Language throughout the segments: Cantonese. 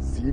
時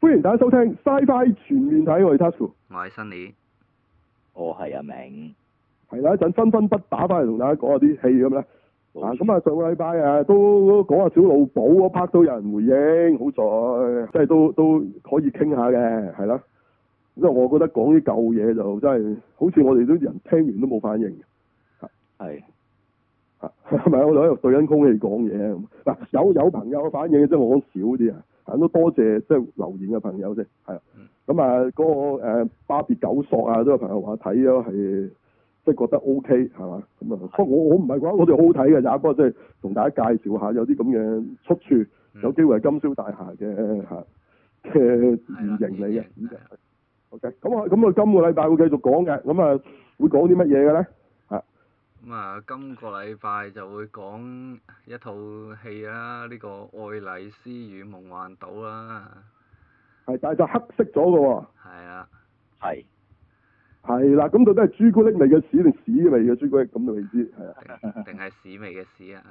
歡迎大家收聽《Sci-Fi 全面睇》，我哋 Tasuku 我係 Sunny，我哦係阿明，係啦，一陣紛紛不打翻嚟同大家講下啲戲咁啦。啊，咁啊，上個禮拜啊，都講下小老寶嗰 part 都有人回應，好在即係都都可以傾下嘅，係啦。因為我覺得講啲舊嘢就真係，好似我哋都人聽完都冇反應係嘅，啊係咪？我哋喺度對緊空氣講嘢咁。嗱，有有朋友嘅反應，即係我講少啲啊，啊都多謝即係留言嘅朋友先，係啊。咁啊，嗰、個、呃、巴別九索啊，都有朋友話睇咗係。即係覺得 O K 係嘛咁啊？不過我我唔係講我哋好好睇嘅咋，不過即係同大家介紹下有啲咁嘅出處，嗯有機會係金宵大廈嘅嚇嘅原型嚟嘅。係啦 OK，咁啊咁啊，今個禮拜會繼續講嘅，咁啊會講啲乜嘢嘅咧？咁啊，今個禮拜就會講一套戲啦，呢、個《愛麗絲與夢幻島》啦，係，但係就黑色咗嘅喎。係啊，係係啦，咁到底係朱古力味嘅屎定屎味嘅朱古力？咁就未知係啊定定係屎味嘅屎啊，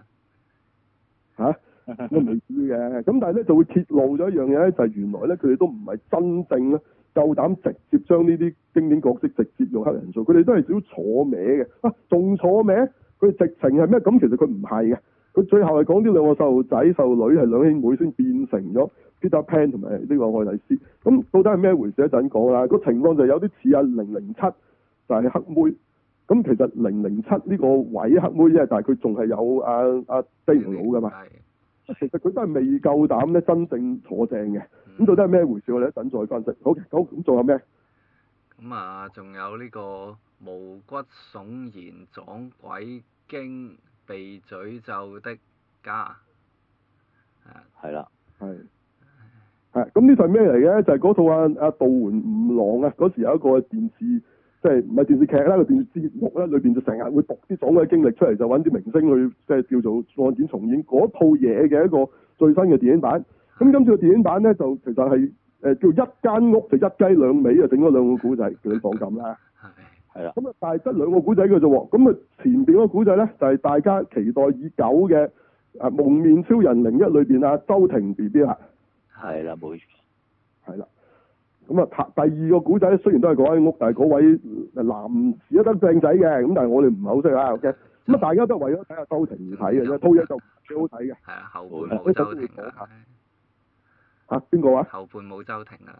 嚇， 咁未知嘅。咁但係咧就會揭露咗一樣嘢咧，就係、原來咧佢哋都唔係真正咧夠膽直接將呢啲經典角色直接用黑人做，佢哋都係少坐歪嘅。啊，仲坐歪？佢直情係咩？咁其實佢唔係嘅，佢最後係講呢兩個細路仔細路女係兩兄妹先變成咗 Peter Pan 同埋呢個愛麗絲。咁到底係咩回事？一啊陣講啦。個情況就有啲似啊零零七，就係黑妹。咁其實零零七呢個位黑妹啫，但係佢仲係有啊啊 Dave 佬噶嘛。係， 其實佢都係未夠膽咧，真正坐正嘅。咁到嗯底係咩回事？我哋一陣再分析。好嘅，好咁仲有咩？咁啊，仲有呢個毛骨悚然撞鬼經被詛咒的家，啊，係啦，係係咁呢套係咩嚟嘅？就係、嗰套啊啊道門五郎啊，嗰時有一個電視，即係唔係電視劇啦，個電視節目咧，裏邊就成日會讀啲撞鬼經歷出嚟，就揾啲明星去即係叫做案件重演嗰套嘢嘅一個最新嘅電影版。咁今次嘅電影版咧，就其實係誒、呃叫一間屋就一雞兩尾啊，整咗兩個古仔，叫你講咁啦。係，係啦，咁啊，但係得兩個古仔嘅啫喎。咁啊，前邊嗰個古仔咧，就係、大家期待已久嘅啊《蒙面超人零一》裏邊啊周庭 B B 啦，係啦，冇錯，係啦。咁啊，第第二個古仔雖然都係嗰間屋，但係嗰位呃男士都得靚仔嘅，咁但係我哋唔係好識啊。OK，咁啊，大家都係為咗睇下周庭而睇嘅啫，套嘢就幾好睇嘅。係啊，後哦半冇周庭啊，嚇、邊個啊？後半冇周庭啊，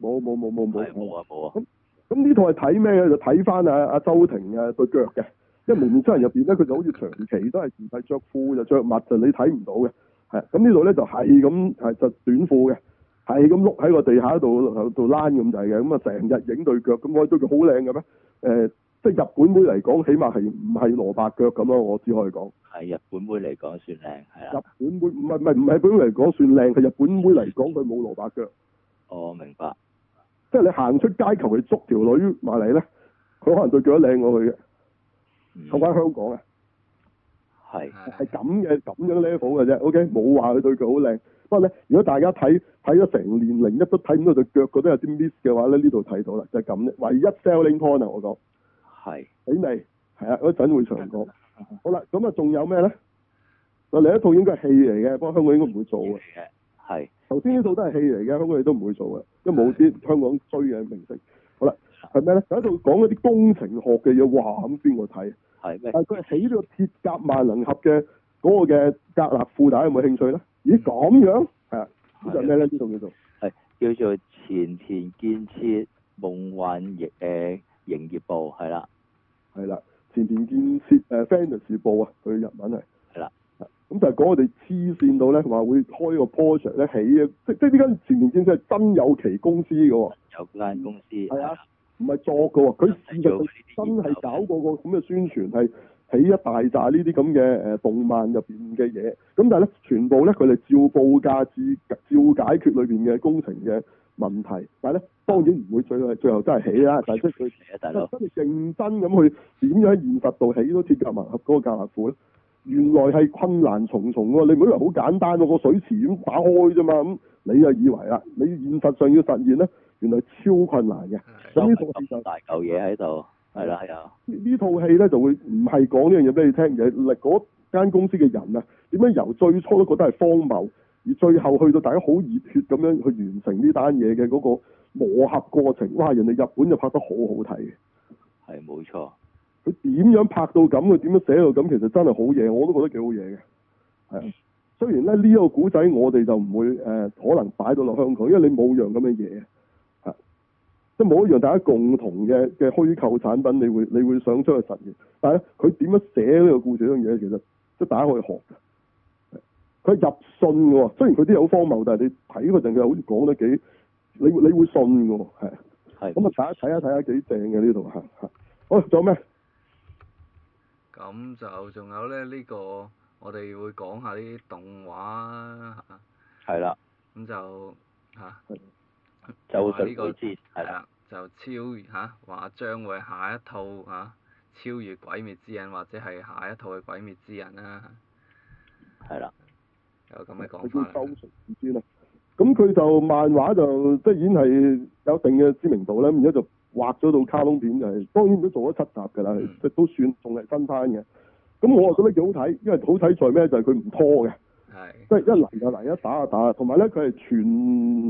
冇冇冇冇係冇。冇啊冇啊，咁呢套係睇咩嘅？就睇翻啊阿周庭啊對腳嘅，因為蒙面超人入邊咧，佢就好似長期都係唔係着褲就着襪就你睇唔到嘅，係咁呢度咧就係咁係就短褲嘅，係咁碌喺個地下度度躝咁滯嘅，咁啊成日影對腳，咁我對腳好靚嘅咩？誒、即係日本妹嚟講，起碼係唔係蘿蔔腳咁咯？我只可以講，係日本妹嚟講算靚，係日啦，本妹唔係唔係唔係日本妹嚟講算靚，係日本妹嚟講佢冇蘿蔔腳。我哦明白，即係你行出街求其捉條女埋嚟咧，佢可能對腳都靚過佢嘅。嗯講翻香港啊，係係係，咁嘅咁樣 level 嘅啫。OK，冇話佢對腳好靚。不過咧，如果大家睇睇咗成年零一都睇唔到對腳，覺得有啲 miss 嘅話咧，呢度睇到啦，就係咁啫。唯一 selling point 啊，我講係睇未？係啊，嗰陣會長講。好啦，咁啊，仲有咩咧？嗱，另一套應該係戲嚟嘅，不過香港應該唔會做嘅。嘅，係頭先呢套都係戲嚟嘅，香港你都唔會做嘅，因為冇啲香港追嘅明星。好啦，係咩咧？就喺度講一啲工程學嘅嘢，哇！咁邊個睇？啊係咩？但係佢係起咗個鐵甲萬能俠嘅嗰個嘅格納庫，大家有冇興趣咧？嗯咦，咁樣係啊？呢度係咩咧？呢度叫做叫做前田建設夢幻營誒營業部，係啦，係啦，前田建設誒、呃 Fantasy 部啊，佢日文係係啦。咁就係講我哋黐線到咧，話會開個 project 咧起啊，即即呢間前田建設係真有其公司嘅喎，有間公司係啊係啦唔係作嘅喎，佢事實啊做上呢啲真係搞過個咁嘅宣傳係起一大扎呢啲咁嘅誒動漫入邊嘅嘢，咁但係咧全部咧佢哋照報價至照解決裏邊嘅工程嘅問題，但係咧當然唔會最後最後真係起啦，但係即係佢嚟啊，大佬，真係認真咁去點樣喺現實度起到鐵甲盲盒嗰個價格庫咧？原來係困難重重喎！你唔好以為好簡單喎，個水池咁打開啫嘛，咁你就以為啦，你現實上要實現咧，原來超困難嘅。係咁呢套戲就咁大嚿嘢喺度，係啦係啊，呢呢套戲咧就會唔係講呢樣嘢俾你聽，而係力嗰間公司嘅人啊，點樣由最初都覺得係荒謬，而最後去到大家好熱血咁樣去完成呢單嘢嘅嗰個磨合過程，哇！人哋日本就拍得好好睇嘅，係冇錯，佢點樣拍到咁，佢點樣寫到咁，其實真係好嘢，我都覺得幾好嘢嘅，係啊。雖然咧呢、個古仔我哋就唔會誒、呃可能擺到落香港，因為你冇樣咁嘅嘢啊，即係冇一樣大家共同嘅嘅虛構產品，你會你會想將佢實現。但係咧，佢點樣寫呢個故事呢樣嘢，其實即係大家可以學嘅。佢係入信嘅喎，雖然佢啲嘢好荒謬，但係你睇嗰陣佢好似講得幾，你會你會信嘅喎，係。係咁啊，大家睇下睇下幾正嘅呢度嚇嚇。好，仲有咩？咁就仲有咧呢、個，我哋會講下啲動畫啊係啦，咁就嚇。同就埋呢對個佢知係係啦，啦，啊就超越嚇話、將會下一套嚇、超越《鬼滅之刃》或者係下一套嘅《鬼滅之刃》啦，係啦，有咁嘅講佢叫法周啦。崇先啦。咁佢就漫畫就即係已經係有一定嘅知名度啦，咁而家就畫咗到卡通片就係、當然都做咗七集㗎啦，嗯即係都算仲係新番嘅。咁我啊覺得幾好睇，因為好睇在咩就係佢唔拖嘅，係即係一嚟就嚟，一打就打，同埋咧佢係全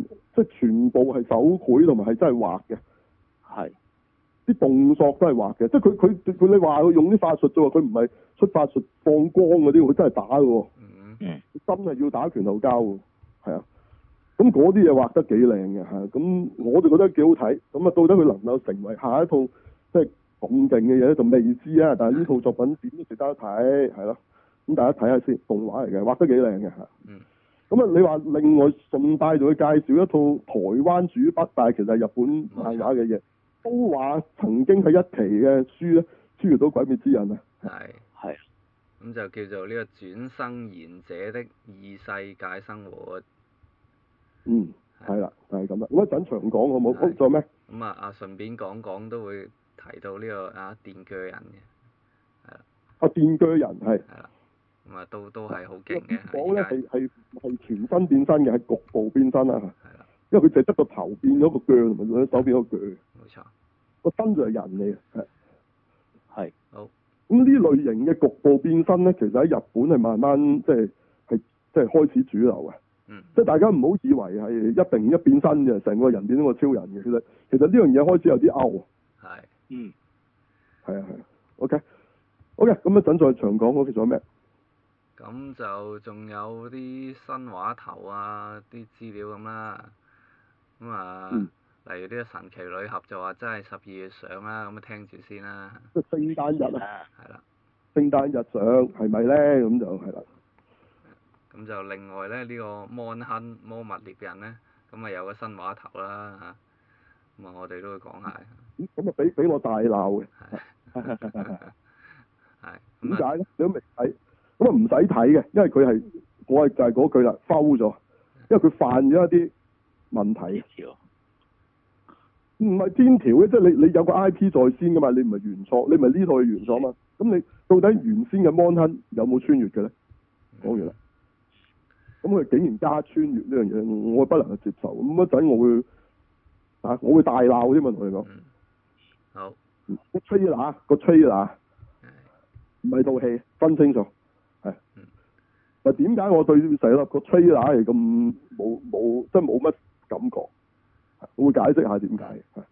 即係全部係手繪同埋係真係畫嘅，係啲動作都係畫嘅，即係佢佢佢你話佢用啲法術啫喎，佢唔係出法術放光嗰啲，佢真係打嘅喎。嗯嗯真係要打拳頭交喎，係啊。咁嗰啲嘢畫得幾靚嘅嚇，咁我就覺得幾好睇。咁啊，到底佢能夠成為下一套即係咁勁嘅嘢咧，就未知啊。但係呢套作品點都值得一睇，係咯。咁大家睇下先，動畫嚟嘅，畫得幾靚嘅嚇。嗯。咁啊，你話另外順帶就去介紹一套台灣主筆，但係其實係日本漫畫嘅嘢，都話曾經喺一期嘅書咧超越到《鬼滅之刃》啊。係係咁就叫做呢個轉生賢者的異世界生活。嗯，係啦，就係咁啦。咁一陣長講好冇？好，係仲有咩？咁啊啊，順便講講都會提到呢、個啊電鋸人嘅，啊，電鋸人係。係啦，咁啊都都係好勁嘅，啊講咧係係係係全身變身嘅，係局部變身啦，係啦，因為佢淨係得個頭變咗個腳，同埋兩隻手變咗個腳，冇錯，個身就係人嚟嘅。係係好咁呢類型嘅局部變身咧，其實喺日本係慢慢即係係即係開始主流嘅，嗯即係大家唔好以為係一定一變身嘅，成個人變咗個超人嘅，其實其實呢樣嘢開始有啲 out，係嗯係啊係啊，OK OK，咁啊一陣再長講，我哋仲有咩？咁就仲有啲新話頭啊，啲資料咁啦。咁啊，嗯例如呢個神奇女俠就話真係十二月上啦，咁啊聽住先啦，即係聖誕日啊，啊係啦。聖誕日上係咪咧？咁就係啦，咁就另外咧，呢、個摩亨魔物獵人咧，咁啊有個新話頭啦嚇。咁啊，我哋都會講下。咦咁啊俾俾我大鬧嘅。係。點咁啊，解咧？你都未睇，咁啊唔使睇嘅，因為佢係我係就係嗰句啦，嗯摟咗，因為佢犯咗一啲問題，條唔係天條嘅，即係你你有個 I P 在先噶嘛，你唔係原作，你唔係呢套係原作嘛，咁你到底原先嘅 Mon 亨有冇穿越嘅嗯咧？講完啦，咁佢竟然加穿越呢樣嘢，我不能接受，咁一陣我會啊，我會大鬧添嘛，同你講，嗯。好。個 trailer 個 trailer。係唔係套戲，分清楚係嗯。嗱，點解我對細粒個 trailer 係咁冇冇，即係冇乜感覺？係我會解釋下點解。係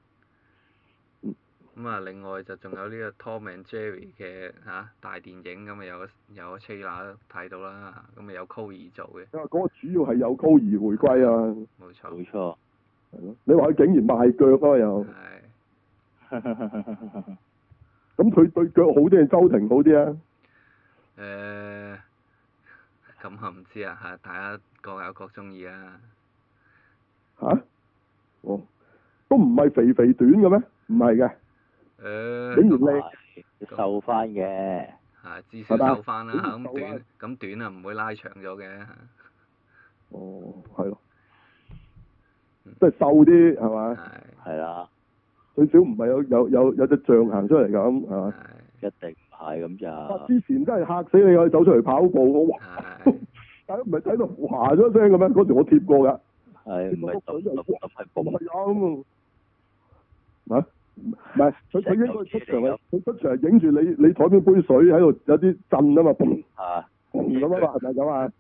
咁啊，另外就仲有呢個 Tom and Jerry 嘅嚇、大電影，咁啊有個有個 trailer 睇到啦，咁啊有 Cole 做嘅，因為嗰個主要係有高兒回歸啊，冇錯，冇錯，係咯。你話佢竟然賣腳啊又，係咁佢對腳好啲定周庭好啲啊？誒，咁啊唔知啊嚇，大家各有各中意啊，吓？哦，都唔係肥肥短嘅咩？唔係嘅，誒竟然咁靚係瘦翻嘅，啊，至少係嘛瘦翻啦，咁咁瘦返短咁短啊，唔會拉長咗嘅。哦，係咯嗯，即係瘦啲係嘛？係係啦，最少唔係有有有有隻象行出嚟咁係嘛？係一定唔係咁哇就之前真係嚇死你，我走出嚟跑步，我哇！係大家唔係睇到嘩咗一聲嘅咩？嗰時我貼過㗎，係唔啊係揼揼揼係唔嘣係有咁啊？唔係佢佢應該出場係佢出場係影住你你台邊杯水喺度有啲震啊嘛，嘣啊！嘣咁啊 嘛，係咪咁啊？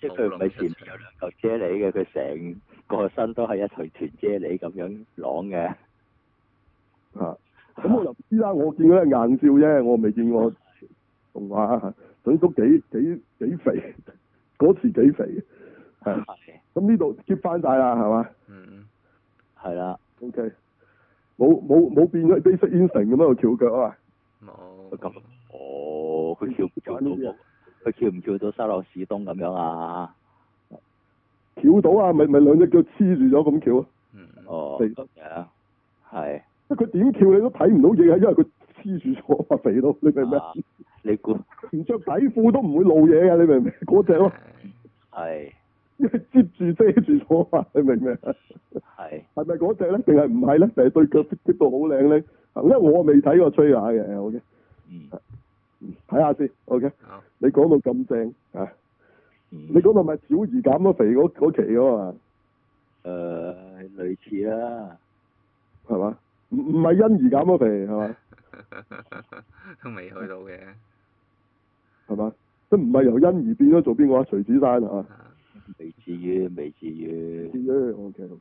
即係佢唔係前面有兩嚿啫喱嘅，佢成個身都係一團團啫喱咁樣啷嘅。啊，咁我就唔知啦，我見嗰啲係硬照啫，我未見過動畫，總之都幾幾幾肥，嗰時幾肥，係啊係咁呢度 keep 翻晒啦，係嘛嗯係啦， ？OK，冇冇冇變咗 basic instinct 咁喺度翹腳啊冇佢咁哦，佢跳唔跳玩呢啲到啊？佢跳唔跳到沙洛士東咁樣啊？嘛，翹到啊，咪咪兩隻腳黐住咗咁翹啊，嗯哦，肥咁樣係。即係佢點翹你都睇唔到嘢啊，因為佢黐住咗啊，肥到你明唔啊明？你估唔着底褲都唔會露嘢啊，你明唔明？ 嗰只咯，係係因為接住遮住咗啊，你明唔明啊？係係咪嗰只咧？定係唔係咧？定係對腳 fit 到好靚咧？因為我未睇過吹下嘅，OK，嗯嗯睇下先，OK。好 你講到咁正啊！嗯你講到咪小兒減咗肥嗰嗰期嗰啊嘛，誒呃類似啦，係嘛？唔唔係因而減咗肥係嘛？都未去到嘅。係嘛？都唔係由因而變咗做邊個啊？徐子珊係嘛？啊未至於未至於變咗 OK OK，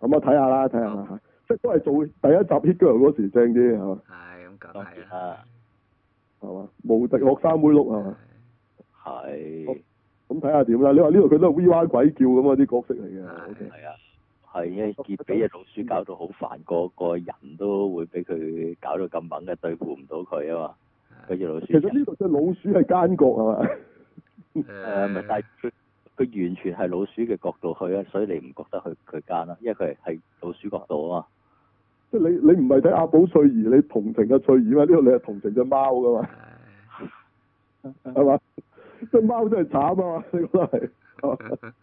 咁啊睇下啦，睇下啦嚇，即係都係做第一集 Hit Girl 嗰時正啲係嘛？係啊咁梗當係然啦啦，係嘛？無敵學生妹啊碌係嘛？係咁睇下點啦？你話呢度佢都係 V Y 鬼叫咁啊啲角色嚟嘅係，OK。係啊係，因為結俾只老鼠搞到好煩，個個人都會俾佢搞到咁猛嘅，對付唔到佢啊嘛，嗰係只老鼠其實呢度隻老鼠係奸角係嘛？啊誒呃咪但係佢佢完全係老鼠嘅角度去啊，所以你唔覺得佢佢奸啦，因為佢係老鼠角度啊嘛，即係你你唔係睇阿寶翠兒，你同情阿翠兒嘛？呢度你係同情只貓噶嘛？係係嘛？只貓真係慘啊嘛！你覺得係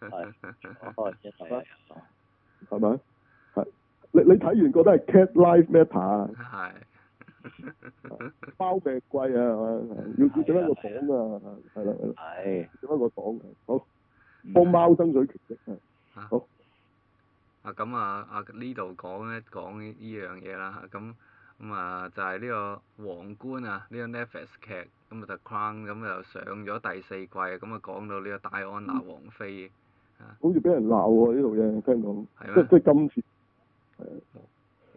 係嗯哦一係係係係咪？係你你睇完覺得係 cat life matter 啊，係貓命貴啊，係嘛？要要點樣個黨啊？係啦係啦，係點樣個黨啊？好嗯幫貓爭取權益啊！啊咁啊啊呢度講一講呢樣嘢啦嚇咁咁啊就係、呢個皇冠啊呢、個 Netflix 劇咁啊就 Crown 咁又上咗第四季咁啊講到呢個戴安娜王妃好似俾人鬧喎呢度嘢，聽講係啊即咩即係今次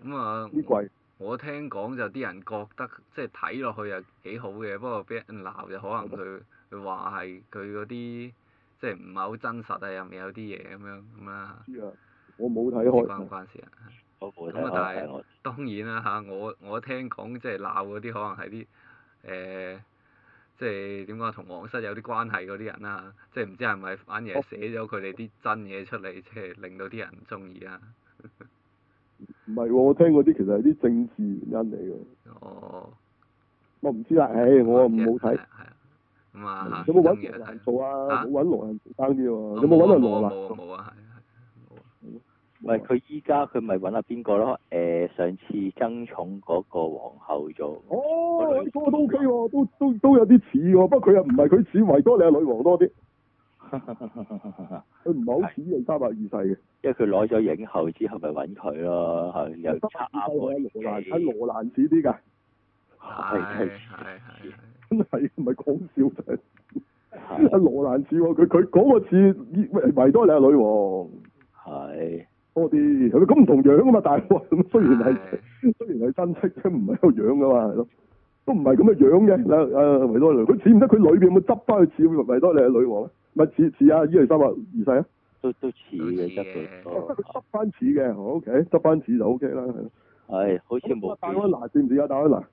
咁啊嗯呢季我聽講就啲人覺得即係睇落去又幾好嘅，不過俾人鬧就可能佢佢話係佢嗰啲即係唔係好真實啊，入面有啲嘢咁樣咁啦，知啊，我冇睇唔知關唔開，關事啊？我冇咁睇啊開但係係我當然啦嚇，我我聽講即係鬧嗰啲可能係啲誒，即係點講啊同皇室有啲關係嗰啲人啦，即係唔知係咪反而係寫咗佢哋啲真嘢出嚟，即係令到啲人唔中意啊。唔係喎，我聽嗰啲其實係啲政治原因嚟嘅，哦，我唔知啦，唉，我唔冇睇係。啊咁啊，有冇揾中意就羅睇蘭做啊？啊冇揾羅蘭做生啲喎。哦有冇揾阿冇羅啊冇蘭啊做？冇啊，係係冇啊。喂，佢依家佢咪揾阿邊個咯？誒、上次爭寵嗰個皇后做，哦，呢個都 OK 喎，都都都有啲似喎。不過佢又唔係佢似維多利亞女王 多啲，佢唔係好似伊麗莎白二世嘅。因為佢攞咗影后之後，咪揾佢咯，係又差啱我年伊麗莎白二紀，世係羅蘭，係羅蘭似啲㗎，係係係係，係 真係唔係講笑真係。阿係羅蘭似喎，佢佢嗰個似伊維多利亞女王係多啲，係咪咁唔同樣啊嘛？大佬， 咁雖然係係雖然係親戚啫，唔係個樣噶嘛，係咯，都唔係咁嘅樣嘅。嗱，誒維多利亞女王，佢似唔得佢裏邊有冇執翻佢似維多利亞女王咧？咪似似啊伊麗莎白二世啊？都都似嘅，都似得哦到得佢執翻似嘅，O K，執翻似就 O K 啦。係咯 係好似咁啊戴安冇娜似唔似啊？戴安娜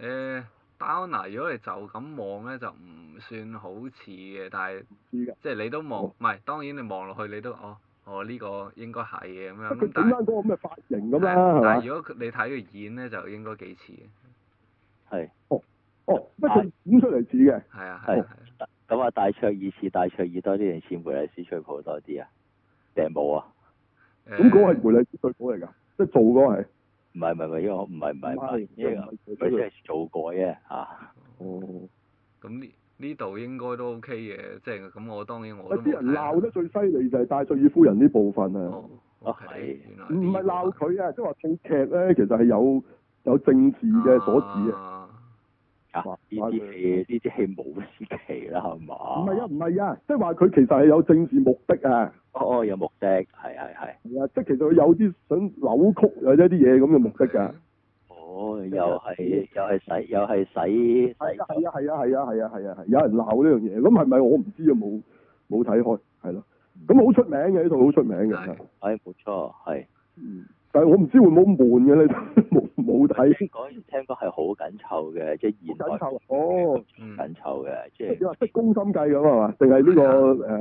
誒，戴安娜如果你就咁望咧，就唔算好似嘅，但係似嘅，即係你都望，哦唔係當然你望落去你都哦，哦呢個應該係嘅咁樣，得咁佢整但係翻嗰個咁嘅髮啊型咁但啊啦，係但嘛係？如果佢你睇佢演咧，就應該幾似嘅，係哦哦，乜佢演出嚟似嘅，係啊係係啊係啊咁啊，戴卓爾似戴卓爾多啲定似梅麗斯翠普多啲啊？定係冇啊？誒咁嗰個係梅麗斯對火嚟㗎，即係做嗰個係。唔係唔係唔係，因為我唔係唔係唔係，因為呢個佢真係做過啫啊嚇。哦，咁呢呢度應該都 OK 嘅，即係咁我當然我有都啲冇睇人啦鬧得最犀利就係戴翠爾夫人呢部分啊，哦哦，OK，係原來唔係鬧呢佢啊，即係話套劇咧其實係有有政治個嘅所指啊。啊，啊哇！呢啲戲呢啲戲冇私期啦，係嘛？唔係啊，唔係啊，即係話佢其實係有政治目的啊，哦，哦有目的，係係係。係啊，即係其實佢有啲想扭曲或者啲嘢咁嘅目的㗎。哦，又係又係洗又係洗洗係啊係啊係啊係啊係啊係啊，係有人鬧呢樣嘢，咁係咪我唔知啊？冇冇睇開，係咯。咁好出名嘅呢套好出名嘅，係哎，冇錯，係。嗯但係我唔知會唔會好悶嘅咧， 冇冇睇。聽講聽講係好緊湊嘅，即係現代緊湊哦，嗯，緊湊嘅，即即係係你話識攻心計咁啊係嘛？定係呢個誒？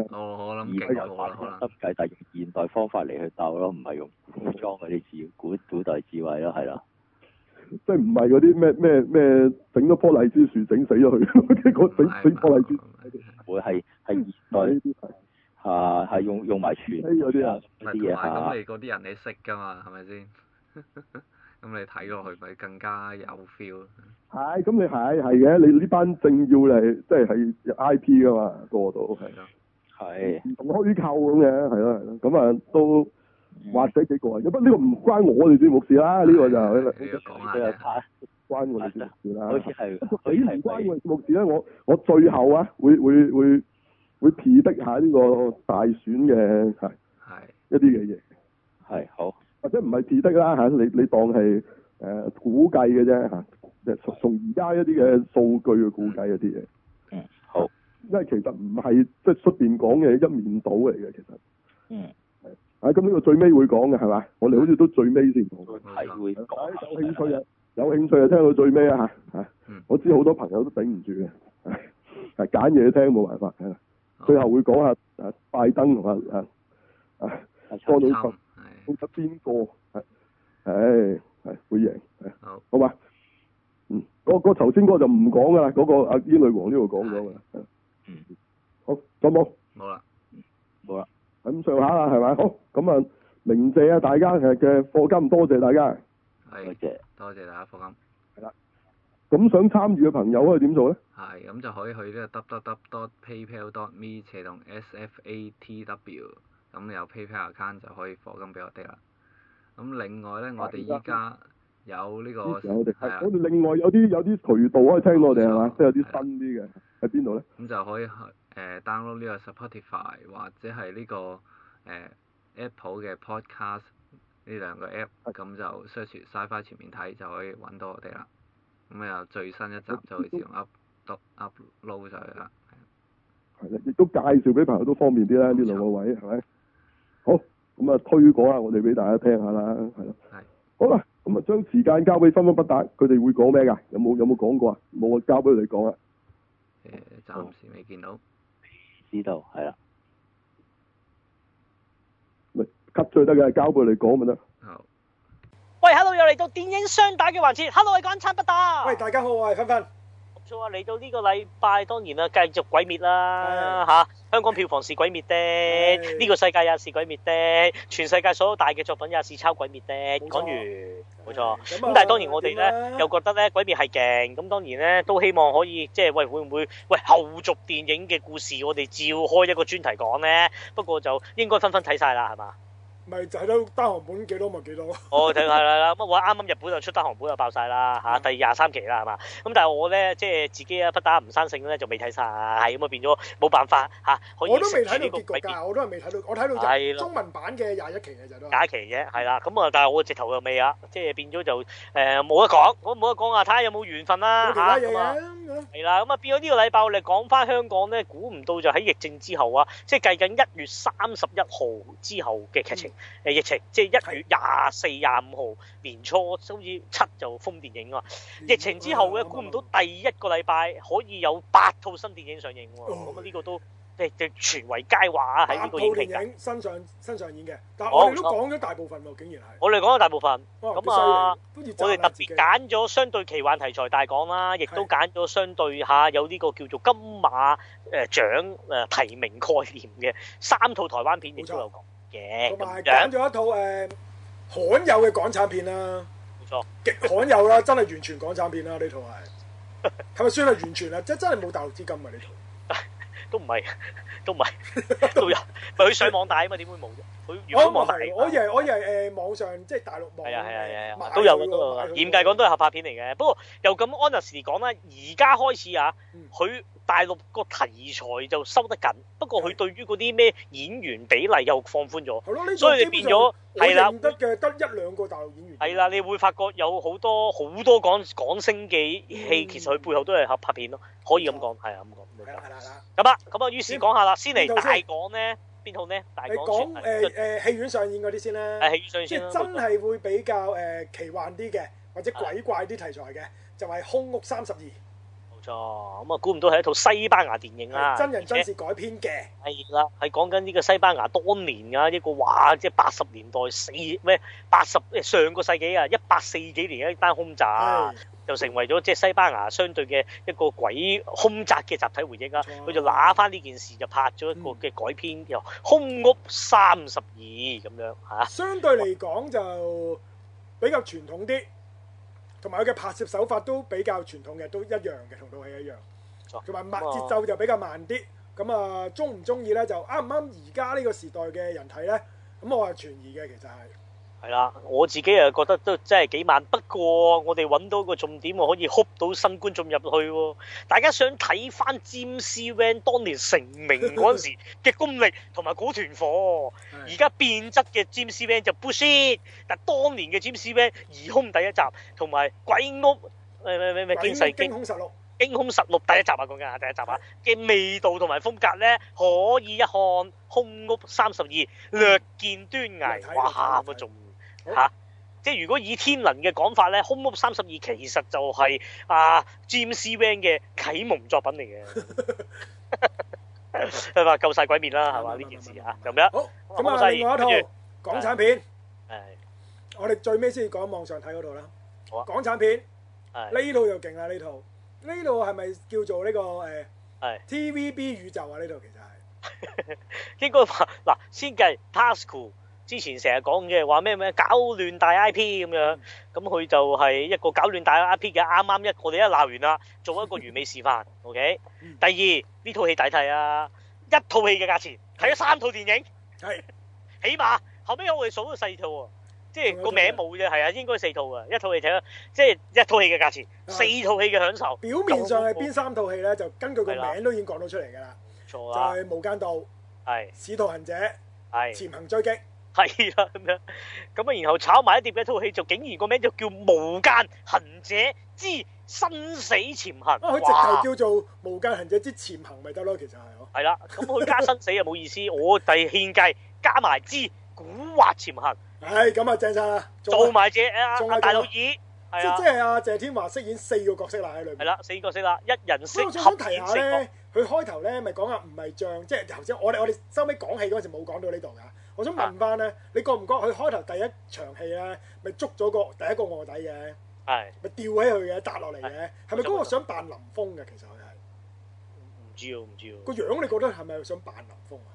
我哦我諗以勁有過法啦，可能心計，但係用現代方法嚟去鬥咯，唔係用古裝嗰啲智古古代智慧咯，係啦。即係唔係嗰啲咩咩咩整咗棵荔枝樹整死咗佢， 嗰唔啲整係啊整唔棵荔枝係唔係會係係現呢代啲係啊，嗯係用用埋傳呢嗰啲啊唔嗰係同啲埋嘢嚇咁，你嗰啲人你識㗎嘛，係咪先？ 咁你睇落去咪更加有 feel。係咁你係係嘅，你呢班政要嚟即係係 I P 噶嘛，個個都係係咯，係唔同虛構咁嘅，係咯係咯，咁啊都或哇！者幾過癮。不過呢個唔關我哋節目事啦，啊呢個就係 你要講下都有啫。拍，關我哋節目事啦好。似係好似佢唔關係啊我哋節目事咧，我我最後啊，會會會會 P 的下呢個大選嘅係係一啲嘅嘢，係好或者唔係 P 的啦嚇，你你當係誒、呃估計嘅啫嚇，即係從從而家一啲嘅數據去估計一啲嘢，嗯好因為其實唔係即係出邊講嘅一面倒嚟嘅，其實嗯啊咁呢個最尾會講嘅係嘛？我哋好似都最尾先講。嗯係會有講興趣啊，有興趣啊，聽到最尾啊嚇嚇嗯我知好多朋友都頂唔住嘅， 係揀嘢聽冇辦法係啦。最後會講下啊拜登同啊啊啊多多心到係到底邊個係係係會贏係好好嘛？嗯，嗰嗰頭先嗰個就唔講噶啦，嗰個阿煙女王呢度講咗噶啦。係嗯好，咁冇。冇啦，冇啦，咁上下啦，係咪？好，咁啊，鳴謝啊大家嘅嘅課金，多謝大家。多係謝多謝大家放心。咁想參與嘅朋友可以點做咧？係，咁就可以去呢個 www.paypal.me 斜同 sfatw，咁有 PayPal account 就可以課金俾我哋啦。咁另外咧，我哋依家有呢、個支持我哋係啊係，我哋另外有啲有啲渠道可以聽到我哋係嘛冇錯，即係有係啲啊新啲嘅喺邊度咧？咁就可以去誒、download 呢個 Spotify 或者係呢、個誒、Apple 嘅 Podcast 呢兩個 app，咁就 search Sci-Fi 全面睇就可以揾到我哋啦。咁又最新一集就會自動 up up upload 上去啦。係啦，亦都介紹俾朋友都方便啲啦，呢冇錯兩個位係咪？好，咁啊推廣下我哋俾大家聽下啦，係咯係。好啦，咁啊將時間交俾分分不打，佢哋會講咩㗎？有冇有冇講過啊？冇啊，交俾佢哋講啊。誒、呃暫時未見到。知道係啦，咪 cut 最得嘅，交俾佢哋講咪得。好，喂，Hello，又嚟到電影雙打嘅環節，Hello，我係港產不打。喂，大家好，我係芬芬。冇錯啊，嚟到呢個禮拜，當然啦，繼續鬼滅啦係嚇、香港票房是鬼滅的，係呢個世界也是鬼滅的，全世界所有大嘅作品也是抄鬼滅的。冇錯講完，冇錯。咁咁啊但係當然我哋點咧啊又覺得咧鬼滅係勁，咁當然咧都希望可以即係喂會唔會喂後續電影嘅故事我哋照開一個專題講咧？不過就應該紛紛睇晒啦，係嘛？咪就係都單行本幾多咪幾多。我哦睇下啦，咁啊我啱啱日本就出單行本就爆晒啦嗯嚇，第廿三期啦係嘛？咁但係我咧即係自己啊不打唔生性咧就未睇晒，咁啊變咗冇辦法嚇，可以我都未睇食住呢到個結局鬼片㗎，我都係未睇到，我睇到係日啦中文版嘅廿一期嘅就都係。假期啫，係啦，咁啊但係我直頭又未啊，即係變咗就誒冇得講，我冇得講啊，睇下有冇緣分啦有其他嚇嘢咁啊。嘅。係啦，咁啊變咗呢個禮拜我哋講翻香港咧，估唔到就喺疫症之後啊，即係計緊一月三十一號之後嘅劇情，誒、嗯疫情，即係一月廿四、廿五號年初，好似七就封電影啊。嗯疫情啊之後咧，估唔到第一個禮拜可以有八套新電影上映喎，哦咁啊呢個都即係對傳為佳話啊！喺八呢套個影評電界，影新上新上演嘅，但係好我哋都講咗大部分喎，竟然係。我哋講咗大部分。哇咁啊，都犀利我哋特別。揀咗相對奇幻題材大講啦，亦都揀咗相對下有呢個叫做金馬誒獎誒提名概念嘅三套台灣片，亦都有講嘅自己同埋咁揀樣，咗一套誒罕有嘅港產片啦，冇錯。極罕有啦，真係完全港產片啦呢套係。係咪算係完全啊？即係真係冇大陸資金啊呢套。都唔係， 都唔係，都有。咪佢上網大啊嘛，點會冇啫？ 佢如我果唔網大係，我以為我以為誒網上即係大陸網係啊係啊係啊係買啊，都有嘅佢喎都有買嘅。佢嚴喎格講都係合拍片嚟嘅，不過又咁 honest 講啦，而家開始啊嗯，佢大陸個題材就收得緊，不過佢對於嗰啲咩演員比例又放寬咗。係咯，呢個所以基你本變上咗我係啦認得嘅得一兩個大陸演員。係啦，你會發覺有好多好多港港星嘅戲，其實佢背後都係合拍片咯，可以咁講，係啊咁係啦係講。啦係啦。咁啊，咁啊，於是講下啦，先嚟邊套大先講咧，邊套呢？大你講講算誒誒戲院上演嗰啲先啦。係戲上即先係啦，啊真係會比較誒、呃奇幻啲嘅，或者係鬼怪啲題材嘅，就係、空屋三十二》，冇錯，咁啊，估唔到係一套西班牙電影啦，啊真人真事改編嘅，係啦，係講緊呢個西班牙當年啊，一個哇，即係八十年代四咩八十上個世紀啊，一八四幾年嘅一單啊空襲係，就成為咗即係西班牙相對嘅一個鬼空襲嘅集體回憶啊。冇錯嗯佢就揦翻呢件事就拍咗一個嘅改編，叫《空屋三十二》咁樣啊嚇。相對嚟講就比較傳統啲，同埋佢嘅拍攝手法都比較傳統嘅，都一樣嘅，同套戲一樣錯。同埋慢節奏就比較慢啲，咁啊中唔中意呢？就啱唔啱而家呢個時代嘅人睇呢？咁我係存疑嘅，其實係係啦，我自己又覺得都真係幾慢，不過我哋揾到個重點，我可以 hook 到新觀眾入去喎。大家想睇翻詹士 Van 當年成名嗰陣時嘅功力同埋嗰團火，而係家變質嘅詹士 Van 就 bullshit，但當年嘅詹士 Van 疑兇第一集同埋鬼屋。誒咩咩咩鬼驚世屋驚驚恐實錄驚空實錄第一集啊，講緊啊第一集啊嘅味道同埋風格咧，可以一看《空屋三十二》，略見端略倪。睇哇！略睇我仲好嚇，即係如果以天能嘅講法咧，《空屋三十二》其實就係啊 James Wan 嘅啟蒙作品嚟嘅， 係嘛？夠晒鬼面啦，係嘛？呢件事嚇咁樣，好好咁好啊，細另外一跟住套港產片，誒我哋最尾先講網上睇嗰套啦好啊。港產片。係呢套就勁啦！呢套呢套係咪叫做呢、個誒、呃係 TVB 宇宙啊？呢套其實係應該話嗱， 先計 Tasco。之前成日講嘅話咩咩搞亂大 I P 咁嗯樣，咁佢就係一個搞亂大 I P 嘅，啱啱一我哋一鬧完 啦，做一個完美示範，OK 嗯。第二呢套戲抵睇啊，一套戲嘅價錢睇咗三套電影，係起碼後尾我哋數咗四套喎，即係個名冇啫，係啊，應該四套啊，一套戲睇咗，即係一套戲嘅價錢，啊四套戲嘅享受，表面上係邊三套戲咧？就根據個名都已經講到出嚟㗎啦，就錯啦，係、無間道》《係使徒行者》《係。潛行追擊係啦咁樣，咁啊然後炒埋一碟嘅一套戲就竟然個名就叫《無間行者之生死潛行》。》啊！哇佢直頭叫做《無間行者之潛行》咪得咯，其實係哦。係啦，咁佢加生死又冇意思，我第獻計加埋之古惑潛行，唉，咁啊正晒啦，做做埋埋只啊仲有啊大老二，係即即啊係阿謝天華飾演四個角色啦喺裏係面。啦，四個色啦，一人所以飾啊我想合哦提演下四個咧，佢開頭咧咪講下唔係像，即係頭先我哋我哋收尾講戲嗰陣時冇講到呢度㗎。我想問翻咧，你覺唔覺佢開頭第一場戲咧，咪捉咗個第一個卧底嘅，係咪吊起佢嘅，搭落嚟嘅，係咪嗰個想扮林峰嘅？其實佢唔知喎，唔知喎，係個樣，你覺得係咪想扮林峰啊？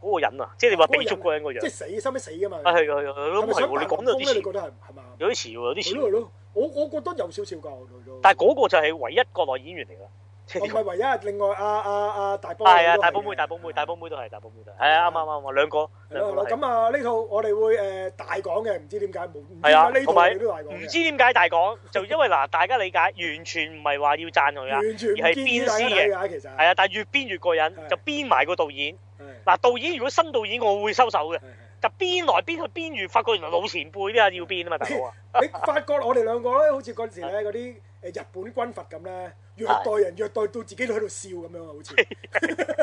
嗰個人啊，即係你話嗰個被人捉嗰個人個即係樣，死，收尾死㗎嘛。啊係係係係係咁咪係想喎，你扮講林到峰有咧？啲你似覺喎，得係係嘛？有啲似喎，有啲係似咯係喎，咯，我我覺得有少少㗎，我覺得但係嗰個就係唯一國內演員嚟㗎啦，即我係唔係唯一，另外阿阿阿大波係啊，都大寶妹、嘅大寶妹、大寶妹都係，大寶妹都係，係係啊，啊啱啱啱啱，兩個係咯兩係個咯係，咁啊呢套我哋會誒大講嘅，唔知點解冇，唔知係啊點解呢套同我埋哋都大講嘅唔知點解大講，就因為嗱，大家理解完全唔係話要讚佢啊，完全唔建議大家睇㗎，其實係啊，但係越編越過係癮，就編埋個導演。係嗱，導演如果新導演，我會收手嘅，係就編來編去編完，發覺原來老前輩啲啊要編啊嘛，大 佬啊，係你發覺我哋兩個咧，好似嗰陣時咧嗰啲誒日本軍閥咁咧，虐待人虐待到自己都喺度笑咁樣啊，好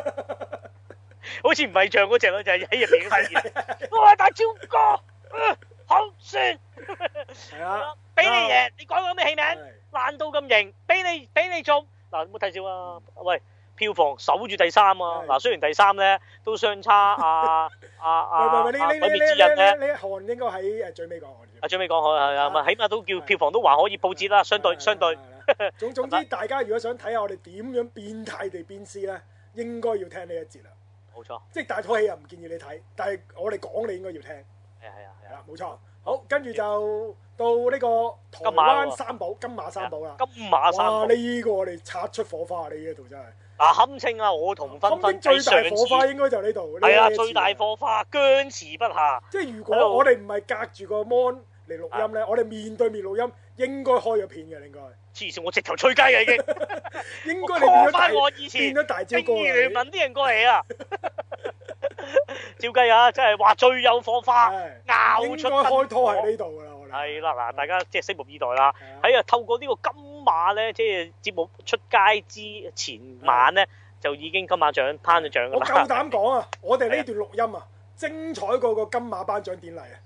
似好似唔係像嗰只咯，就係喺入邊嗰 啲。我係大超哥，啊好算，係啊，俾你贏，你改個咩戲名？係爛到咁型，俾你俾你中嗱，冇睇少啊！喂，票房守住第三啊！嗱，雖然第三咧都相差 啊啊啊啊喂，喂，喂，呢-呢-鬼滅呢-之刃呢-咧。呢一項應該喺，誒，最尾講，我哋。啊，最尾講好係啊，咪起碼都叫票房都還可以報捷啦，相對啊係，相對啊係，係，係。總-總之，大家如果想睇下我哋點樣變態地變屍呢，應該要聽呢一節啦。即係但係套戲又唔建議你睇，但係我哋講你應該要聽。係啦，冇冇錯。錯，係啊係啊係啊，好，跟住就到呢個台灣金馬喎。三寶，金馬三寶啦。金馬三哇，部呢個我哋擦出火花，呢一度真係。啊，堪稱啊，我同分分繼上次堪稱最大火花應該就呢度，係啊，呢一次。最大火花僵持不下，即係如果喺度啊我哋唔係隔住個 mon 嚟錄音咧，我哋面對面錄音應該開咗片嘅，應該黐線，我直頭吹雞啊已經，應我該你變 call 咗大翻我以前變。咗大招哥正義聯啦盟啲人過嚟啊！ 照計啊，真係話最有火花，係啊拗你，應出該燈火開拖喺呢度噶啦，我哋係啦，嗱，大家即係拭目以待啦。係啊喺啊，透過呢個金馬咧，即係節目出街之前晚咧，就已經金馬獎頒咗獎啊我㗎夠啦。膽講啊，我哋呢段錄音啊，精彩過個金馬頒獎典禮啊！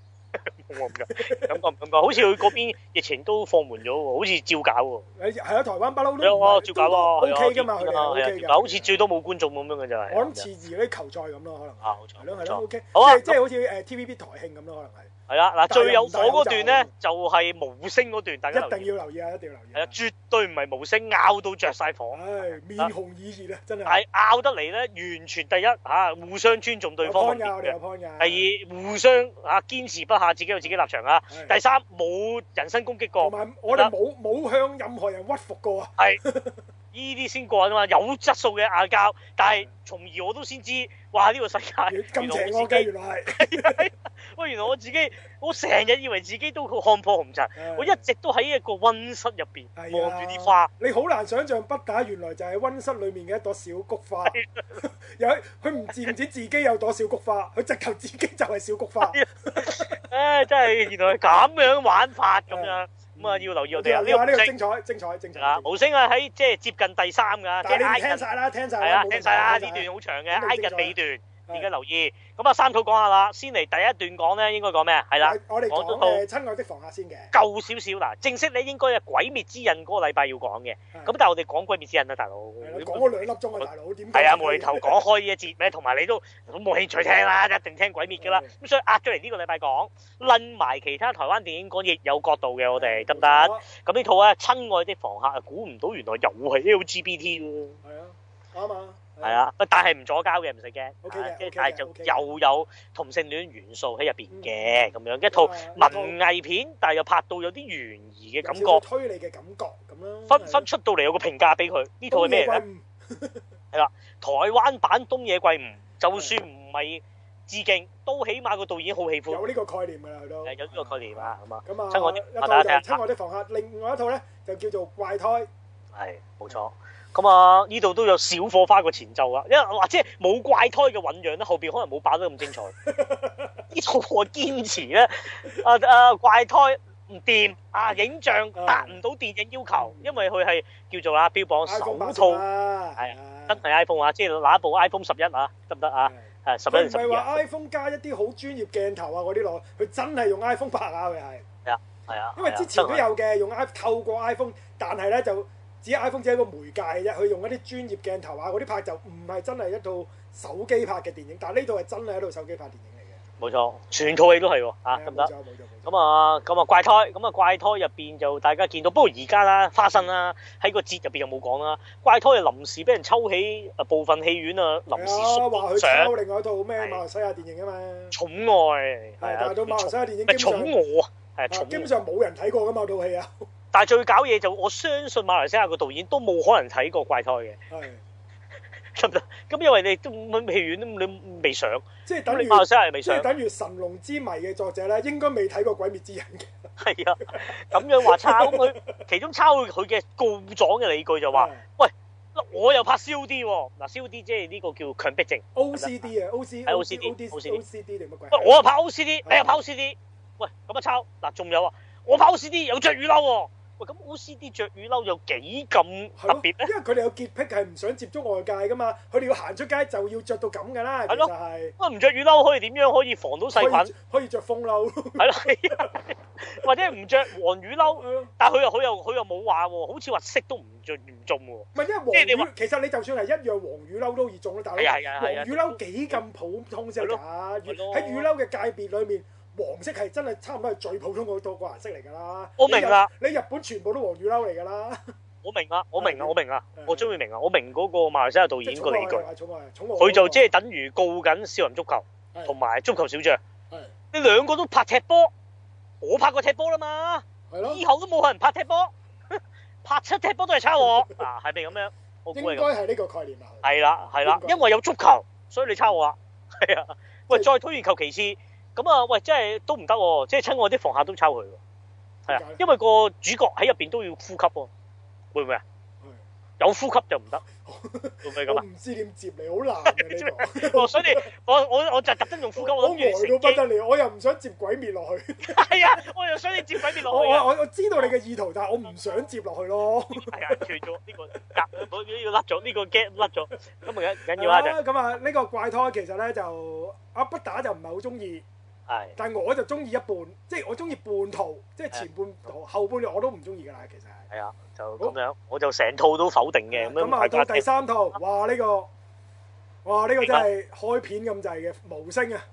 我唔敢 感覺唔敢講，好似佢嗰邊疫情都放緩咗喎，好似照搞喎。誒係啊，台灣不嬲係都啊，照搞喎，係啊 OK 噶嘛，照佢哋搞啊係啊 OK 照㗎搞好似最多冇觀眾咁樣嘅就係。啊我諗似而啲球賽咁咯，可能啊，冇錯係咯冇係咯錯， ，OK，好啊即係即係好似誒 TVB 台慶咁咯，係啦，嗱，但係最有火又唔戴口嗰罩段喎咧，就係無聲嗰段，大可家留能係一意。定要留意啊，一定要留意係啊，啊！絕對唔係無聲拗到着晒火，唉，面紅耳熱啊，真係但。係拗得嚟咧，完全第一嚇、啊互相尊重對方有嘅 point 㗎，啊我哋有意 point 見，第㗎。二互相嚇、啊、堅持不下自己有自己立場啊，係啊第三冇人身攻擊同過，埋我哋冇冇向任何人屈服過啊！呢啲先過癮啊嘛，有質素嘅嗌交，但係從而我都先知，哇呢、個世界原咁來邪我惡自嘅己，原來係，喂原來我自己，我成日以為自己都看破紅塵， 我一直都喺一個温室入邊望係啊住啲花，你好難想象北打原來就係温室裏面嘅一朵小 菊花。 有佢唔知唔止自己有朵小菊花，佢直頭自己就係小菊 花。唉、真係原來係咁樣玩法咁樣係，咁啊要留意我哋啊呢呢個個呢無個聲精彩精彩精彩！啊，無聲啊喺即係接近第三㗎，即係但係挨你聽近晒啦，聽晒係啦，啦，聽晒啦，呢冇問題段好長嘅，咁你挨精近彩尾段，係而家留意。咁啊，三套講下啦，先嚟第一段講咧，應該講咩啊？係啦，我哋講講到誒親愛的房客先嘅。舊少少嗱，正式咧應該係《鬼滅之刃》嗰個禮拜要講嘅，咁咁但係我哋講《鬼滅之刃》啦，大佬。講咗兩粒鐘啊，大佬點？係啊，無厘頭講開呢一節咩，同埋你都都冇興趣聽啦，一定聽鬼滅㗎啦係。咁所以壓咗嚟呢個禮拜講，論埋其他台灣電影講，亦有角度嘅，我哋得唔得？嗯冇錯咁呢套啊，親愛的房客啊，估唔到原來又係 LGBT 喎。係啊，啱啊。係。啊，不但係唔左交嘅，唔使驚。 OK 嘅啊即係 OK 嘅但係就 OK 嘅又有同性戀元素喺入邊嘅咁樣一套啊一套文藝片，但係又拍到有啲懸疑嘅感有少少覺，推理嘅感覺咁啦。分分出到嚟有個評價俾佢。呢套係咩嚟咧？咧？台灣版《東野圭吾》，就算唔係致敬，都起碼個導演好喜歡嗯有，呢個概念㗎啦，佢都誒有呢個概念。啊，咁啊，咁啊，親愛的一啊大套家就係睇下親愛的房客，另外一套咧就叫做怪胎。係冇錯。咁啊，呢度都有小火花個前奏啊，因為或者冇怪胎嘅醖釀咧，後邊可能冇擺得咁 精彩。呢套我堅持咧，啊啊怪胎唔掂啊，影像達唔到電影要求，因為佢係叫做啦標榜嗯 iPhone 首八套啊，係真係 iPhone 啊，即係拿一部 iPhone 十一啊，得唔得啊？誒十一嗯佢唔定十係二啊話 iPhone 加一啲好專業鏡頭啊嗰啲落，佢真係用 iPhone 拍啊，佢係。係啊，因為之前都有嘅，用 i 透過 iPhone，但係咧就只係 iPhone 只係一個媒介嘅啫，佢用一啲專業鏡頭啊嗰啲拍就唔係真係一套手機拍嘅電影，但係呢套係真係一套手機拍電影嚟冇錯，全套戲都係喎嘅。啊，係得唔得冇？錯冇錯冇錯。咁啊，咁啊怪胎，咁啊怪胎入邊就大家見到，不過而家啦，花生啦，喺個節入邊又冇講啦。怪胎係臨時俾人抽起，啊部分戲院啊臨時係啊，話縮佢上抄另外一套咩係馬來西亞電影啊嘛，寵愛，係啊但係到馬來西亞電影啊咪基寵本上我啊，係啊基寵本我。上冇人睇過噶嘛套戲啊，但係最搞嘢就我相信馬來西亞個導演都冇可能睇過怪胎嘅， 係得唔得？咁因為你都咁戲院都你未上，即係咁等你於馬來西亞係未即上係。等於《神龍之謎》嘅作者咧，應該未睇過《鬼滅之刃》嘅。係啊，咁樣話抄佢，其中抄佢嘅告狀嘅理據就話：係喂，我又拍 COD 喎，嗱 COD 即係呢個叫強迫症， OCD 啊係，OC OCD OCD OCD OCD 定乜鬼？喂，我哎又拍 OCD，你又拍 OCD，喂，咁啊抄，嗱仲有啊，我拍 OCD 有着雨褸喎，喂，咁 OCD 着雨褸有幾咁係特咯，別咧？因為佢哋有潔癖係唔想接觸外界噶嘛，佢哋要行出街就要着到咁噶啦，其係咯實係啊喂，唔着雨褸可以點樣可以防到細可以菌？可以着風褸， 係咯係啊，或者唔着黃雨褸，係咯但係佢又佢又佢又冇話喎，好似話色都唔中唔中喎。唔係因即係為你黃話雨，其實你就算係一樣黃雨褸都易中啦，大佬係啊係啊係啊黃雨褸幾咁普通先得㗎，係咯喺雨褸嘅界別裏面。黃色係真係差唔多係最普通嗰個顏色嚟㗎啦！我明啦你日，你日本全部都黃雨褸嚟㗎啦，我明啦，我明啦，啊係嗯我明啦係，我終於明啊啦，我明嗰個馬來西亞導即係演寵個愛理據，啊，寵愛啊，寵愛啊佢就即係等於告緊少林足球係同埋足球小將，係你兩個都拍踢波，我拍過踢波啦嘛，係咯，以後都冇人拍踢波， 拍出踢波都係抄 我，嗱係咪咁樣？我估應係該咁，係呢個概念啊啦。係啦係啦應，該因為有足球，所以你抄我啦，係啊， 喂，即係再推而求其次，咁啊喂，真係都唔得喎，即係親我啲房客都抄佢喎，係啊點解咧，因為個主角喺入邊都要呼吸喎，會唔會啊？有呼吸就唔 得，會唔會咁我啊？唔知點接你，好難 嘅呢個。我所以我我我就特登用呼吸，我我諗呆住你到乘不機，得了，我又唔想接鬼滅落去。係啊，我又想你接鬼面我落去我啊，我我知道你嘅意圖，但係我唔想接落去咯。係啊，除咗呢個夾，我呢個甩咗，呢個 get 甩咗，咁而家唔緊要啦就咁啊，呢個怪胎其實咧就阿不打就唔係好中意，係但係我就中意一半，即係我中意半套，即係前半套，後半套我都唔中意㗎啦。其實係。係啊，就咁樣，我就成套都否定嘅，咁咁啊，樣大家到第聽三套，哇！呢個哇呢個真係開片咁滯嘅無聲啊！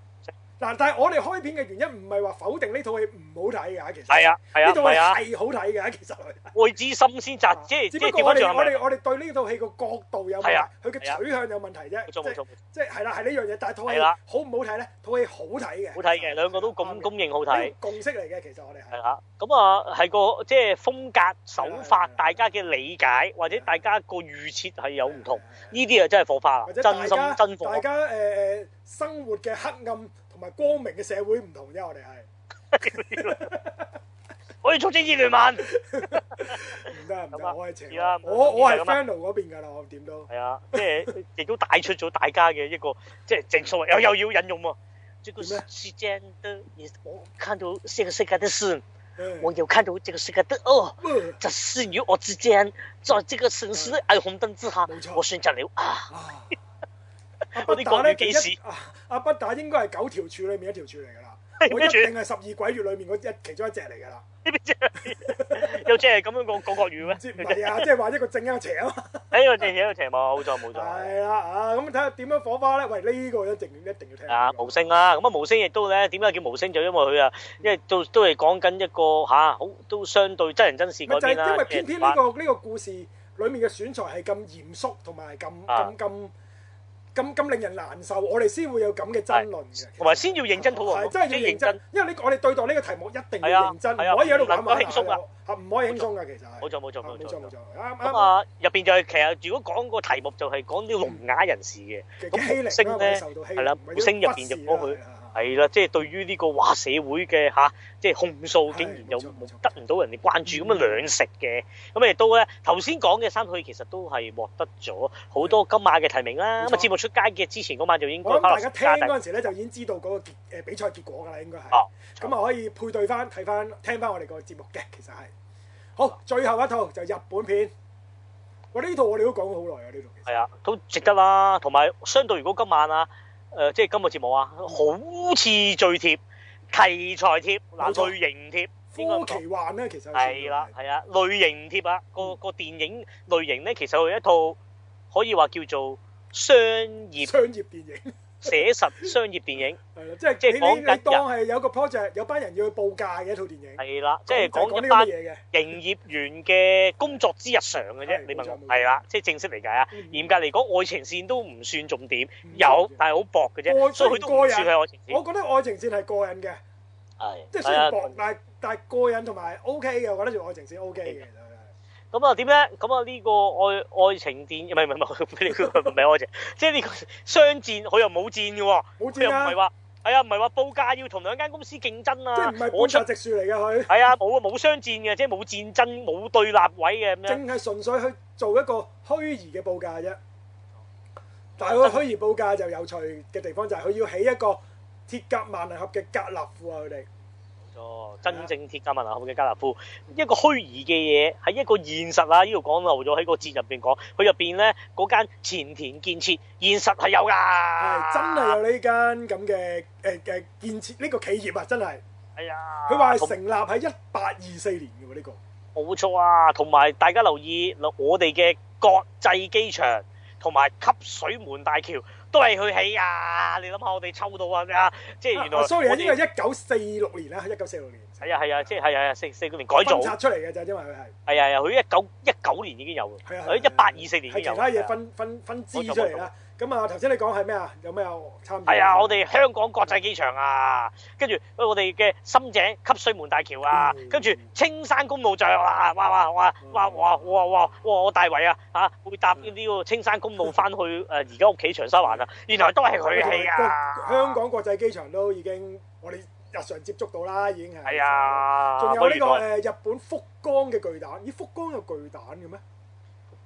嗱，但係我哋開片嘅原因唔係話否定呢套戲唔好睇㗎，其實係啊係啊呢套戲係啊，係好睇㗎，其實佢。愛之心先擲，即係即只係不調過翻我哋轉係我咪？哋我哋對呢套戲個角度有問係啊題，佢嘅係啊取向有問題啫。冇錯冇錯，即即係啦，係呢樣嘢。但係套戲係啦好唔好睇咧？套戲好睇嘅，好睇嘅，兩個都咁公認好睇呢。個共識嚟嘅。其實我哋係係啦，咁啊係個即係風格手法，係啦係啦大家嘅理解或者大家個預設係有唔同，呢啲啊真係火花啦或，者真大心家真大火，家誒誒生活嘅黑暗同埋光明嘅社會唔同啫。我哋係我要促進熱聯盟。唔得唔咁啊得，我係邪而家惡，我我係咁啊 Fano 嗰邊㗎啦，我點都係啊，即係亦都帶出咗大家嘅一個即係正所謂又又要引用喎。這個點咧時間的，我看到這個世界的事，我誒有看到這個世界的惡，呃這是與我之間，在這個城市的霓虹燈之下嗯冇，錯我選擇了 啊，啊！我啲國語記記事事，阿不打應該係九條柱裏面一條柱嚟 㗎啦，我一咩住？定係十二鬼月裏面嗰一其中一隻嚟㗎啦。呢邊真係 有即係咁樣講講國語咩？哎唔知唔係啊，即係話一個正一個邪 啊嘛。喺個地鐵度邪冇錯冇錯。係啦啊，咁睇下點樣火花咧？喂，呢個一定一定要聽。啊，無聲啦，咁啊無聲亦都咧，點解叫無聲？就因為佢啊，因為都都係講緊一個吓，好都相對真人真事咪改就編啦。係因為偏偏呢個呢個故事裡面嘅選材係咁嚴肅同埋咁啊咁咁咁咁令人難受，我哋先會有咁嘅爭論嘅。同埋先要認真討論，係真係要認真，，因為呢個我哋對待呢個題目一定係啊要認真，唔係啊可以喺度玩玩唔能夠輕鬆啊嚇唔可以輕鬆噶，其實係冇錯冇錯啊冇錯冇錯冇錯。冇錯，啱咁啱啊，入邊就係其實如果講個題目就係講啲聾啞人士嘅，嘅咁嘅欺無凌啦聲我哋咧受到欺係啦凌，無聲入邊就不是講佢啦係啊係啦，即係對於呢個話社會嘅吓，即係控訴，係竟然又冇錯冇錯得唔到人哋關注，咁啊嗯兩食嘅，咁亦都咧頭先講嘅三套戲其實都係獲得咗好多金馬嘅提名啦。咁冇錯啊節目出街嘅之前嗰晚就已經我諗大家聽加嗰陣時咧，就已經知道嗰個結誒比賽結果㗎啦，應該係哦。咁啊，可以配對翻睇翻聽翻我哋個節目嘅，其實係。好，最後一套就日本片。哇！呢套我哋都講咗好耐啊，呢套其係啊，都值得啦。同埋相對，如果今晚啊，誒、即係今個節目啊，好似最貼題材貼嗱，類型冇錯貼應該實唔科錯奇幻咧，其實係啦，係啊，類型貼啊，個個電影類型咧，其實佢一套可以話叫做商業商業電影寫實商業電影，係啦，即係即係你講你緊你當係有個 project，有班人要去報價嘅一套電影，係啦，即係就係講呢一啲班嘢嘅。營業員嘅工作之日常嘅啫係。你問冇錯冇我錯係啦，即係正式嚟解啊。嗯嚴格嚟講，愛情線都唔算重點，嗯有嗯但係好薄嘅啫，愛所以佢都唔算係愛情線。我覺得愛情線係過癮嘅，係即係雖係啊然薄，但係但係過癮同埋 OK 嘅，我覺得做愛情線 OK 嘅。其實係咁啊點咧？咁啊呢個愛愛情電唔係唔係唔係呢個唔係愛情，即係呢個商戰佢又冇戰嘅喎，冇佢又唔戰係啊，話係啊，唔係話報價要同兩間公司競爭即係啊唔我係，半出澤直樹嚟嘅佢。係啊冇啊冇商戰嘅，即係冇戰爭冇對立位嘅咁樣，淨係純粹去做一個虛擬嘅報價啫。但係個虛擬報價就有趣嘅地方就係佢要起一個鐵甲萬能俠嘅格納庫啊！佢哋錯，真正鐵甲萬能俠嘅加納夫，一個虛擬嘅嘢喺一個現實啊！呢度講漏咗喺個節入邊講，佢入邊咧嗰間前田建設，現實係有㗎，係真係有呢間咁嘅誒誒建設呢個企業啊，真係係啊，佢話係成立喺一八二四年嘅喎呢個。冇錯啊，同埋大家留意我哋嘅國際機場同埋吸水門大橋都係佢起啊！你諗下我哋抽到啊啊，即係原來啊，sorry 啊，我應該哋係一九四六年啦，一九四六年。係啊係啊，即係係啊係啊四四九年改造分，拆出嚟嘅就係因為佢係係啊係啊，佢一九一九年已經有嘅，係啊係啊佢一八二四年已經係有啊其他㗎嘢。分分分支出嚟啦。咁啊，頭先你講係咩啊？有咩有參與？係啊，我哋香港國際機場啊，跟住喂我哋嘅深井吸水門大橋啊嗯，跟住青山公路像啊，哇哇哇哇哇哇哇哇！我大偉啊嚇會搭呢個青山公路翻去 誒而家屋企長沙灣啊，原來都係佢起啊！香港國際機場都已經我哋日常接觸到啦，已經係。係。啊，仲有呢個喂原來誒日本福岡嘅巨蛋，咦？福岡有巨蛋嘅咩？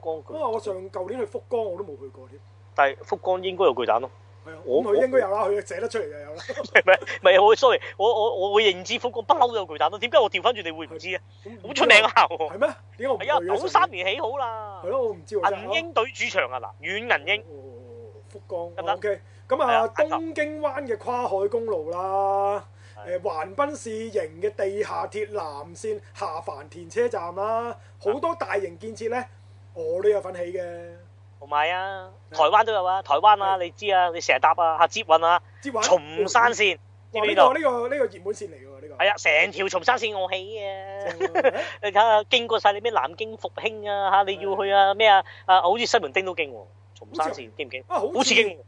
福因為我岡巨，上舊年去福岡我都冇去過添。但係福岡應該有巨蛋咯， 係啊，我咁佢應該有啦，佢寫得出嚟就有啦。唔係唔係我 sorry，我我我會認知福岡不嬲都有巨蛋咯，點解我調翻轉你會唔知啊？咁好出名！啊！係咩？點解我唔去係啊，嘅九三年起好啦係，咯，我唔知喎。真係銀鷹隊主場啊嗱，軟銀鷹。哦福岡得唔得 O K，咁係啊啊，得東京灣嘅跨海公路啦，係誒橫濱市營嘅地下鐵南線下帆田車站啦，好多大型建設咧，我都有份起嘅。同埋啊，嗯台灣都有啊，台灣啊，你知啊，你成日搭啊，嚇捷運啊，接玩松山線知唔哇！知呢道個？呢個呢個熱門線嚟㗎喎，呢個係啊，成條松山線我起 嘅，正啊你睇下經過晒你咩南京復興啊嚇，你要去啊咩啊啊，好似西門町都經喎，松山線經唔經？啊，好好似經似喎，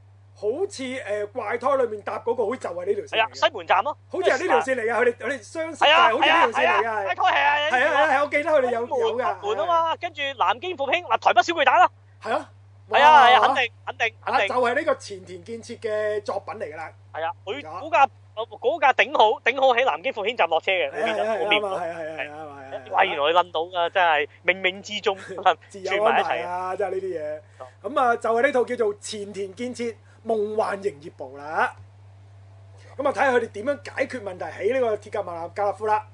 好似誒怪胎裏面搭嗰個，好似就係呢條線係啊嚟，嘅，西門站咯，好似係呢條線嚟㗎，佢哋佢哋相識係啊嘅，好似係啊呢條係線嚟啊，㗎，係係啊係啊係啊，我記得佢哋有有門㗎，門係啊嘛，跟住南京復興嗱台北小巨蛋啦，係啊，係啊係啊，哇肯定肯定肯啊，定就。係呢個前田建設嘅作品嚟㗎啦，係啊，佢有啊嗰架嗰架頂好頂好喺南京復興站落車嘅，係我啊記係得啊我係面啊係啊係啊係啊係啊， 哇！原來佢撚到㗎，真係冥冥之中 自串有安埋一排齊啊！啊，真係呢啲嘢。咁啊，就係呢套叫做前田建設夢幻營業部啦。咁啊，睇下佢哋點樣解決問題，喺呢個鐵甲萬立加勒夫啦，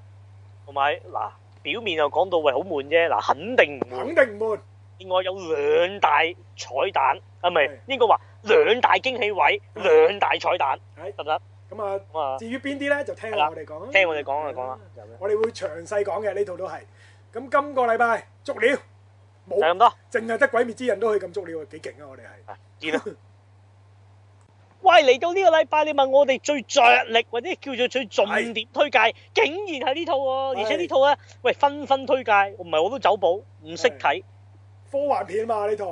同埋嗱，表面又講到喂好悶啫，嗱肯定唔肯悶。定唔悶。另外有兩大彩蛋，啊唔係係嗯應該話兩大驚喜位，兩大彩蛋，係得唔得？咁啊，咁啊，至於邊啲咧，就聽下我哋講啦。聽我哋講就啊講啦，我哋會詳細講嘅，呢套都係。咁今個禮拜足料就係咁冇，多，淨係得鬼滅之刃都可以咁足料，幾勁啊！我哋係。見 啦。喂，嚟到呢個禮拜，你問我哋最着力或者叫做最重點推介，竟然係呢套喎，而且呢套咧，喂紛紛推介，唔係我都走寶，唔識睇，科幻片嘛呢套，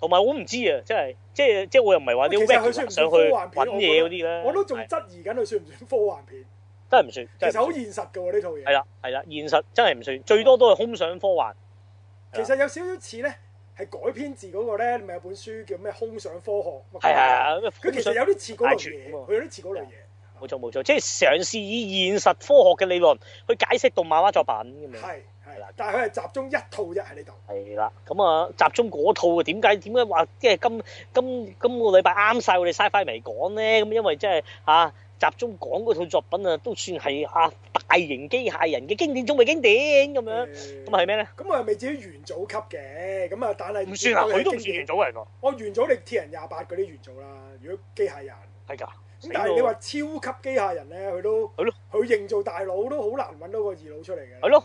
同埋我唔知啊，真係，即係即係我又唔係話其啲實 web 上佢算唔去算科幻片揾嘢嗰啲咧，我都仲係質疑緊佢算唔算科幻片。真係唔算，其真實係唔好算現實嘅喎呢套係啊嘢，啦係啦，現實真係唔算，最多都係空想科幻，其實有少少似咧係改編自嗰個咧，咪有本書叫咩《空想科學》乜鬼係嘢。係係，哦佢空其實想有啲似嗰類嘢，大全喎佢有啲似嗰類嘢。冇錯冇錯，即係嘗試以現實科學嘅理論去解釋動漫畫作品咁樣。係係係啦，但係佢係集中一套啫喺呢度。係啦，咁啊集中嗰套啊，點解點解話即係今今今個禮拜啱晒我哋 Sci-Fi 嚟講咧？咁因為即係啊集中講嗰套作品啊，都算係啊大型機械人嘅經典中嘅經典咁樣。咁咁係？咩咧？咁我係未至於元祖級嘅，咁啊，但係唔算啊，佢都唔算元元祖。祖嚟㗎，我元祖你鐵人廿八嗰啲元祖啦，如果機械人。係㗎。死咁但係你咯話超級機械人咧，佢都係咯佢認造大佬都好難揾到個二佬出嚟嘅。啊係咯，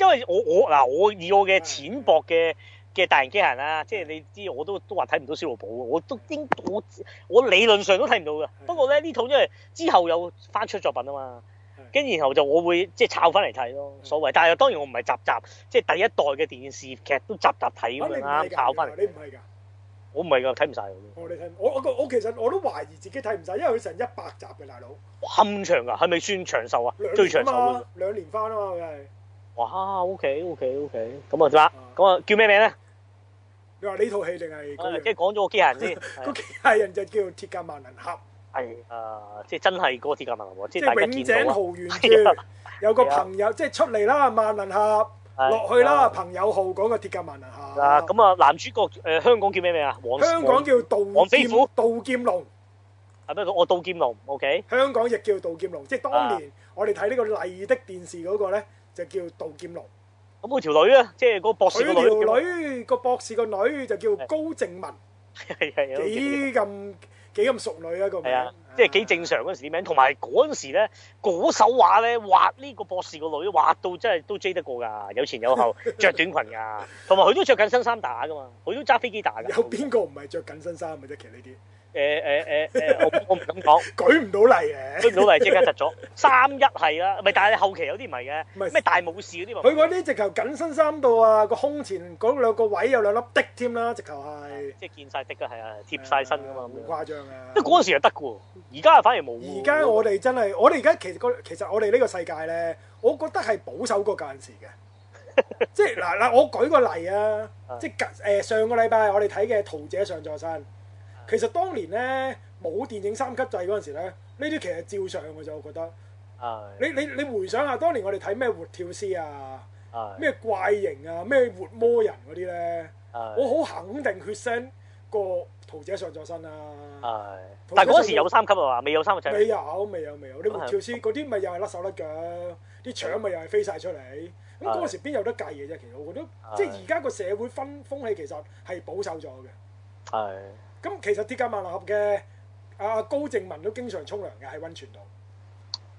因為我我嗱，我以我嗯嘅淺薄嘅嘅大型機械人啦，即係你知我都都話睇唔到小露寶嘅，我都應我我理論上都睇唔到嘅。嗯不過咧呢套因為之後有翻出作品啊嘛，嗯跟住然後就我會即係抄翻嚟睇咯，所謂。但係當然我唔係集集，即係第一代嘅電視劇都集集睇啊咁你樣唔啦，係抄翻㗎，你嚟唔。係㗎。我唔係㗎，睇唔晒㗎，我哋睇唔，我我我其實我都懷疑自己睇唔晒，因為佢成一百集嘅大佬，哇咁長㗎，係咪算長壽啊兩？最長年啊壽㗎嘛。，兩年翻啊嘛，佢係。哇，OK OK OK，咁啊得啦，咁啊叫咩名咧？你話呢套戲定係啊嗰即係樣？講咗個機械人 先。係個機械人就叫《鐵甲萬能 俠》，係啊，即係真係嗰個鐵甲萬能喎，即即係大係家永見井到啊，豪 原係著，有個朋友即係出嚟啦，萬能俠係啊落去啦，。朋友號嗰個鐵甲萬能係啊，俠。呃咁啊，男主角誒香港叫咩名啊？黃香港叫黃杜飛劍虎杜劍龍，係咩？我刀劍龍，OK，香港亦叫《盜劍龍》，即係當啊年我哋睇呢個麗的電視嗰個咧，就叫《盜劍龍》。咁佢條女咧，即係嗰個博士佢個女，條女個博士個女就叫高靜文， 係係係幾咁幾咁熟女啊個名係啊，即係幾正常嗰陣時啲名，同埋嗰陣時咧，嗰手畫咧畫呢個博士個女，畫到真係都追得過㗎，有前有 後，着短裙㗎，同埋佢都着緊新衫打㗎嘛，佢都揸飛機打㗎。有邊個唔係着緊身衫嘅啫？其實呢誒誒誒誒，我我唔敢講，啲舉唔到例嘅。追唔到嚟即刻窒 咗。三一係啦，咪但係後期有啲唔係唔係嘅，咩大武士嗰啲咪佢嗰啲直頭緊身衫到啊，個胸前嗰兩個位有兩粒的添啦，直頭係即係見晒的㗎，係啊，貼晒身㗎嘛咁樣。好誇張啊！即係嗰陣時就得㗎喎，而家反而冇喎。而家我哋真係，我哋而家其實個其實我哋呢個世界咧，我覺得係保守過嗰陣時 嘅。即係嗱嗱，我舉個例啊啊，即係近誒上個禮拜我哋睇嘅《桃姐上座山》，啊其實當年咧冇電影三級制嗰陣時咧，呢啲其實照上嘅啫，我覺得。係你你你回想下，當年我哋睇咩活跳屍啊，係咩怪形啊，咩活魔人嗰啲咧，係我好肯定血腥過《桃姐上座山》啊啦。係，但係嗰陣時有三級啊嘛，未有三個仔。未有未有未有，你活跳屍嗰啲咪又係甩手甩腳，啲腸咪又係飛晒出嚟。係咁嗰陣時邊有得計嘅啫？其實我覺得，即係而家個社會分風氣其實係保守咗嘅。係咁其實鐵甲萬能俠嘅阿高靜文都經常沖涼嘅喺温泉度。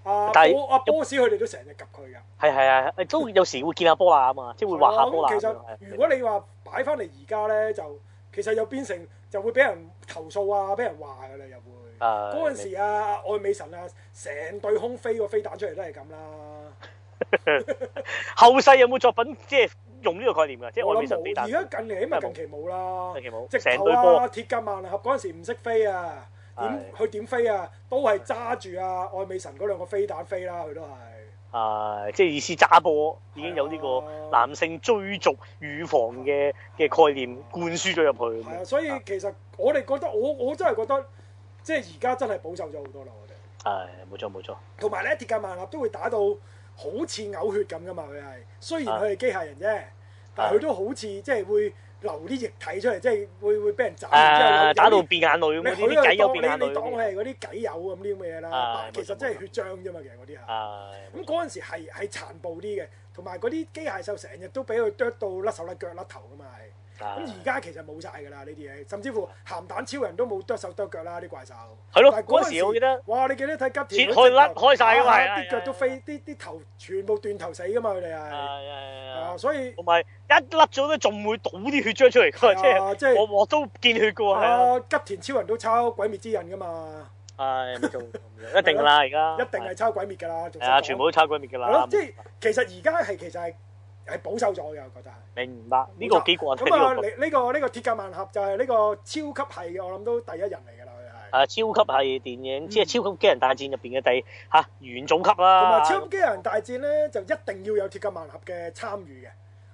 阿但係波阿波斯佢哋都成日及佢㗎。係係係，都有時會見下波啦啊嘛，即係會畫下波啦。咁其實如果你話擺翻嚟而家咧，就其實又變成就會俾人投訴啊，俾人話㗎啦，又會。嗰嗰陣時啊，愛美神啊，成對空飛個飛彈出嚟都係咁啦。後世有冇作品即係用呢個概念㗎？即係我外諗面神飛冇，彈。而家近年起碼近期冇啦。近期冇，直成頭對波啊，鐵甲萬能俠嗰陣時唔識飛啊，點係佢點飛啊？都係揸住啊愛美神嗰兩個飛彈飛啦，佢都係。啊，即係意思揸波已經有呢個哦男性追逐預防嘅嘅概念灌輸咗入去。係啊，所以其實我哋覺得，我我真係覺得，即係而家真係保守咗好多啦，我哋。係冇錯冇錯，同埋咧，鐵甲萬立都會打到好似嘔血咁噶嘛，佢係啊雖然佢係機械人啫，但係佢都好似即係會流啲液體出嚟，即係會會俾人斬完之後有誒有啊打到啲變眼淚咁你嗰啲佢啲計又有當變眼你你當淚。佢係嗰啲計友咁啲咁嘅嘢啦啊，但係其實真係血漿啫嘛，其實嗰啲係。啊，咁嗰陣時係係殘暴啲嘅，同埋嗰啲機械獸成日都俾佢啄到甩手甩腳甩頭噶嘛係。咁啊而家其實冇晒㗎啦呢啲嘢，甚至乎鹹蛋超人都冇剁手剁腳啦啲怪獸。係咯但係嗰陣陣時我記得哇！你記得睇吉切田開甩嗰啲腳開晒㗎嘛哇係啊係啊啲腳都飛，啲啲頭全部斷頭死㗎嘛，佢哋係。啊，係所以同埋一甩咗咧，仲會倒啲血漿出嚟 㗎，即啊係即係我我都見血㗎喎，係啊，啊，吉田超人都抄鬼滅之刃㗎嘛，係冇錯，冇錯一定啦，而家一定係抄鬼滅㗎啦，仲係使啊，講全部都抄鬼滅㗎係咯啦，，即係其實而家係其實係係保守咗嘅，我覺得係。明白呢個幾過癮，咁呢啊，個你呢個呢個鐵甲萬俠就係呢個超級係嘅，我諗都第一人嚟㗎啦，佢係。啊，超級係電嗯影，即係超級機人大戰入邊嘅第嚇元總級同啦埋，啊超級機人大戰咧，就一定要有鐵甲萬合嘅參與嘅，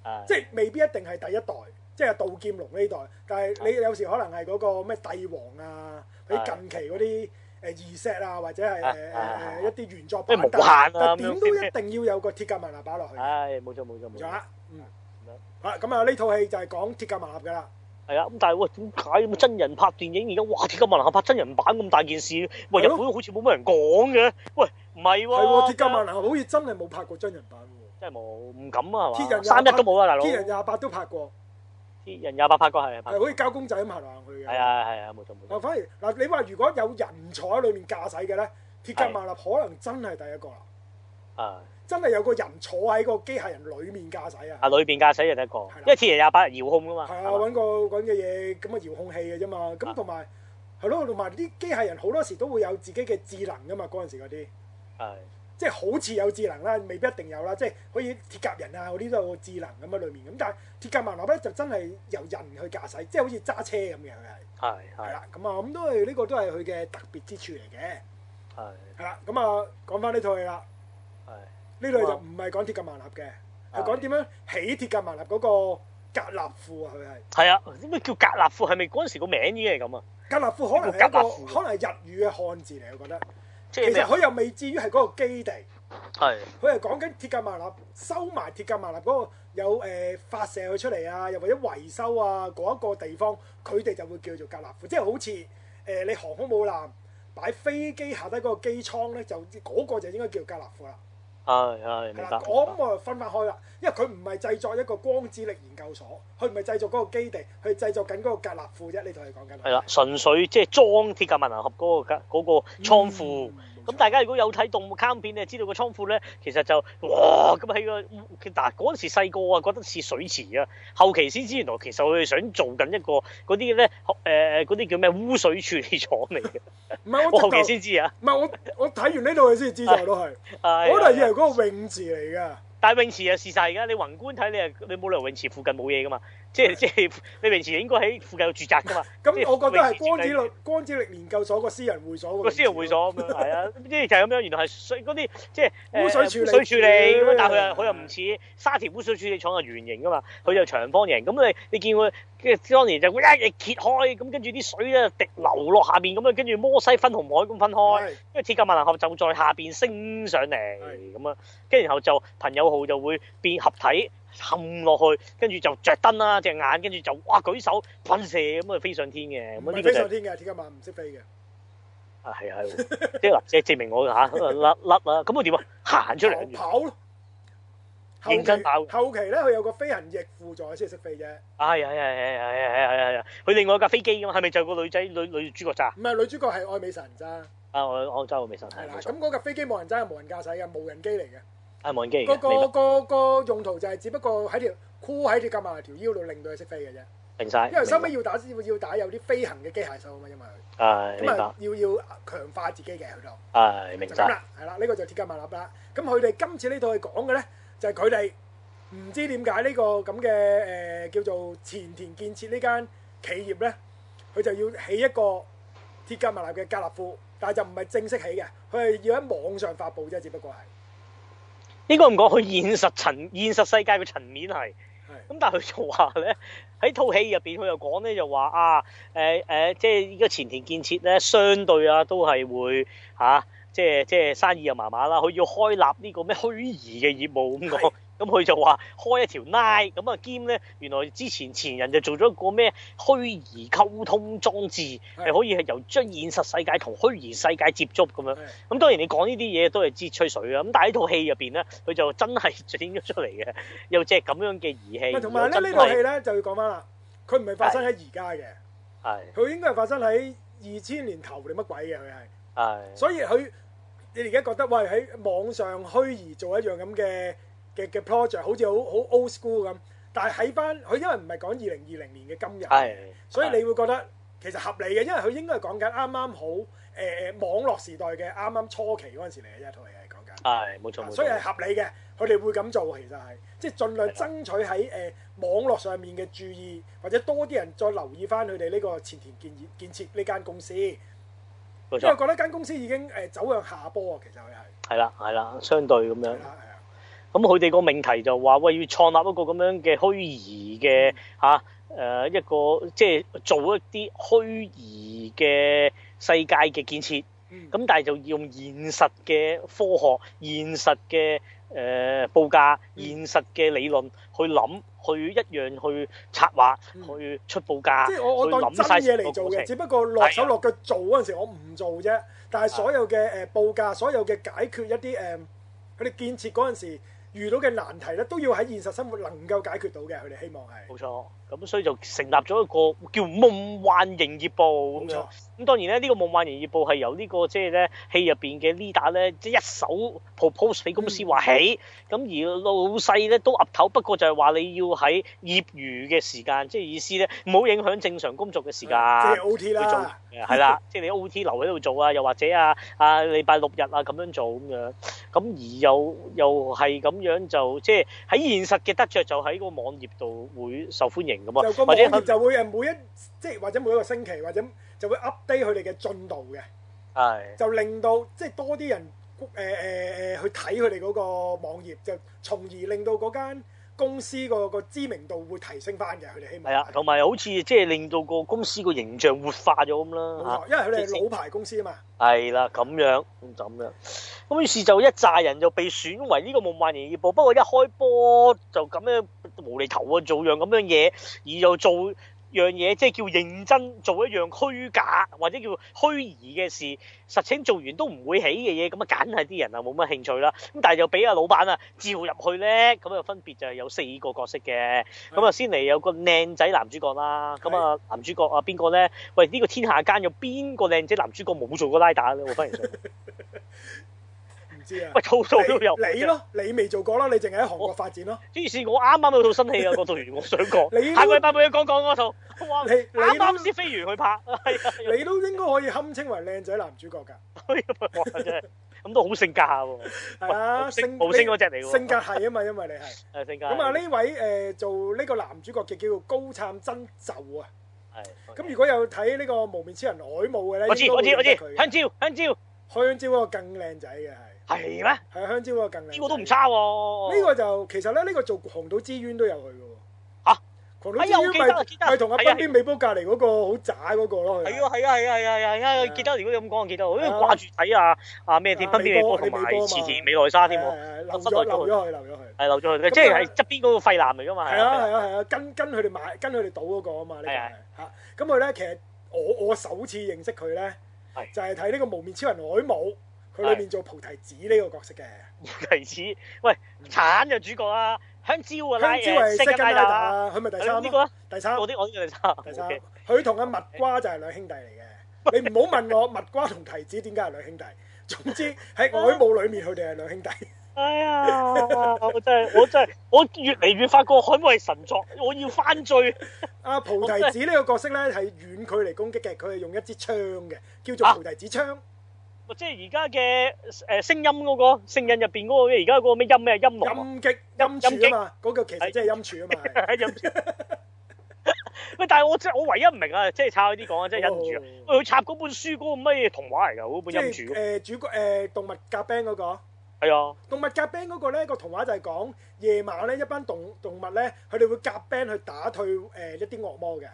係即係未必一定係第一代，即係杜劍龍呢代，但係你有時可能係嗰個咩帝王啊，或者係近期嗰啲誒二石啊，或者係誒係誒係誒一啲原作咩版，無限但啊但咁點樣都一定要有個鐵甲萬合擺落去，唉，冇錯冇錯唔冇錯錯，啦，嗯，好啦，咁啊呢套戲就係講鐵甲萬合㗎啦，係啊，咁但係喂，點解咁真人拍電影而家哇？鐵甲萬能俠拍真人版咁大件事，喂，係日咯本好似冇乜人講嘅，喂，唔係係喎，喎，鐵甲萬合好似真係冇拍過真人版喎，真係冇，唔敢啊，鐵係人嘛？廿三一都冇啊，大佬，鐵人廿八都拍過，鐵人廿八拍過係拍係啊過好似交公仔咁行嚟行去嘅，係啊係啊，冇錯冇嗱，錯，反而嗱，你話如果有人才喺裏面駕駛嘅咧，鐵甲萬立可能真係第一個啦，啊真係有個人坐喺個機械人裏面駕駛啊，啊裏邊駕駛就得一個啦，因為鐵人廿八係遙控噶嘛，係啊，係嘛揾個揾嘅嘢咁啊遙控器嘅啫嘛，咁啊同埋係咯，同埋啲機械人好多時都會有自己嘅智能噶嘛，嗰陣時嗰啲。係即係好似有智能啦，未必一定有啦。即係可以鐵甲人啊嗰啲都有智能咁喺裏面咁，但係鐵甲萬立咧就真係由人去駕駛，即係好似揸車咁嘅佢係係。係係啦，咁啊咁都係呢個都係佢嘅特別之處嚟嘅。係係啦，咁啊講翻呢套戲啦。係呢類就唔係講鐵甲萬立嘅，啊係講點樣起鐵甲萬立嗰個格納庫啊！佢係係啊，咩叫格納夫？係咪嗰陣時個名已經係咁啊？格納庫，可能係呢個格納一庫個可能係日語嘅漢字嚟，我覺得。即其係咩實啊？佢又未至於係嗰個基地，係佢係講緊鐵甲萬立收埋鐵甲萬立嗰個有誒、呃發射佢出嚟啊，又或者維修啊嗰一個地方，佢哋就會叫做格納庫，即係好似誒、呃你航空母艦擺飛機下低嗰個機艙咧，就嗰、個就應該叫格納庫啦。係係係明啦白，，我咁我分翻開啦，因為佢唔係製作一個光子力研究所，佢唔係製作嗰個基地，佢製作緊嗰個格納庫啫。呢度係講緊啊係啦，純粹即係裝鐵甲萬能俠嗰個格嗰嗯個倉庫。咁大家如果有睇動物卡通片，你就知道個倉庫咧，其實就哇咁喺個嗯嗱嗰陣時細個啊，覺得似水池啊，後期先知原來其實佢哋想做緊一個嗰啲咧誒嗰啲叫咩污水處理廠嚟嘅，唔係 我我後期直頭先知啊。唔係我我睇完呢度佢先知道都係， 係啊我都係以為嗰個泳池嚟㗎。但係泳池又事實嚟㗎，你宏觀睇你係你冇理由泳池附近冇嘢㗎嘛，即係即係你泳池應該喺附近有住宅㗎嘛。即咁 我覺得泳係池光子設計力光子力研究所個私人會所嗰個個私人會所咁樣，係 啊，即係就係咁樣。原來係水嗰啲即係誒污水處理水處理咁樣，但係佢又嗯佢又唔似沙田污水處理廠係圓形噶嘛，佢就長方形。咁你你見佢跟住當年就一日揭開，咁跟住啲水咧滴流落下邊咁樣，跟住摩西分紅海咁分開。係因為鐵甲萬能俠就在下邊升上嚟係咁啊，跟住然後就朋友號就會變合體冚落去，跟住就着燈啦隻眼，跟住就哇舉手噴射咁啊飛上天嘅，咁唔啊呢個係飛就係上天嘅，鐵甲萬唔識飛嘅。啊係啊係喎，即係嗱，即係證明我嚇甩甩啦，咁我點啊？行出嚟跑咯。後期認真跑後期咧，佢有個飛行翼輔助先識飛啫。哎呀，係係係係係係係係，佢另外有架飛機咁嘛，係咪就係個女仔女女主角咋？唔係女主角係愛美神咋，啊，我我揸個微信係係啦。冇錯，咁嗰架飛機冇人揸，係無人駕駛嘅無人機嚟嘅。係無人機嚟啊個嘅，明個白個個用途就係只不過喺條箍喺條夾埋條腰度，令到佢識飛嘅啫。明晒，因為收尾明要打要打有啲飛行嘅機械手啊嘛，因為佢白係明咁白啊要要強化自己嘅佢度。係就明咁晒，啦，係啦，呢個就鐵甲萬立啦。咁佢哋今次呢套係講嘅咧，就係佢哋唔知點解呢個咁嘅誒叫做前田建設呢間企業咧，佢就要起一個鐵甲萬立嘅格納庫，但係就唔係正式起嘅，佢係要喺網上發布啫，只不過係應該唔講佢現實層現實世界嘅層面係。係。咁但係佢就話咧，喺套戲入邊佢又講咧就話啊，誒、誒、即係呢個前田建設咧，相對啊都係會嚇、啊即係即係生意又麻麻啦，佢要開立呢個咩虛擬嘅業務咁講係。 咁佢就話開一條 line，咁啊兼咧，原來之前前人就做咗一個咩虛擬溝通裝置，係可以係由將現實世界同虛擬世界接觸咁樣。係咁當然你講呢啲嘢都係知吹水啊啦。咁但係呢套戲入邊咧，佢就真係整咗出嚟嘅，有隻咁樣嘅儀器。咪同埋咧又呢真套係戲咧就要講翻啦，佢唔係發生喺而家嘅，係佢應該係發生喺二千年頭定乜鬼嘅佢係。係所以佢你而家覺得喂喺網上虛擬做一樣咁嘅嘅嘅 project，好似好好 old school 咁，但係喺翻佢因為唔係講二零二零年嘅今係日，，所以你會覺得其實合理嘅，因為佢應該係講緊啱啱好誒、呃、網絡時代嘅啱啱初期嗰陣時嚟嘅一套嘢係講緊。係冇錯冇錯，所以係合理嘅，佢哋會咁做，其實係即係盡量爭取喺誒、呃、網絡上面嘅注意，或者多啲人再留意翻佢哋呢個前田建設建設呢間公司，因冇為錯覺得間公司已經誒、呃走向下坡啊，其實佢係。係啦係啦，相對咁樣係。啦，係啊，咁佢哋個命題就話喂要創立一個咁樣嘅虛擬嘅嗯嚇誒一個即係做一啲虛擬嘅世界嘅建設。嗯，咁但係就用現實嘅科學、現實嘅誒、呃、報價、嗯現實嘅理論去諗，去一樣去策劃、嗯去出報價，即係我我去當啊諗真晒嘢成個嚟做過嘅，程只不過落手落腳做嗰陣時，我唔做啫。但啊係所有嘅誒呃報價，所有嘅解決一啲誒佢哋建設嗰陣時遇到嘅難題咧，都要喺現實生活能夠解決到嘅。佢哋希望係冇錯，咁所以就成立咗一個叫夢幻營業部咁冇樣錯。，咁當然咧，呢、個夢幻營業部係由呢、個即係咧戲入邊嘅 leader 咧，即係一手 propose 俾公司嗯話起，咁、而老細咧都岌頭，不過就係話你要喺業餘嘅時間，即係意思咧唔好影響正常工作嘅時即間。係 O T 去做啦，誒係啦， 即係你 O T 留喺度做啊，又或者啊啊禮拜六日啊咁樣做咁樣，咁而又又係咁樣就即係喺現實嘅得着就喺個網頁度會受歡迎咁啊，就個網或者頁係就會誒呃每一即係或者每一個星期或者就會 update 佢哋嘅進度嘅，係就令到即係多啲人誒誒誒呃去睇佢哋嗰個網頁，就從而令到嗰間公司個個知名度會提升翻嘅。佢哋希望係啊，同埋好似即係令到個公司個形象活化咗咁啦嚇冇。錯，因為佢哋係老牌公司啊嘛，係啦，咁樣咁就咁樣，咁於是就一紮人就被選為呢個夢幻營業部。不過一開波就咁樣無厘頭啊，做樣咁樣嘢，而又做樣嘢，即係叫認真做一樣虛假或者叫虛擬嘅事，實情做完都唔會起嘅嘢，咁啊梗係啲人啊冇乜興趣啦。咁但係就俾阿老闆啊召入去咧，咁啊分別就係有四個角色嘅。咁啊先嚟有個靚仔男主角啦，咁啊男主角啊邊個咧？喂，呢、個天下間有邊個靚仔男主角冇做過拉打咧？我反而想，唔 知啊。喂，套套都有。你你咯，你未做過咯，你淨係喺韓國發展咯。於是我啱啱有套新戲啊，嗰套完我想你講，都下個禮拜俾你講講嗰套，哇！你你啱都啱先飛完去拍， 係啊，你都應該可以堪稱為靚仔男主角哇真㗎。係咁都好性格下喎，係啊，無聲性無聲嗰隻嚟㗎喎性格係啊嘛，因為你係。 係性格。咁啊，呢位誒做呢個男主角嘅叫做高杉真就啊。係咁如果有睇呢個無面超人海姆嘅咧，我知我知我知應該會，認香蕉香蕉得佢香蕉嗰個更靚仔嘅係，係咩？呢係啊香蕉嗰個更靚仔。個都唔。差喎。呢個就其實咧，呢個做狂賭之淵都有佢嘅喎。啊！狂哎賭之呀我記得淵我記得咪咪同阿係啊彬邊美波隔離嗰個好渣嗰個咯，佢係啊係啊係啊係啊係啊！記得如果你咁講，我記得我因為啊掛住睇啊啊咩添，啊分邊美波美同波埋美波嘛池田美奈莎添喎，係係留失落咗咗佢留咗佢，留咗佢。係留咗佢嘅，咁即係啊係側邊嗰個廢男嚟㗎嘛。係啊係啊係啊，跟跟佢哋買，跟佢哋賭嗰個啊嘛，呢個係啊係嚇。咁佢咧其實我我首次認識佢咧係，就係睇呢個無面超人海姆，佢裏面做菩提子呢個角色嘅。 提子，喂，橙就主角啦，香蕉啊，香蕉係 second second rider 啦， rider，佢咪第係咯呢三咯，個啦，第三我啲我啲就係第三三 OK，佢同阿蜜瓜就係兩兄弟嚟嘅。你唔好問我蜜瓜同提子點解係兩兄弟，總之喺海姆裏面佢哋係兩兄弟。哎呀，我真係我真係我越嚟越發覺海姆係神作，我要翻追，阿菩提子呢個角色咧係遠距離攻擊嘅，佢係用一支槍嘅，叫做啊菩提子槍。 即係而家嘅誒聲音嗰、個聲音入邊嗰個，而家嗰個咩音咩音樂啊陰擊陰柱啊嘛，嗰個其實真係陰柱啊嘛。係忍唔住。喂，但係我真係我唯一唔明啊，即係抄呢啲講啊，真係忍唔住啊！哦喂，佢插嗰本書嗰個乜嘢童話嚟㗎？嗰本音即係住誒主角誒動物夾 band 嗰個，係啊，動物夾 band 嗰個咧個童話就係講夜晚咧一班動動物咧，佢哋會夾 band 去打退誒一啲惡魔嘅。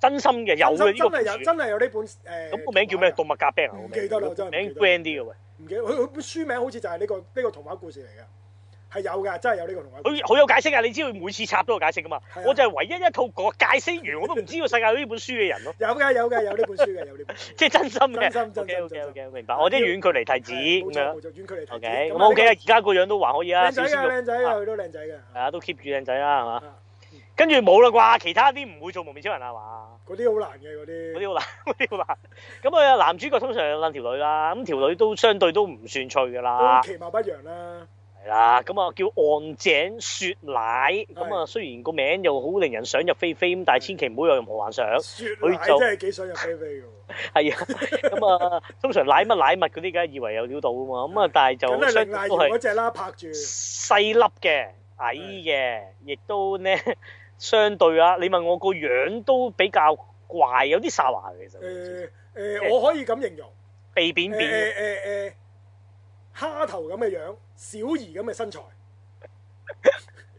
真心嘅有真嘅呢真個係本有書。真係有呢本誒。咁個名叫咩？動童話物夾 band 啊！唔我記得啦真係唔名記得 grand 啲嘅喂。㗎？唔記得佢佢本書名好似就係呢個呢個童話故事嚟嘅，係有㗎，真係有呢個童 話故事。佢好有解釋啊！你知佢每次插都有解釋噶嘛係啊？我就係唯一一套個解釋完我都唔知道世界有呢本書嘅人 咯，有㗎有㗎有呢本書嘅有呢本書。即係真心嘅。真心真心 OK OK 真 OK，明白。我啲遠距離提子係啊咁樣冇錯冇。錯，遠距離睇。 OK，啊咁呢 OK 啊！而個家個樣都還可以啊，靚少仔少㗎肉靚仔㗎，佢都靚仔㗎。係啊，都 keep 住靚仔啦，係嘛？啊跟住冇啦啩，其他啲唔會做蒙面超人啊啦係嘛？嗰啲好難嘅嗰啲嗰。啲好難， 嗰啲好難。咁啊，男主角通常有撚條女啦，咁條女都相對都唔算脆㗎啦都，其貌不揚啦，係啦。咁啊，叫岸井雪乃。咁啊，雖然個名又好令人想入非非，咁嗯但係千祈唔好有任何幻想。雪佢奶就真係幾想入非非嘅喎，係啊，咁 啊，通常奶乜奶物嗰啲，梗係以為有料到啊嘛，咁啊，但係 就梗係相令奶對油都嗰係只 啦，拍住細粒嘅、矮嘅，亦都咧 相對啊，你問我個樣都比較怪，有啲沙華嘅其實，誒誒，我可以咁形容，鼻扁誒扁，誒誒蝦頭咁嘅樣，小兒咁嘅身材，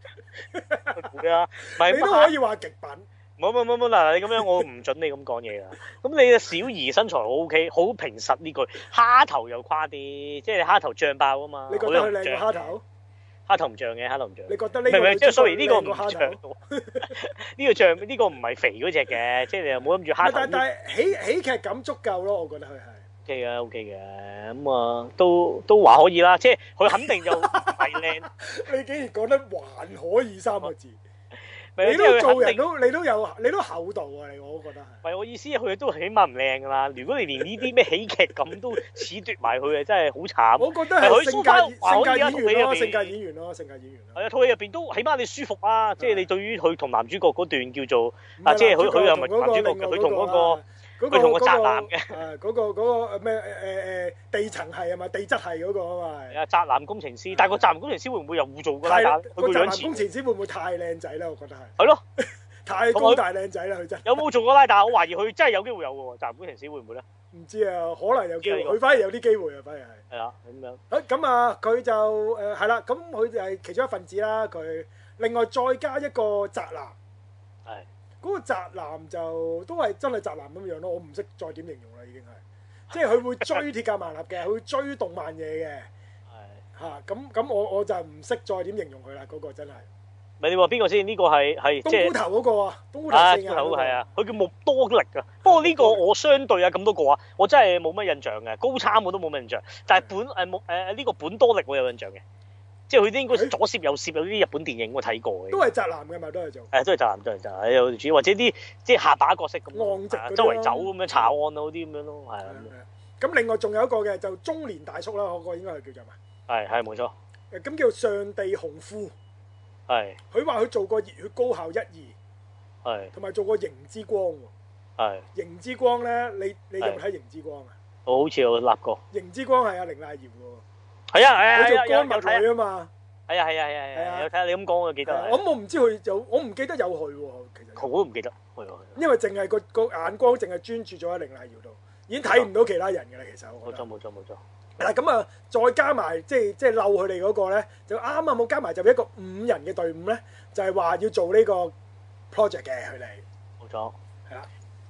嘅啦，啊唔係你都可以話極品，冇冇冇冇嗱，你咁樣我唔準你咁講 嘢啦。咁你嘅小兒身材好 OK，好平實呢句，蝦頭又誇啲，即係蝦頭漲爆啊嘛，你覺我得又佢唔靚漲過蝦頭？蝦頭唔漲嘅，蝦頭唔漲嘅。你覺得唔呢個係唔係，即係 sorry，呢個靚唔過蝦像頭？喎，呢個像呢個唔係肥嗰只嘅，即係你又冇諗住蝦但但頭係喜喜劇感足夠咯，我覺得佢 係 OK 嘅，OK 嘅，咁啊都都話可以啦，即係佢肯定就唔係靚，你竟然講得還可以三個字，咪你即都係做佢肯人定。都你都有你都厚道啊！你我覺得係。唔係我意思，佢都起碼唔靚㗎啦。如果你連呢啲咩喜劇咁都 褫奪埋佢啊，真係好慘。我覺得係性格係佢性格演員可咯，以性啊格套戲入邊演員咯，性格演員咯。係啊，套戲入邊都起碼你舒服啊，即係你對於佢同男主角嗰段叫做唔係啊，即係佢男主角佢又唔同嗰係個男主角嘅，另外佢同嗰嗰個個。嗰個佢同個嗰個宅男嘅誒嗰個嗰個咩誒誒地層係啊嘛，地質係嗰個啊嘛。啊宅男工程師，但係個宅男工程師會唔會又污糟㗎啦？係啦但係佢個個宅樣男似工程師會唔會太靚仔咧？我覺得係係咯。太高大靚仔啦，佢真係有冇做過拉打？我懷疑佢真係有機會有嘅喎，暫管停時會唔會咧？唔知啊，可能有機會，呢個佢反而有啲機會啊，反而係。係啦，咁樣好咁啊，佢就誒係啦，咁佢就係其中一份子啦。佢另外再加一個宅男，係嗰個宅男就都係真係宅男咁樣咯。我唔識再點形容啦，已經係，即係佢會追鐵甲 萬立嘅，佢會追動漫嘢嘅係嚇。咁咁我我就唔識再點形容佢啦，嗰個真係咪你話邊個先？呢個係係即冬係菇。頭嗰個啊，冬菇頭啊，四呢眼個嗰頭個係啊，佢叫木多力啊。不過呢個我相對啊咁多個啊，我真係冇乜印象嘅。高參我都冇乜印象，但係本嗯誒木誒呢個本多力我有印象嘅，即係佢啲應該左攝右攝有啲日本電影我睇過嘅。都係宅男嘅咪都係做。誒都係宅男，都係宅男，有主或者啲即係下把角色咁咯，浪直嗰啲啊咯周圍走咁樣查案啊嗰啲咁樣咯，係啊咁另外仲有一個嘅就中年大叔啦，嗰個應該係叫做啊嘛，係係冇錯，誒咁叫上地雄夫。係佢話佢做過熱血高校一二，係同埋做過熒之光喎。係，熒之光咧，你你有冇係睇熒之光啊？我好似有立過，熒之光係阿凌麗瑤喎，係啊係啊係佢啊做有有乾睇物啊女啊嘛。係啊係啊係啊係係啊啊有睇啊，你咁講我記係得啊啊，我咁我唔知佢有，我唔記得有佢喎，其實有。我都唔記得，係啊因為淨係個個眼光淨係專注咗喺凌麗瑤度，已經睇唔到其他人㗎啦。其實我冇覺錯得冇錯冇錯，嗱咁啊，再加埋即係即係嬲佢哋嗰個咧，就啱啱冇加埋就一個五人嘅隊伍咧，就係話要做呢個 project 嘅佢哋。冇錯，係啦。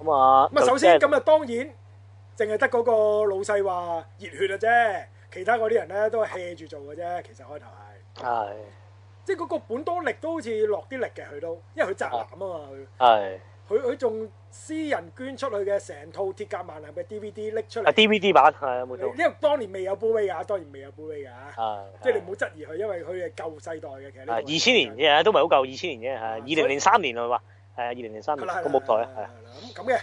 咁啊，咁啊，就首先即係咁啊，當然淨係得嗰個老細話熱血啊啫，其他嗰啲人咧都係 hea 住做嘅啫。其實開頭係，係即係嗰個本多力都好似落啲力嘅佢都，因為佢宅男啊嘛佢。係佢佢仲私人捐出去嘅成套《鐵甲萬能》嘅 DVD 拎出啊嚟， DVD 版係啊冇錯，因為當年未有 Blu-ray 㗎，當然未有 Blu-ray 㗎，係即係你唔好質疑佢，因為佢係舊世代嘅，其實呢係個啊二千年啫，都唔係好舊，二千年啫，係啊二所以零零三年啊話，係啊二零零三係年啦係啦個舞台啊，係係啊啦。咁咁嘅，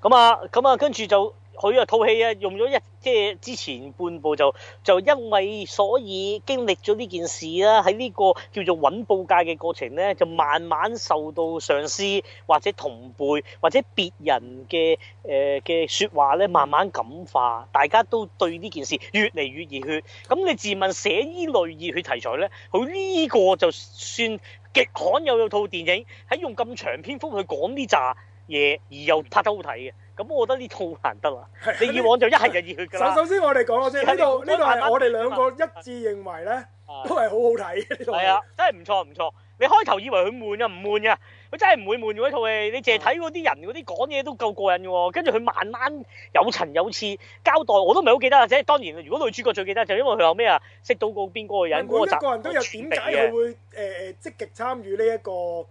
咁啊，咁啊，跟住就佢啊套戲啊，用咗一即係之前半部就就因為所以經歷咗呢件事啦，喺呢個叫做揾報界嘅過程咧，就慢慢受到上司或者同輩或者別人嘅誒嘅説話咧，慢慢感化，大家都對呢件事越嚟越熱血。咁你自問寫呢類熱血題材咧，佢呢個就算極罕有有套電影喺用咁長篇幅去講呢扎嘢，而又拍得好睇嘅。咁我覺得呢套好難得啦。你以往就一係就熱血㗎首啦，首先我哋講咗先，呢度呢度係我哋兩個一致認為咧，都係係好好睇嘅呢度係啊，真係唔錯唔錯。你開頭以為佢悶啊，唔悶嘅，佢真係唔會悶嘅一套戲。你淨係睇嗰啲人嗰啲講嘢都夠過癮嘅喎，跟住佢慢慢有層有次交代，我都唔係好記得啦。啊即係當然，如果女主角最記得就因為佢後尾啊識到個邊嗰個每人嗰一集，啊個人都有點解佢會誒誒積極參與呢一個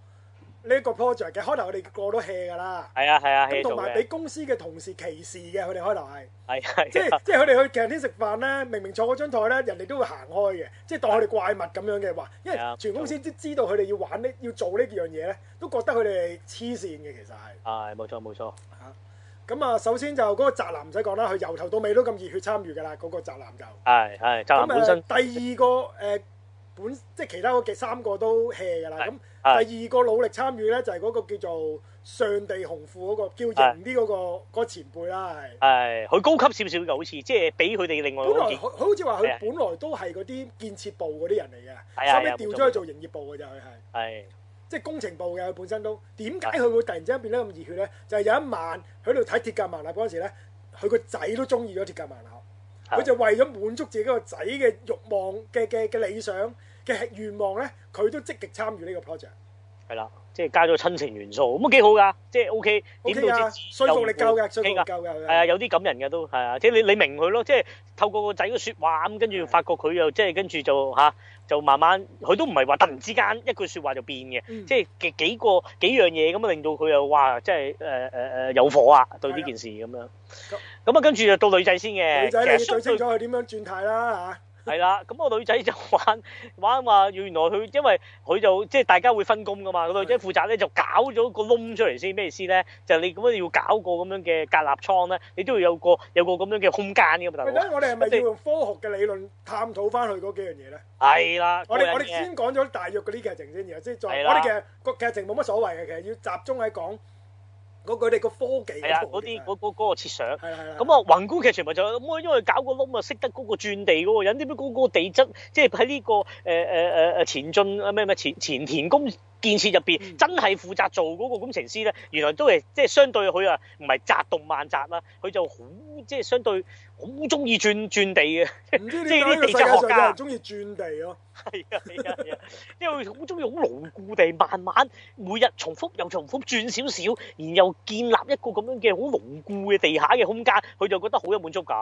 呢一個 project 嘅，開頭我哋個個都 hea 㗎啦，係啊係啊， 咁喺同度埋嘅俾，公司嘅同事歧視嘅，佢哋開頭係。係係即係即係佢哋去 canteen 食飯咧，明明坐嗰張台咧，人哋都會行開嘅，即係當佢哋怪物咁樣嘅話，因為係啊全公司都知道佢哋要玩呢，要做呢樣嘢咧，都覺得佢哋係黐線嘅其實係。係冇錯冇錯，咁啊，首先就嗰個宅男唔使講啦，佢由頭到尾都咁熱血參與㗎啦，嗰、個宅男就。係係宅男本身咁啊，第二個誒、呃本即係其他嗰幾三個都 hea 㗎啦。咁係第二個努力參與咧，就係、嗰個叫做上地雄富嗰、個叫係啊型啲嗰、個嗰個前輩啦，係係。佢高級少少嘅，好似即係比佢哋另外本嗰來件好好似話係啊佢本來都係嗰啲建設部嗰啲人嚟係啊嘅，係啊收尾調咗去做營業部嘅咋佢係，係即係工程部嘅佢本身都。點解佢會突然之間變得咁熱血咧？就係有一晚佢喺度睇《鐵甲萬立》嗰陣時咧，佢個仔都中意咗《鐵甲萬立》，係佢就為咗滿足自己個仔嘅慾望嘅嘅嘅理想嘅願望咧，佢都積極參與呢個 project。係啦，即係加咗親情元素，咁都幾好㗎，即係 O K， O 點 K 到啊，即止說服力夠嘅，說 OK 服力㗎夠嘅。佢係啊，有啲感人嘅都係啊，即係你你明佢咯，即係透過個仔嘅説話咁，跟住發覺佢又即係跟住就嚇、就慢慢佢都唔係話突然之間一句説話就變嘅，嗯即係幾幾個幾樣嘢咁啊，令到佢又哇，即係誒誒誒有火啊，對呢件事咁樣。咁啊，跟住就到女仔先嘅，女仔其實你最相對清楚佢點樣轉態啦係啦，咁個女仔就玩玩話，原來佢因為佢就即係大家會分工噶嘛，個女仔負責咧就搞咗個窿出嚟先，咩意思咧？就你咁樣要搞個咁樣嘅隔立倉咧，你都要有個有個咁樣嘅空間㗎嘛，大嚇！喂，佬。等我哋係咪我哋要用科學嘅理論探討翻佢嗰幾樣嘢咧？係啦，我哋個我人哋嘅先講咗大約嗰啲劇情先，然後先再係我啦哋嘅個劇情冇乜所謂嘅，其實要集中喺講嗰佢哋個科技係啦，嗰部嗰嘅啲嗰嗰嗰個設想。係啦係啦，咁啊，宏觀劇情咪就係咁啊，因為搞個窿啊，識得嗰個轉地嗰個人，點解嗰個地質即係喺呢個誒誒誒誒前進啊咩咩前前田公建設入嗯邊真係負責做嗰個工程師咧，原來都係即係相對佢啊，唔係宅動漫宅啦，佢就好即係相對好中意轉轉地嘅，唔知點解呢個世界上有人中意轉地咯。係啊係啊係啊，因為佢好中意好牢固地慢慢每日重複又重複轉少少，然後建立一個咁樣嘅好牢固嘅地下嘅空間，佢就覺得好有滿足感。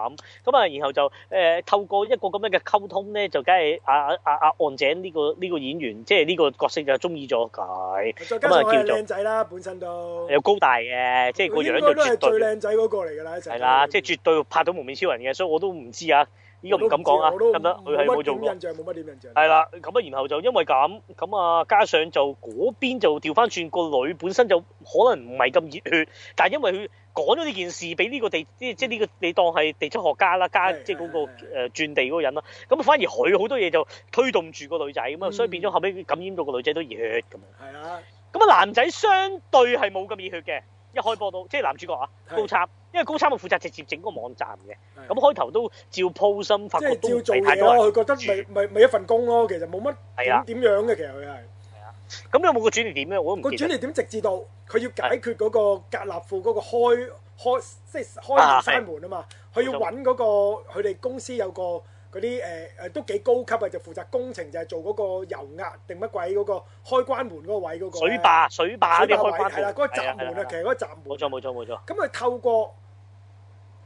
咁啊，然後就誒、呃透過一個咁樣嘅溝通咧，就梗係啊阿阿阿岸井呢、個呢、個演員，即係呢個角色就中意咗佢，再加上咁啊佢叫係做靚仔啦，本身都又高大嘅，即係個佢樣應該就都係絕對最靚仔嗰個嚟㗎啦，係啦，即係絕對拍到蒙面超人嘅，所以我都唔知啊，呢、個唔敢講啊，我都得唔得？佢係冇做過冇乜。點印象，冇乜點印象。係啦，咁啊，然後就因為咁，咁啊，加上就嗰邊就調翻轉個女本身就可能唔係咁熱血，但係因為佢講咗呢件事俾呢個地，即即呢個你當係地質學家啦，加係即嗰個係誒轉地嗰個人啦，咁反而佢好多嘢就推動住個女仔咁啊，嗯所以變咗後尾感染到個女仔都熱血咁樣。係啦，咁啊，男仔相對係冇咁熱血嘅，一開波到即係男主角啊，係高參，因為高參係負責直接整個網站嘅，係咁開頭都照 po 心，發即覺係都照唔做係太嘢多人咯。佢覺得咪咪咪一份工咯，其實冇乜係啊，點點樣嘅，其實佢係咁有冇個轉捩點咧？我都個唔記得轉。捩點直至到佢要解決嗰個格納庫嗰個開開即係開門啊閂門啊嘛，佢要揾嗰個佢哋公司有個嗰啲誒誒都幾高級啊，就負責工程就係做嗰個油壓定乜鬼嗰個開關門嗰個位嗰個水坝、水坝水啲壩開位關係啦，嗰個閘係啦門啊，其係啦實嗰個閘門啊冇錯冇錯冇錯，咁佢透過誒、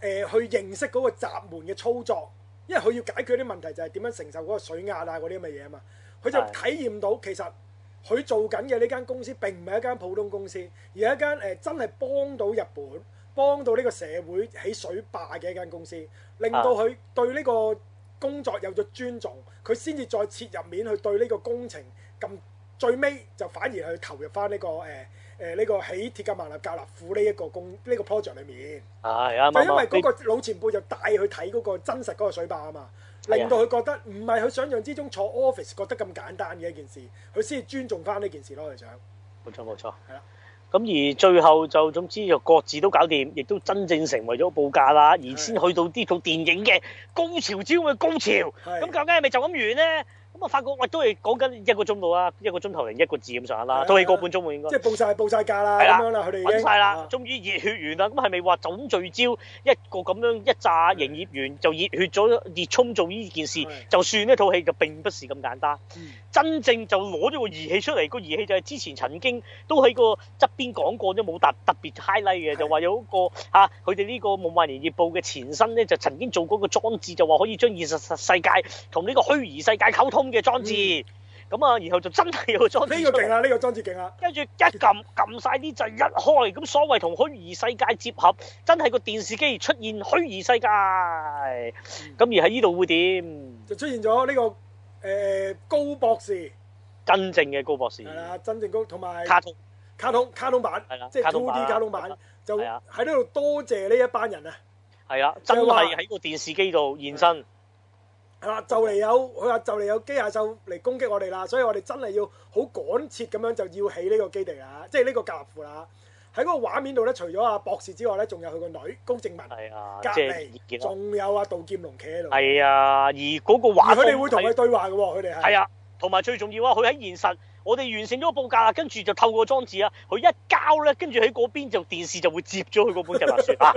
呃去認識嗰個閘門嘅操作，因為佢要解決啲問題就係點樣承受嗰個水壓啊嗰啲咁嘅嘢啊嘛，佢就係體驗到其實佢做緊嘅呢間公司並唔係一間普通公司，而係一間誒、呃真係幫到日本、幫到呢個社會起水壩嘅一間公司，令啊到佢對呢個工作有咗尊重，佢先至再切入面去對呢個工程咁最尾就反而去投入翻呢、個誒。呃誒呢個喺鐵甲萬立格納庫呢一個工呢、個 project 裏面，係啊啱就因為啱嗰啱。個老前輩就帶佢睇嗰個真實嗰個水壩啊嘛，係啊令到佢覺得唔係佢想象之中坐 office 覺得咁簡單嘅一件事，佢先至尊重翻呢件事咯，佢想冇錯冇錯係啦。咁而最後就總之就各自都搞掂，亦都真正成為咗報價啦，而先去到呢套電影嘅高潮之中嘅高潮。係咁究竟係咪就咁完咧？咁啊我發覺喂都係講緊一個鐘到啦，一個鐘頭零一個字咁上下係啦，啊都係個半鐘喎應該即。係報晒報晒價啦係啦咁樣啦，佢哋已揾經晒啦啊，終於熱血完啦，咁啊係咪話就咁聚焦一個咁樣一紮營業員就熱血咗熱衷做呢件事係？就算呢套戲就並不是咁簡單，嗯真正就攞咗個儀器出嚟，個儀器就係之前曾經都喺個側邊講過啫，冇特特別 highlight 嘅，係就話有一個嚇佢哋呢個《夢幻營業報》嘅前身咧，就曾經做過個裝置，就話可以將現實世界同呢個虛擬世界溝通嘅裝置。咁啊，然後就真係有個裝置嗯呢出個嚟勁啦，啊呢個裝置勁啦，跟住一撳撳晒啲掣一開，咁所謂同虛擬世界接合，真係個電視機出現虛擬世界。咁嗯而喺呢度會點？就出現咗呢個誒高博士真正嘅高博士係，啦，真正高同埋嗯卡通卡通卡通版係啦，即係卡通 two 版 D 卡通版，就係啊喺呢度多謝呢一班人啊！係啦，就真係話係喺個電視機度現身。係啦，就嚟有佢話就嚟有機械獸嚟攻擊我哋啦，所以我哋真係要好趕切咁樣就要起呢個基地啦，即係呢個格納庫啦。喺嗰個畫面度咧，除咗阿博士之外咧，仲有佢個女高正文，係啊，隔即係意離見啦。仲有阿杜劍龍企喺度，而係啊，而嗰個畫佢哋會風同佢係對話嘅喎，佢哋係係啊，同埋最重要啊，佢喺現實。我哋完成咗個報價啦，跟住就透過裝置啊，佢一交咧，跟住喺嗰邊就電視就會接咗佢嗰本計劃 書啊！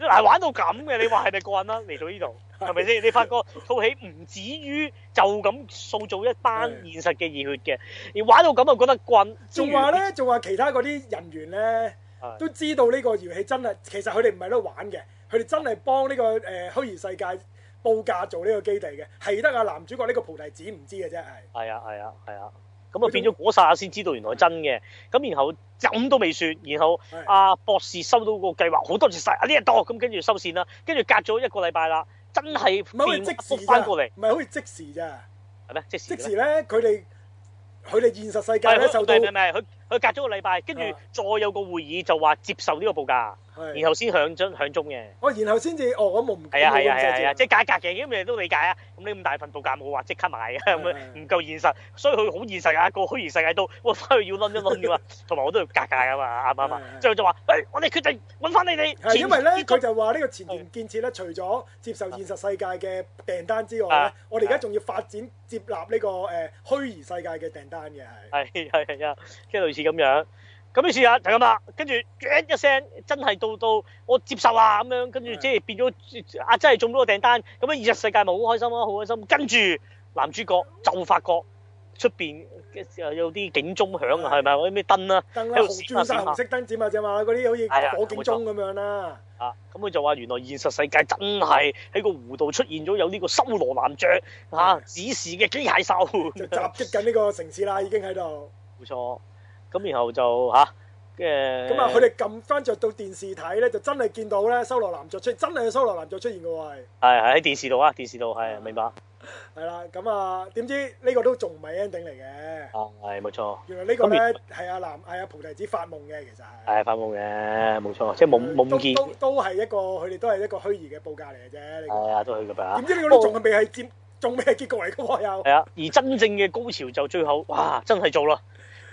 嗱，玩到咁嘅，你話係咪過癮啦？啊嚟到呢度。係咪 先？你發覺套戲唔止於就咁塑造一班係現實嘅熱血嘅，而玩到咁啊覺得棍。仲話咧，仲話其他嗰啲人員咧係都知道呢個遊戲真係，其實佢哋唔係喺度玩嘅，佢哋真係幫呢個誒虛擬世界報價做呢個基地嘅，係得阿啊男主角呢個菩提子唔知嘅啫，係。係啊係啊係啊，咁啊變咗嗰剎那先知道原來真嘅，咁然後咁都未算，然後係阿、啊博士收到個計劃，好多謝晒啊呢一度，咁跟住收線啦，跟住隔咗一個禮拜啦，真係唔係好似變即時咋，翻過嚟，唔係好似即時咋。係咩？即時嘅即時咩咧，佢哋佢哋現實世界係咧佢受唔到係唔係唔係佢佢隔咗個禮拜，跟住啊再有個會議就話接受呢個報價，係然後先響中響鐘嘅。我然後先至，哦，我冇唔係啊係啊係冇咁啊細節係啊，即係價格嘅，咁你都理解啊。咁你咁大份報價冇話即刻買嘅，咁係樣唔夠現實，所以佢好現實啊。個虛擬世界都， 我翻去要攆一攆噶嘛，同埋我都要格價噶嘛，啱唔啱啊係係？之後就話，誒，我哋決定揾翻你哋係前因為咧，呢個佢就話呢個前沿建設咧，除咗接受現實世界嘅訂單之外咧啊，我哋而家仲要發展接納呢個誒虛擬世界嘅訂單嘅係。係係係啊，即係類似咁樣。咁於是啊，就咁啦。跟住一一聲，真係到到我接受啊咁樣，跟住即係變咗啊，真係中咗個訂單。咁樣現實世界咪好開心咯，好開心。跟住男主角就發覺出邊有有啲警鐘響啊，係咪嗰啲咩燈啦？燈啦，喺度紅閃轉下晒閃下紅色燈閃下啫嘛，嗰啲好係啊似火警鐘咁樣啦。啊，咁佢就話原來現實世界真係喺個湖度出現咗有呢個修羅男爵嚇、啊指示嘅機械獸， 就冇襲擊緊呢個城市啦，已經喺度。錯。咁然後就嚇嘅咁啊，佢哋撳翻着到電視睇咧，就真係見到咧，修羅男爵出，真係有修羅男爵出現嘅喎，係係係喺電視度啊，電視度係明白係啦。咁啊，點知呢個都仲唔係 ending 嚟嘅？啊係冇錯。原來呢個咁咧係阿男係阿菩提子發夢嘅，其實係。係發夢嘅，冇錯，即係夢夢見，嗯都都都係一個佢哋都係一個虛擬嘅報價嚟嘅啫。呢係啊，都係咁個樣。點知呢個都仲係未係接，仲未係結局嚟嘅喎又。係啊，而真正嘅高潮就最後，哇！真係做啦，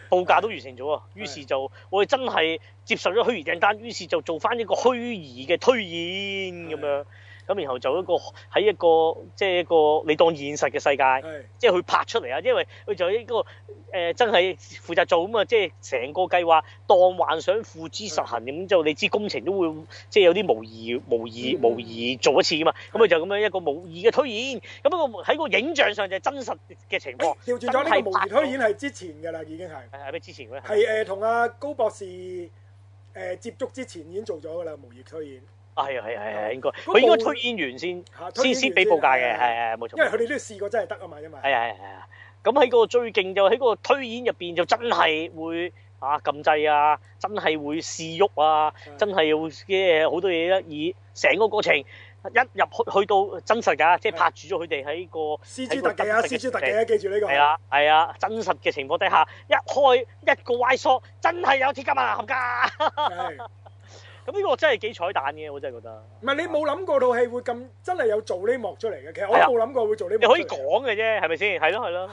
報價都完成咗啊。於是就我哋真係接受咗虛擬訂單，於是就做翻一個虛擬嘅推演咁嗯樣。咁然後就一個喺一個即係一個你當現實嘅世界，係即係佢拍出嚟啊！因為佢就一個誒、呃真係負責做咁啊，即係成個計劃當幻想付之實行咁就你知工程都會即係有啲模擬模擬嗯模擬做一次噶嘛，咁佢就咁樣一個模擬嘅推演，咁一個喺個影像上就係真實嘅情況。調轉咗呢個無言虛演係之前嘅啦，已經係。係係咪之前嗰啲係誒同阿高博士誒、呃接觸之前已經做咗㗎啦，無業推演啊係啊係啊係啊應該個佢應該推演完先嚇，推演先完先俾報價嘅，係係係冇錯。因為佢哋都要試過真係得啊嘛，因為係啊係啊係啊！咁喺個最勁就喺個推演入邊就真係會啊撳掣啊，真係會試喐啊，嗯真係會嘅好多嘢啦。而成個過程一入去去到真實㗎，即係拍住咗佢哋喺個 C G 特技啊喺個，C G 特技啊，記住呢個係啊係啊真實嘅情況底下，一開一個 Y shot 真係有鐵甲啊合㗎！係 咁呢個真係幾彩蛋嘅，我真係覺得。唔係你冇諗過套戲會咁真係有做呢幕出嚟嘅？其實我係啊都冇諗過會做呢幕你出嚟。可以講嘅啫，係咪先？係咯係咯，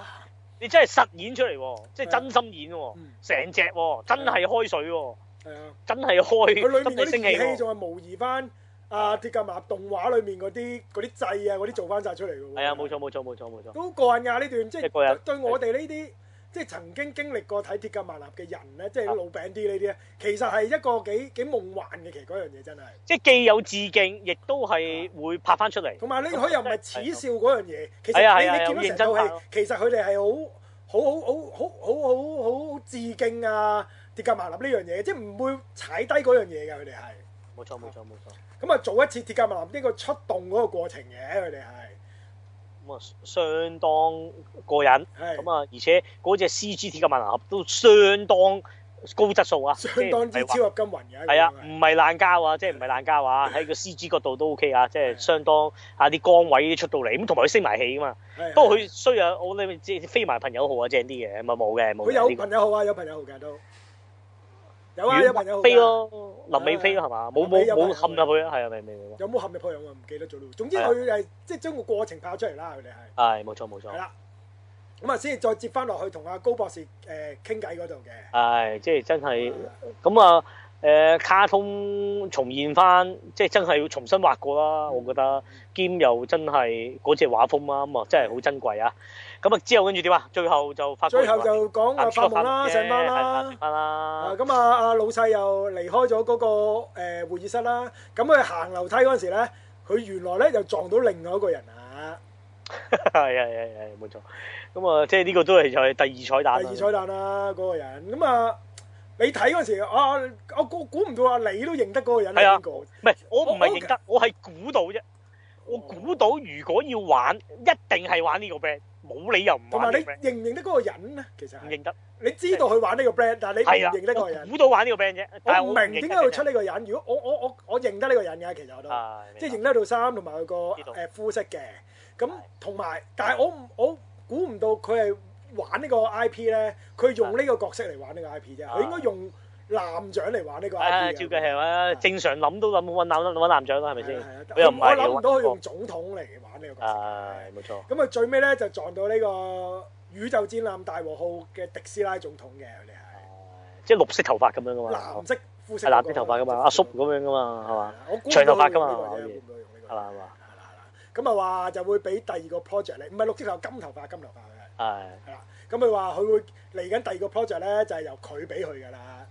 你真係實演出嚟喎，即係真心演喎啊嗯，成隻喎，真係開水喎。係啊，真係開，佢裏真係面嗰升啲儀器氣喎。仲係模擬翻啊鐵甲馬動畫裏面嗰啲嗰啲掣啊嗰啲做翻晒出嚟㗎喎。係啊，冇錯冇錯冇錯冇錯。都過癮㗎呢段，即一個人係對我哋呢啲即係曾經經歷過睇鐵甲萬立嘅人咧，即係啊老餅啲呢啲咧，其實係一個幾幾夢幻嘅其實嗰樣嘢真係。即係既有致敬，亦都係會拍翻出嚟。同 埋你佢又唔係恥笑嗰樣嘢，其係啊係啊實係啊你你見到好認真拍成套戲咯，其實佢哋係好好好好好好好好致敬啊鐵甲萬立呢樣嘢，即係唔會踩低嗰樣嘢嘅佢哋係。冇錯冇錯冇錯。咁啊，做一次鐵甲萬立呢個出動嗰個過程嘅佢哋係咁啊，相當過癮。係咁啊，而且嗰只 C G T 嘅萬能俠都相當高質素啊，相當即係之唔係話超合金魂嘅。係啊，佢哋係唔係爛膠啊，即係唔係爛膠啊，喺個 C G 角度都 OK 啊，即係相當啊啲光位出到嚟，咁同埋佢升埋氣噶嘛。係不過佢衰啊，我哋即係飛埋朋友號啊，正啲嘅，咪冇嘅冇佢嘅。有呢個朋友號啊，有朋友號㗎都有啊，有朋友遠號㗎飛，咯，臨尾飛咯係嘛？冇冇臨尾有朋友冇冚入去啊？係啊，明明明。有冇陷入去我唔記得咗咯。總之係啊佢係即係將個過程拍出嚟啦，佢哋係係冇錯冇錯係。啦。咁啊，先至再接翻落去同阿高博士誒傾偈嗰度嘅，係，即係真係咁啊！誒、卡通重現翻，即係真係要重新畫過嗯啦，我覺得兼又真係嗰隻畫風啦，咁啊真係好珍貴啊！咁啊之後跟住點啊？最後就發覺最後就講阿發夢啦，上班係啦上。班啊啦，咁啊，阿老細又離開咗嗰個誒會議室啦。咁佢行樓梯嗰陣時咧，佢原來咧又撞到另外一個人啊， 係係係係冇錯。咁啊，即係呢個都係就係第二彩第蛋啊二彩蛋啦嗰個人。咁啊，你睇嗰陣時啊，我估估唔到啊，你都認得嗰個人係係啊邊個？唔係，我我唔係認得，我係估到啫。我估到如果要玩，一定係玩呢個 brand，冇理由唔同玩埋呢你個 brand。認唔認得嗰個人咧？其實唔係認得，你知道佢玩呢個 brand，但係你係唔啦認得嗰個，我人。估到玩呢個 brand 啫，但係啊我唔我明點點解會出呢個人。如果我我我我認得呢個人嘅，其實我都啊，即係認認得到衫同埋佢個知道誒膚色嘅。咁同埋，但係我唔我估唔到佢係玩呢個 IP 咧，佢用呢個角色嚟玩呢個 IP 啫。啊佢應該用男獎嚟玩呢個 I 係 P 啊，照計係啦，正常諗都諗揾攬揾男獎啦，係咪先？係啊佢又唔係我諗唔到佢要玩用總統嚟玩呢個角色唉，冇錯。咁佢最尾咧就撞到呢個宇宙戰艦大和號嘅迪斯拉總統嘅，佢哋係即係綠色頭髮咁樣噶嘛藍，色膚色係嗰個，藍色頭髮噶嘛，阿叔咁樣噶嘛，係嘛？我估長頭髮㗎嘛唔到係嘛佢用呢個啫估唔到佢用呢個係嘛係嘛？咁啊話就會俾第二個 project 你，唔係綠色頭金頭髮金頭髮嘅，係係啦。咁佢話佢會嚟緊第二個 project 咧，就係由佢俾佢㗎啦，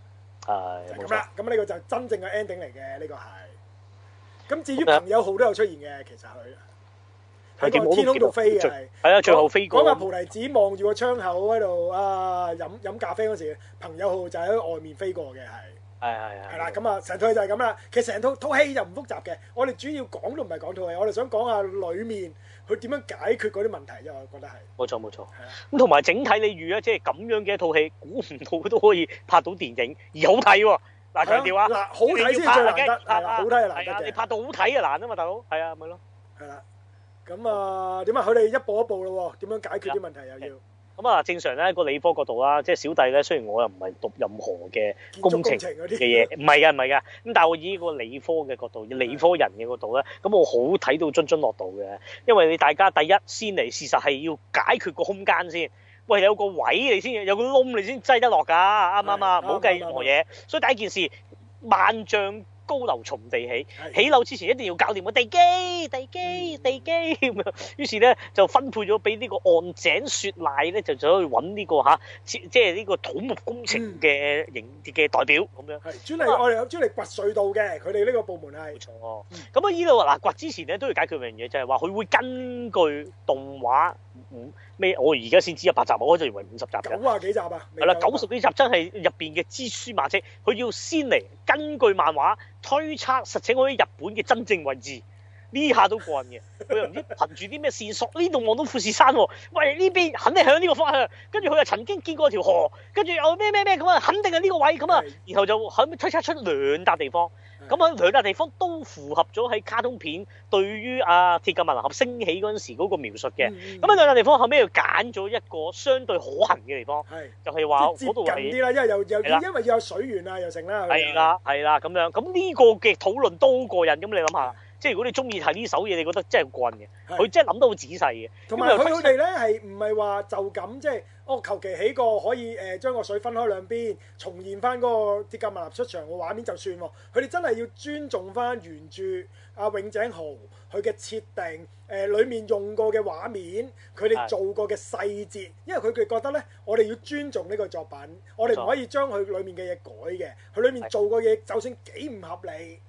就係啊係冇咁啊錯。啦。咁呢個就真正嘅 ending 嚟嘅，呢個係。咁至於咁啊朋友號都有出現嘅，其實佢佢點喺個我都唔天空記度得飛嘅最係。係啊，最後飛過講。話菩提子望住個窗口喺度啊飲飲咖啡嗰時，朋友號就喺外面飛過嘅係。係係係。係啦，咁啊，成套戲就係咁啦。其實成套套戲就唔複雜嘅，我哋主要講都唔係講套戲，我哋想講下裡面佢點樣解決嗰啲問題啫。我覺得係冇錯冇錯係啊。咁同埋整體你預啊，即係咁樣嘅一套戲，估唔到都可以拍到電影，而好睇喎。嗱，強調係啊，嗱，好睇先係最難得，係啦，好睇係難係啊，得你嘅，拍到好睇啊難啊嘛，大佬。係啊，咪咯。係啦。咁啊，點啊？佢哋一步一步咯喎，點樣解決啲問題又要咁啊，正常咧個理科角度啦，即係小弟咧，雖然我又唔係讀任何嘅建築工工程程嗰嘅啲 嘢，唔係㗎，唔係㗎。咁但係我以個理科嘅角度，以理科人嘅角度咧，咁我好睇到津津樂道嘅，因為你大家第一先嚟事實係要解決個空間先。喂，有個位你先，有個窿你先擠得落㗎，啱唔啱啊？係唔好計任何嘢。所以第一件事，萬丈高樓從地起。係起樓之前一定要搞掂個地基、地基、地基咁樣。於是咧就分配咗俾呢個岸井雪乃咧，就走去揾呢、個嚇，即即係呢個土木工程嘅營嘅代表咁啊樣。係專嚟我哋有專嚟掘隧道嘅，佢哋呢個部門冇係錯，咁啊依度嗱掘之前咧都要解決樣嘢，就係話佢會根據動畫五咩，我而家先知一百集，我嗰陣以為五十集嘅。九啊幾集啊，係啦，九十幾集真係入邊嘅蛛絲馬跡，佢要先嚟根據漫畫推測實情嗰啲日本嘅真正位置，呢下都過癮嘅。佢又唔知憑住啲咩線索，呢度望到富士山喎，喂呢邊肯定向呢個方向，跟住佢又曾經見過條河，跟住又咩咩咩咁啊，肯定係呢個位咁啊係，然後就喺推測出兩笪地方，咁喺兩笪地方都符合咗喺卡通片對於啊鐵甲萬能俠升起嗰陣時嗰個描述嘅。嘅咁啊喺兩笪地方後尾又揀咗一個相對可行嘅地方。係就係話即係接嗰度係近啲啦，因為又又係啦因為要有水源啊，又成啦，佢哋係啦係啦咁樣，咁呢個嘅討論都好過癮。咁你諗下，即係如果你中意睇呢首嘢，你覺得真係過癮嘅，係佢真係諗得好仔細嘅。同埋佢佢哋咧係唔係話就咁即係哦求其起個可以誒、呃、將個水分開兩邊，重現翻嗰個鐵甲萬立出場嘅畫面就算喎。佢哋真係要尊重翻原著阿、永井豪佢嘅設定，誒、呃、裡面用過嘅畫面，佢哋係做過嘅細節，因為佢哋覺得咧，我哋要尊重呢個作品，我哋冇唔錯可以將佢裡面嘅嘢改嘅。佢裡面係做過嘢，就算幾唔合理。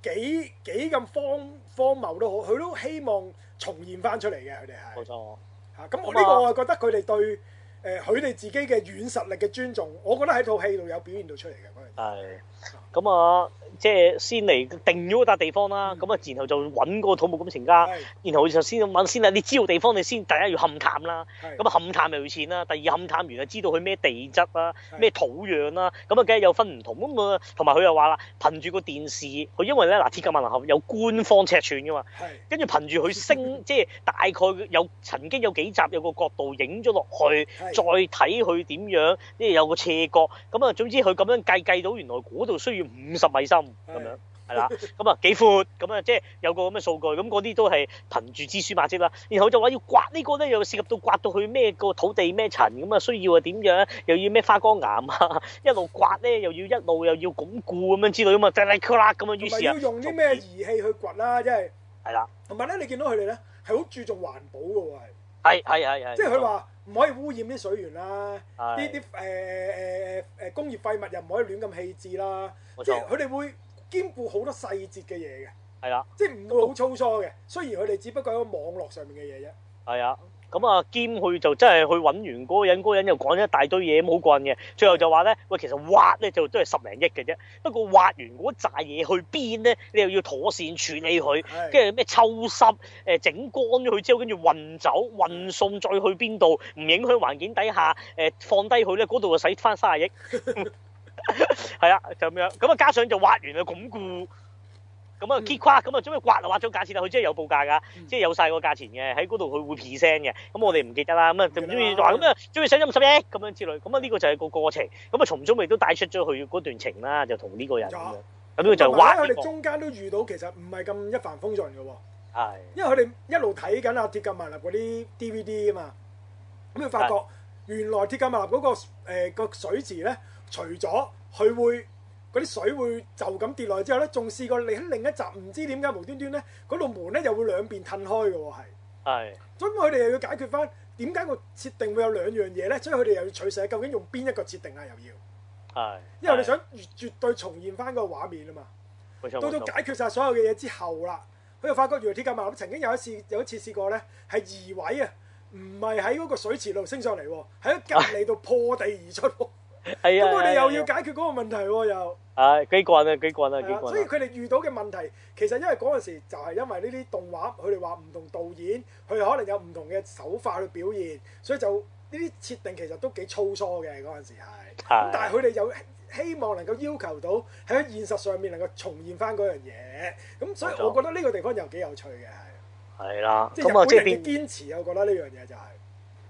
幾幾咁荒荒謬都好，佢都希望重現翻出嚟嘅，佢哋係冇。錯，嚇啊啊咁我呢個我係覺得佢哋對誒佢哋自己嘅軟實力嘅尊重，我覺得喺套戲度有表現到出嚟嘅嗰樣嘢。係。咁啊，即係先嚟定咗嗰笪地方啦，嗯咁啊，然後就揾個土木工程家，係然後就先揾先啦。你知道地方，你先第一要勘探啦。係咁啊勘探又要錢啦，第二勘探完啊知道佢咩地質啦、係咩土壤啦，咁啊梗係有分唔同咁啊，同埋佢又話啦，憑住個電視，佢因為咧嗱鐵甲萬能俠有官方尺寸噶嘛，係跟住憑住佢嗯升，即係大概有曾經有幾集有個角度影咗落去，係再睇佢點樣，即係有個斜角，咁啊總之佢咁樣計計到原來嗰度需要五十米深咁樣。係啦，咁啊幾闊，咁啊即係有個咁嘅數據，咁嗰啲都係憑住蛛絲馬跡啦。然後就話要刮呢個咧，又涉及到刮到去咩個土地咩層咁啊，需要啊點樣， 又要咩花崗岩啊，一路刮咧又要一路又要鞏固咁樣之類咁啊，滴哩咔啦咁啊，於同埋是啊要，用啲咩儀器去掘啦，即係係啦，同埋咧，你見到佢哋咧係好注重環保嘅喎，係係係係係，即係佢話唔可以污染啲水源啦，係啲啲誒誒誒誒工業廢物又唔可以亂咁棄置啦，冇即係錯，佢哋會兼顧好多細節嘅嘢嘅，係啦。即係唔會好粗疏嘅。雖然佢哋只不過係一個網絡上面嘅嘢啫。係啊，咁啊兼佢就真係去揾完嗰個人，嗰個人又講咗一大堆嘢，咁好棍嘅。最後就話咧，喂，其實挖咧就都係十零億嘅啫。不過挖完嗰扎嘢去邊咧，你又要妥善處理佢，係跟住咩抽濕，誒整乾咗佢之後，跟住運走、運送再去邊度，唔影響環境底下，誒放低佢咧，嗰度就使翻卅 億。係啊，就咁樣。咁啊，加上就挖完就鞏固。咁啊嗯 k 跨咁啊，將佢刮就挖咗價錢啦，佢真係有報價㗎，嗯即係有晒個價錢嘅，喺嗰度佢會 present 嘅。咁我哋唔記得啦，咁啊記得啦中意話咁啊，中意使咗五十億咁樣之類，咁啊呢個就係個過程。咁啊，從中亦都帶出咗佢嗰段情啦，就同呢個人咁樣。咁呢個就係同埋挖咧呢佢個啊哋中間都遇到其實唔係咁一帆風順嘅喎，係因為佢哋一路睇緊啊鐵甲萬立嗰啲 DVD 啊嘛，咁佢發覺原來鐵甲萬立嗰、個誒、呃個水池咧，除咗佢會嗰啲水會就咁跌落去之後咧，仲試過另另一集唔知點解無端端咧嗰度門咧又會兩邊褪開嘅喎係。係所以佢哋又要解決翻點解個設定會有兩樣嘢咧，所以佢哋又要取捨，究竟用邊一個設定啊？又要，係，因為你想絕絕對重現翻個畫面啊嘛。冇錯到冇到錯解決晒所有嘅嘢之後啦，佢就發覺原來鐵甲萬立曾經有一次有一次試過咧，係移位啊，唔係喺嗰個水池度升上嚟喎，喺隔離度破地而出喎。係咁啊，佢哋又要係解決嗰個問題喎又。啊幾棍啊幾棍啊係幾啊，所以棍啊，佢哋遇到嘅問題，其實因為嗰陣時就係因為呢啲動畫，佢哋話唔同導演，佢可能有唔同嘅手法去表現，所以就呢啲設定其實都幾粗疏嘅嗰陣時係。咁但係佢哋有希望能夠要求到喺現實上面能夠重現翻嗰樣嘢，咁所以冇錯我覺得呢個地方又幾有趣嘅係，係啦，即係咁啊日即係本變人。嘅堅持，我覺得呢樣嘢就係、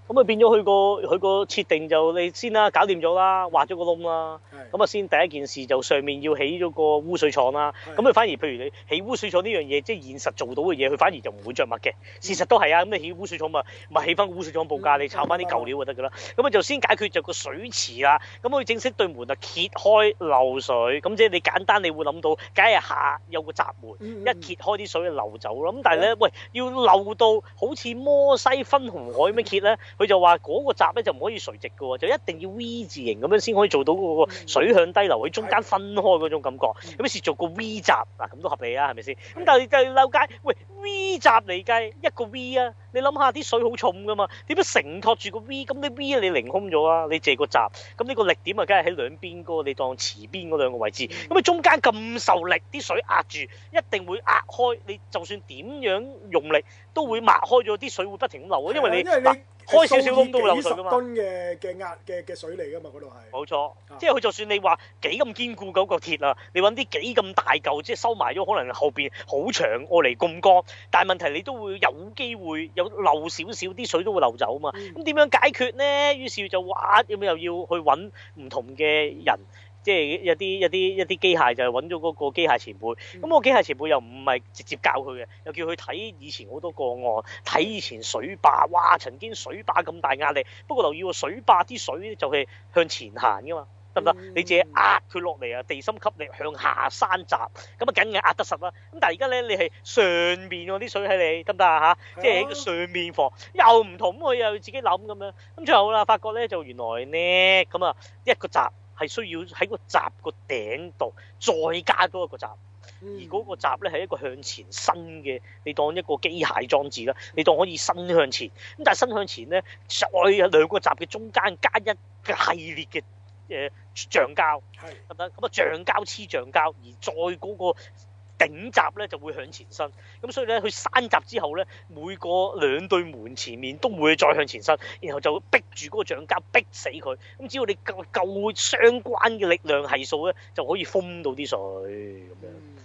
咁啊變咗佢個佢個設定就你先啦，搞掂咗啦，挖咗個窿啦，係咁啊先第一件事就上面要起咗個污水廠啦。係咁佢反而譬如你起污水廠呢樣嘢，即係現實做到嘅嘢，佢反而就唔會着墨嘅。事實都係啊，咁你起污水廠咪咪起翻個污水廠報價，嗯你炒翻啲舊料就得㗎啦。咁啊就先解決就個水池啦。咁佢正式對門啊揭開漏水，咁即係你簡單你會諗到，梗係下有個閘門。嗯嗯一揭開啲水就流走啦。咁但係咧，喂，要漏到好似摩西分紅海咁樣揭咧，佢就話嗰個閘咧就唔可以垂直嘅喎，就一定要 V 字形咁樣先可以做到嗰個水向低流，佢中間分開嗰種感覺。咁於是做個 V 閘嗱，咁都合理啊，係咪先？咁但係就嬲街，喂，V 閘嚟計一個 V 啊，你諗下啲水好重噶嘛，點樣承托住個 V？咁你 V 你凌空咗啊，你借個閘，咁呢個力點啊，梗係喺兩邊嗰個你當池邊嗰兩個位置，咁你中間咁受力，啲水壓住。一定會壓開，你就算點樣用力都會擘開咗啲水，會不停咁流啊！因為係你啊因為你開少少窿都會漏數以幾十水噶嘛，噸嘅嘅壓嘅嘅水嚟㗎嘛，嗰度係。冇錯啊，即係佢就算你話幾咁堅固嗰嚿鐵啊，你揾啲幾咁大嚿，即係收埋咗，可能後邊好長，我嚟咁乾，但係問題你都會有機會有漏少少啲水都會流走啊嘛。咁點樣解決呢？於是就哇，咁又要去揾唔同嘅人。即係一啲一啲一啲機械就係揾咗嗰個機械前輩，咁、個機械前輩又唔係直接教佢嘅，又叫佢睇以前好多個案，睇以前水壩，哇！曾經水壩咁大壓力，不過留意喎，水壩啲水咧就係向前行噶嘛。得唔得？你借壓佢落嚟啊，地心吸力向下山閘，咁啊梗係壓得實啦。咁但係而家咧，你係上面喎啲水喺你，得唔得啊？嚇，即係喺個上面放，又唔同，佢又自己諗咁樣。咁最後啦，發覺咧就原來呢，咁啊一個閘係需要喺個閘個頂度再加多一個閘。而嗰個閘咧係一個向前伸嘅，你當一個機械裝置啦，你當可以伸向前。咁但係伸向前咧，再有兩個閘嘅中間加一個系列嘅誒、呃橡膠，係得唔得？咁啊橡膠黐橡膠，而再嗰、個。頂閘咧就會向前伸，咁所以咧佢閂閘之後咧，每個兩對門前面都會再向前伸，然後就逼住嗰個橡膠逼死佢。咁只要你夠夠相關嘅力量係數咧，就可以封到啲水咁樣。嗯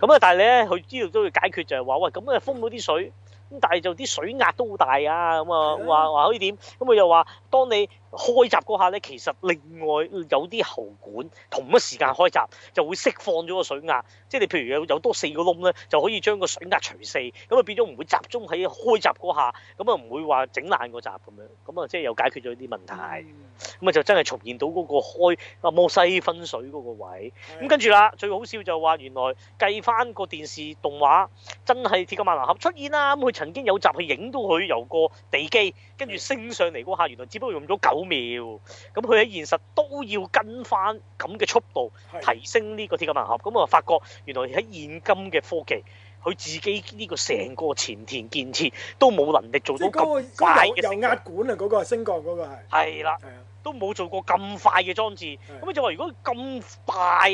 咁啊，但係咧，佢知道都要解決就係話，喂，咁啊封到啲水，咁但係就啲水壓都好大啊，咁啊係啊話話可以點？咁佢又話，當你開閘嗰下咧，其實另外有啲喉管同一時間開閘，就會釋放咗個水壓，即係你譬如有有多四個窿咧，就可以將個水壓除四，咁啊變咗唔會集中喺開閘嗰下，咁啊唔會話整爛個閘咁樣，咁啊即係又解決咗啲問嗯題，咁啊就真係重現到嗰個開啊摩西分水嗰個位。咁跟住啦，最好笑就話原來計翻個電視動畫，真係鐵甲萬能俠出現啦。咁佢曾經有集係影到佢由個地基跟住升上嚟嗰下，原來只不過用咗九秒。咁佢喺現實都要跟翻咁嘅速度係提升呢個鐵甲萬能俠。咁啊發覺原來喺現今嘅科技，佢自己呢個成個前田建設都冇能力做即到係嗰個咁快嗰個嘅油成油果壓。管啊，嗰個係升降嗰個係。係啦。係啊，都冇做過咁快嘅裝置。係咁就話如果咁快、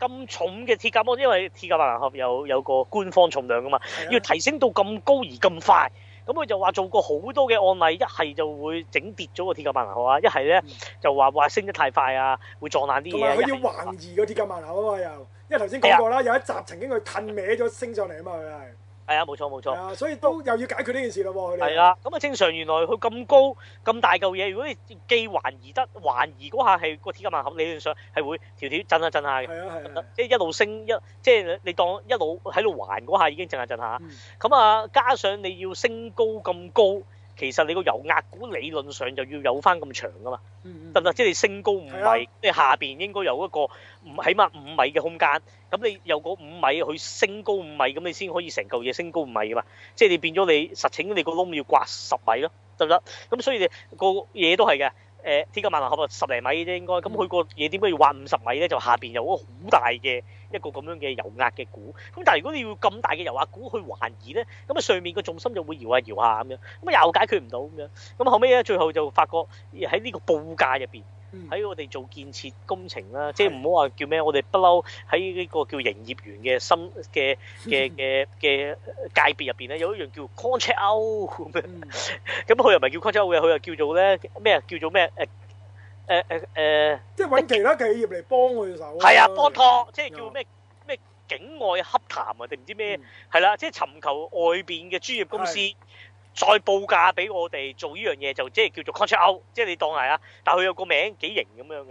咁重嘅鐵甲啊魔，因為鐵甲萬能俠有有個官方重量噶嘛，係啊要提升到咁高而咁快，咁佢就話做過好多嘅案例，一係就會整跌咗個鐵甲萬能俠啊，一係咧就話話升得太快啊，會撞爛啲嗯同嘢啊。埋佢一要係話橫移個鐵甲萬口啊嘛，又因為頭先講過啊啦，有一集曾經佢褪歪咗升上嚟啊嘛，佢係係啊，冇錯冇錯係。啊，所以都又要解決呢件事咯喎，佢哋係啦，咁啊正常原來佢咁高咁大嚿嘢，如果你既還疑得還疑嗰下係個鐵甲萬合理論上係會條條震下震下嘅，係啊係啊， 即係一路升一即係你當一路喺度還嗰下已經震下震下嗯，咁啊加上你要升高咁高，其實你個油壓股理論上就要有翻咁長噶嘛，嗯得唔得？即係你升高五係米，即係下邊應該有一個五起碼五米嘅空間，咁你有個五米去升高五米，咁你先可以成嚿嘢升高五米噶嘛。即係你變咗你實情你個窿要刮十米咯，得唔得？咁所以你個嘢都係嘅。誒鐵甲萬能俠啊，十零米啫應該，咁佢個嘢點解要挖五十米咧？就下邊有個好大嘅一個咁樣嘅油壓嘅鼓，咁但係如果你要咁大嘅油壓鼓去橫移咧，咁啊上面個重心就會搖下搖下咁樣，咁啊又解決唔到咁樣，咁後尾咧最後就發覺喺呢個報價入邊。嗯喺我哋做建設工程啦，即係唔好話叫咩，我哋不嬲喺呢個叫營業員嘅心嘅嘅嘅嘅界別入邊咧，有一樣叫 contract out 咁樣，嗯咁佢又唔係叫 contract out 嘅，佢又叫做咧咩啊？叫做咩誒誒誒誒，即係揾其他企業嚟幫佢手，係啊，幫托，即係叫咩咩境外洽談啊定唔知咩哦嗯？係啦，即係尋求外邊嘅專業公司。再報價俾我哋做呢樣嘢就即係叫做 contract out，即係你當係啊，但係佢有個名幾型咁樣嘅。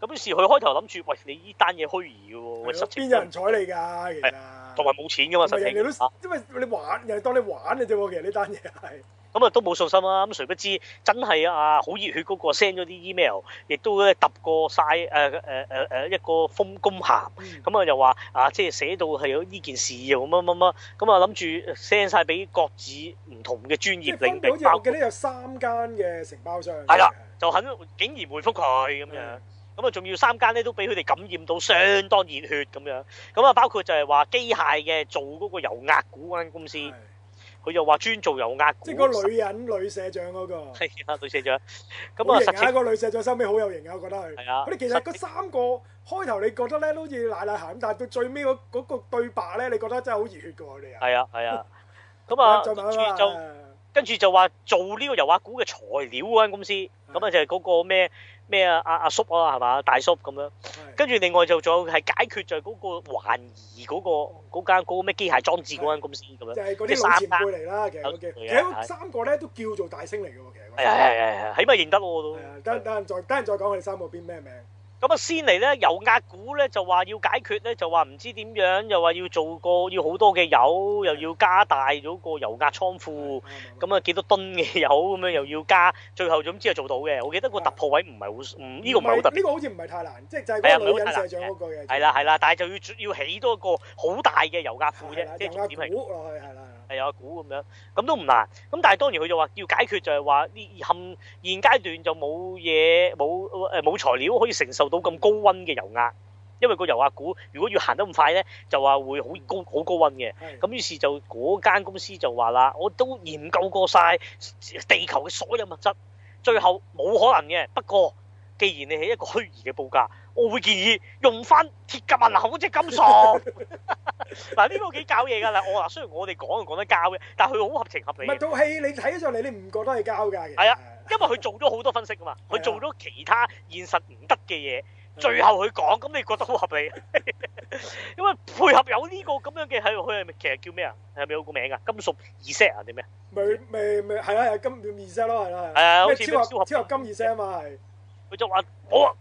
咁於是佢開頭諗住，喂你呢單嘢虛擬嘅喎，喂係實咯情邊有人睬你㗎？其實同埋冇錢噶嘛同實埋人情哋啊都因為你玩，人哋當你玩嘅啫喎，其實呢單嘢 係。咁啊都冇信心啦。咁誰不知真係啊好熱血嗰個 send 咗啲 email，亦都咧揼過晒誒誒誒誒一個封公函。嗯咁啊又話啊，即係寫到係有呢件事又乜乜乜，咁啊諗住 send 晒俾各自唔同嘅專即業係分領別好域似包我記括得，有三間嘅承包商。係啦，就肯竟然回覆佢咁樣嗯。咁啊，仲要三間咧都俾佢哋感染到相當熱血咁樣，咁啊包括就係話機械嘅做嗰個油壓股嗰間公司，係佢又話專做油壓股，即係嗰個女人女社長嗰個。 係啊，女社長，咁啊好型實啊！情個女社長收尾好有型啊，我覺得佢。係啊佢哋其實嗰三個開頭你覺得咧，都好似奶奶鹹咁，但係到最尾嗰嗰個對白咧，你覺得真係好熱血㗎喎佢哋啊。係啊係 啊，咁啊再跟問住啊就。嘛。跟住就話做呢個油畫股嘅材料嗰間公司，咁啊就係嗰個咩咩啊阿阿叔啊係嘛大叔咁樣，係跟住另外就仲有係解決就係嗰個環疑嗰個嗰間嗰個咩機械裝置嗰間公司咁樣，就係係嗰啲老前輩嚟啦，其實有嗰幾有其實嗰三個咧都叫做大星嚟嘅喎，其實嗰係啊係係係，起碼認得我都係。啊，等等陣再等陣再講佢哋三個邊咩名。咁啊先嚟咧油壓股咧就話要解決咧就話唔知點樣，又話要做個要好多嘅油，又要加大咗個油壓倉庫。咁啊幾多噸嘅油咁樣又要加，最後總之係做到嘅。我記得個突破位唔係好，唔呢個唔係好特別呢。個好似唔係太難，即係就係係啊嗰個唔係好女人太社難長嗰個嘅。係啦係啦，但係就要要起多個好大嘅油壓庫係啦，啫，即係重點係用股落去係啦。係有股咁樣，咁都唔難。咁但係當然佢就話要解決就係話呢冚現階段就冇嘢冇誒冇材料可以承受到咁高温嘅油壓，因為個油壓股如果要行得咁快咧，就話會好高好高温嘅。係咁於是就嗰間公司就話啦，我都研究過晒地球嘅所有物質，最後冇可能嘅。不過，既然你係一個虛擬嘅報價，我會建議用翻鐵甲萬能嗰隻金屬。嗱，呢個幾搞嘢㗎啦！我嗱，雖然我哋講就講得交嘅，但係佢好合情合唔理係嘅，套戲，你睇起上嚟你唔覺得係交㗎嘅。係啊因為佢做咗好多分析㗎嘛，佢做咗其他現實唔得嘅嘢。最後佢講，咁你覺得好合 理？因為配合有呢個咁樣嘅係佢係咪其實叫咩啊？係咪有個名㗎？金屬二 set 啊定咩？咪咪咪係啦，係金二 set 咯，係啦，係啊好咩似超超合合超合金二 set 啊嘛，係佢就話我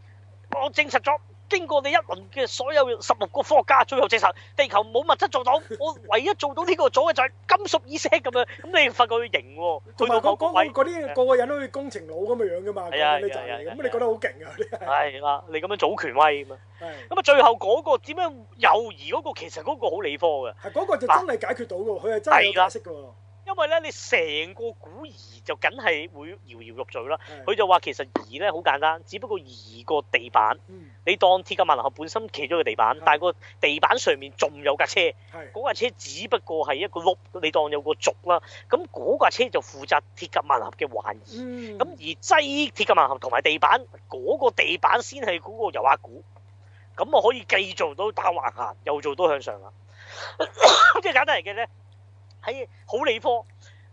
我證實咗，經過你一輪嘅所有十六個科學家，最後證實地球冇物質做到， 我唯一做到呢個組嘅就係金屬意識咁樣。咁你發覺佢型喎，同去到埋嗰某個嗰位個嗰啲個個人都好似工程佬咁嘅樣噶嘛，係啊講緊呢集係啊係嚟啊咁你覺得好勁啊嗰啲係啦，你咁樣組權威咁啊。係咁啊，最後嗰、個點樣幼兒嗰、個其實嗰個好理科嘅，係嗰個就真係解決到嘅喎，佢係真係有解釋嘅喎，因為咧你成個古兒就梗係會搖搖欲墜啦。係佢就話其實兒咧好簡單，只不過移個地板，嗯你當鐵甲萬能俠本身企咗個地板，但係個地板上面仲有架車。係嗰架車只不過係一個轆，你當有個軸啦。咁嗰架車就負責鐵甲萬合嘅環移。嗯咁、而擠鐵甲萬合同埋地板嗰、個地板先係嗰個油壓股。咁啊可以既做到打橫行，又做到向上啦。即係簡單嚟嘅咧，喺好理科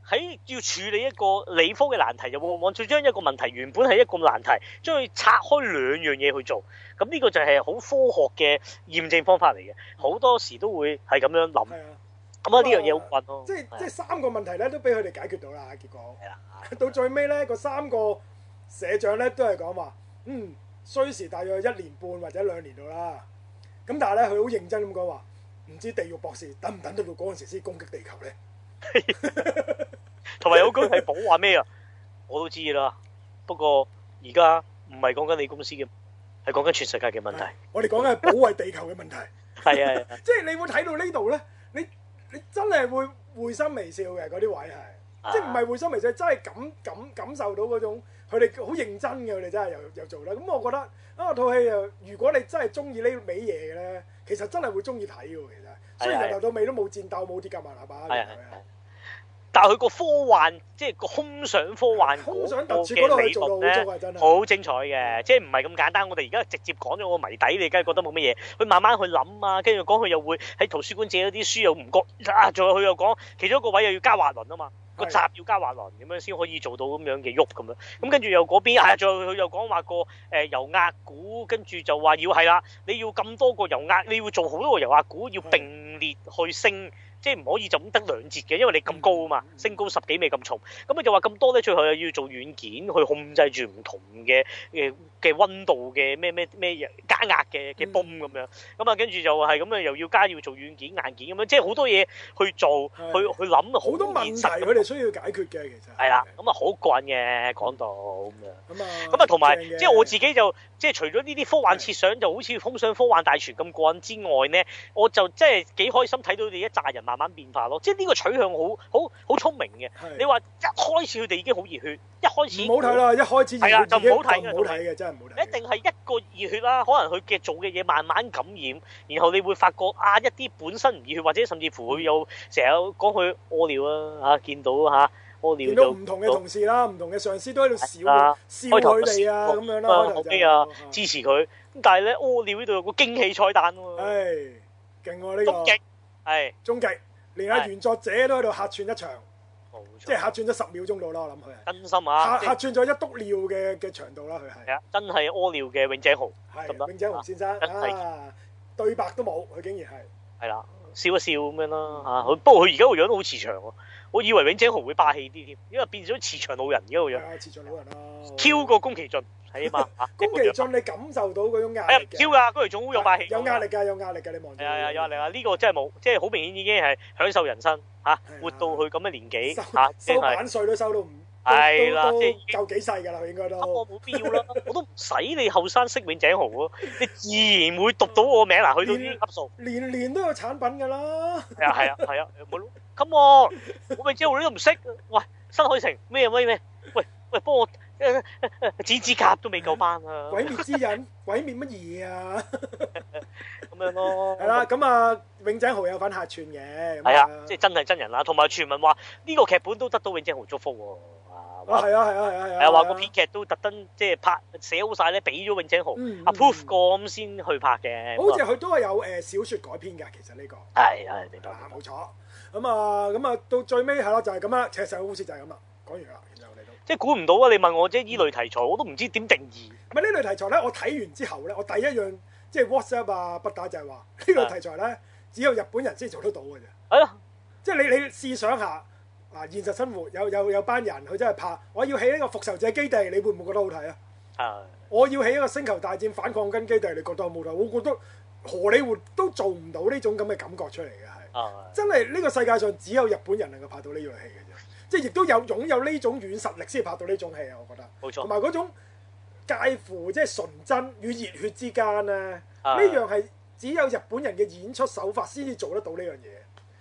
喺要處理一個理科嘅難題，就往往最將一個問題原本係一個難題，將佢拆開兩樣嘢去做。咁呢個就係好科學嘅驗證方法嚟嘅，好多時都會係咁樣諗。係啊，咁啊呢樣嘢好棍咯，即係係啊即係三個問題咧都俾佢哋解決到啦，結果。係啦，啊 到最尾咧，個三個社長咧都係講話，嗯，需時大約一年半或者兩年到啦。咁但係咧，佢好認真咁講話，唔知地獄博士等唔等得到嗰陣時先攻擊地球咧？同埋有句係補話咩啊？我都知啦，不過而家唔係講緊你公司嘅，係講緊全世界嘅問題。我哋講緊係保衞地球嘅問題。 係啊係啊即係你會睇到呢度咧，你你真係會會心微笑嘅嗰啲位係，啊 即係唔係會心微笑，真係感感感受到嗰種佢哋好認真嘅，佢哋真係又又做啦。咁我覺得啊套戲又，如果你真係中意呢味嘢嘅咧，其實真係會中意睇嘅喎。其實雖係啊然係由頭到尾都冇戰鬥冇鐵甲萬能吧，係啊係咪係啊。但係佢個科幻，即係個空想科幻空嗰個想特殊嗰度嘅理佢做到論好咧足。啊，真係。好精彩嘅，即係唔係咁簡單。我哋而家直接講咗個謎底，你梗係覺得冇乜嘢。佢慢慢去諗啊，跟住講佢又會喺圖書館借咗啲書，又唔覺啊，仲有佢又講其中一個位又要加滑輪啊嘛，個係閘要加滑輪咁樣先可以做到咁樣嘅喐咁樣。咁跟住又嗰邊啊，仲有佢又講話個誒油壓股，跟住就話要係啦，你要咁多個油壓，你要做好多個油壓股，要並列去升。即係唔可以就咁得兩節嘅，因為你咁高嗯啊嘛，升高十幾米咁重，咁佢就話咁多咧，最後又要做軟件去控制住唔同嘅嘅嘅温度嘅咩咩咩嘢加壓嘅嗯嘅泵咁樣，咁啊跟住就係咁樣又要加要做軟件硬件咁樣，即係好多嘢去做，去係去諗好多問現題實咁佢哋需要解決嘅，其實係啦，咁啊好棍嘅講到咁樣。咁啊咁啊，同埋正嘅即係我自己就即係除咗呢啲科幻設想就好似空想科幻大全咁過癮之外咧，我就即係幾開心睇到你一紮人慢慢變化咯。即係呢個取向好好好聰明嘅。係你話一開始佢哋已經好熱血，一開始唔好睇，啦，一開始已經係啦就唔好睇已經嘅唔好睇嘅，真係唔好睇嘅。一定係一個熱血啦。可能佢嘅做嘅嘢慢慢感染，然後你會發覺啊，一啲本身唔熱血或者甚至乎佢有成日講佢屙尿啊嚇，見到嚇屙尿見到就唔同嘅同事啦，唔同嘅上司都喺度笑係啊笑佢哋啊咁樣啦，啊開頭後就尾啊係支持佢。咁但係咧屙尿呢度有個驚喜彩蛋喎。唉，勁喎呢終極哎個係終極，連阿原作者都喺度客串一場，冇錯，即係客串咗十秒鐘到啦，我諗佢係真心啊，即客客係串咗一篤尿嘅嘅長度啦，佢係係啊，真係屙尿嘅永井豪得唔得係永井豪先生啊係啊，對白都冇，佢竟然係係啦，笑一笑咁樣啦嚇。佢不過佢而家個樣都好慈祥喎，我以為永井豪會霸氣啲添，因為變咗慈祥老人而家個樣係啊，持續老人啦。 ，Q 過宮崎駿係啊 嘛嚇，宮一個崎樣駿，你感受到嗰種壓係啊力唔 Q 嘅，㗎，宮崎駿好有霸氣，有壓力。㗎，有壓力㗎，你望住係啊，係啊佢有壓力啊！呢個真係冇，即係好明顯已經係享受人生嚇，活到佢咁嘅年紀嚇，啊收真收係啊版税都收到唔係啦都即係都夠幾世㗎啦，佢應該咁都我。冇必要啦，我都唔使你後生識永井豪喎，你自然會讀到我名嗱，去到呢啲級 數。年年都有產品㗎啦，係啊係啊係啊，冇咯。Come on，我咪知道你都唔識。喂，新海誠咩咩咩？喂喂，幫我呃呃呃剪指甲都未夠班啊！鬼滅之刃，鬼滅乜嘢啊？咁樣咯。係啦，，咁啊，永井豪有份客串嘅，咁係啊，即係真係真人啦。同埋傳聞話呢個劇本都得到永井豪祝福喎。啊啊，話係啊，係啊，係啊，係啊，係啊，話個編劇都特登即係拍寫好晒咧，俾咗永井豪嗯嗯 approve 過咁先去拍嘅。好似佢都係有誒小説改編㗎，其實呢個係係明白啊明白冇錯，咁啊，咁啊，到最尾係啦，就係咁啦，其實好似就係咁啦，講完啦，其實我哋都。即係估唔到啊！你問我即係依類題材，我都唔知點定義。唔係呢類題材咧，我睇完之後咧，我第一樣即係 WhatsApp 啊、不打就係話呢啊類題材咧，只有日本人先做得到嘅啫。係咯，即係你你試想下啊，現實生活有有有班人佢真係拍，我要起一個復仇者基地，你會唔會覺得好睇啊？係我要起一個星球大戰反抗軍基地，你覺得好冇睇？我覺得荷里活都做唔到呢種咁嘅感覺出嚟嘅係。係。真係呢個世界上只有日本人能夠拍到呢樣戲嘅啫，即係亦都有擁有呢種軟實力先拍到呢種戲啊！我覺得，冇錯同埋嗰種介乎即係純真與熱血之間咧，呢啊樣係只有日本人嘅演出手法先至做得到呢樣嘢。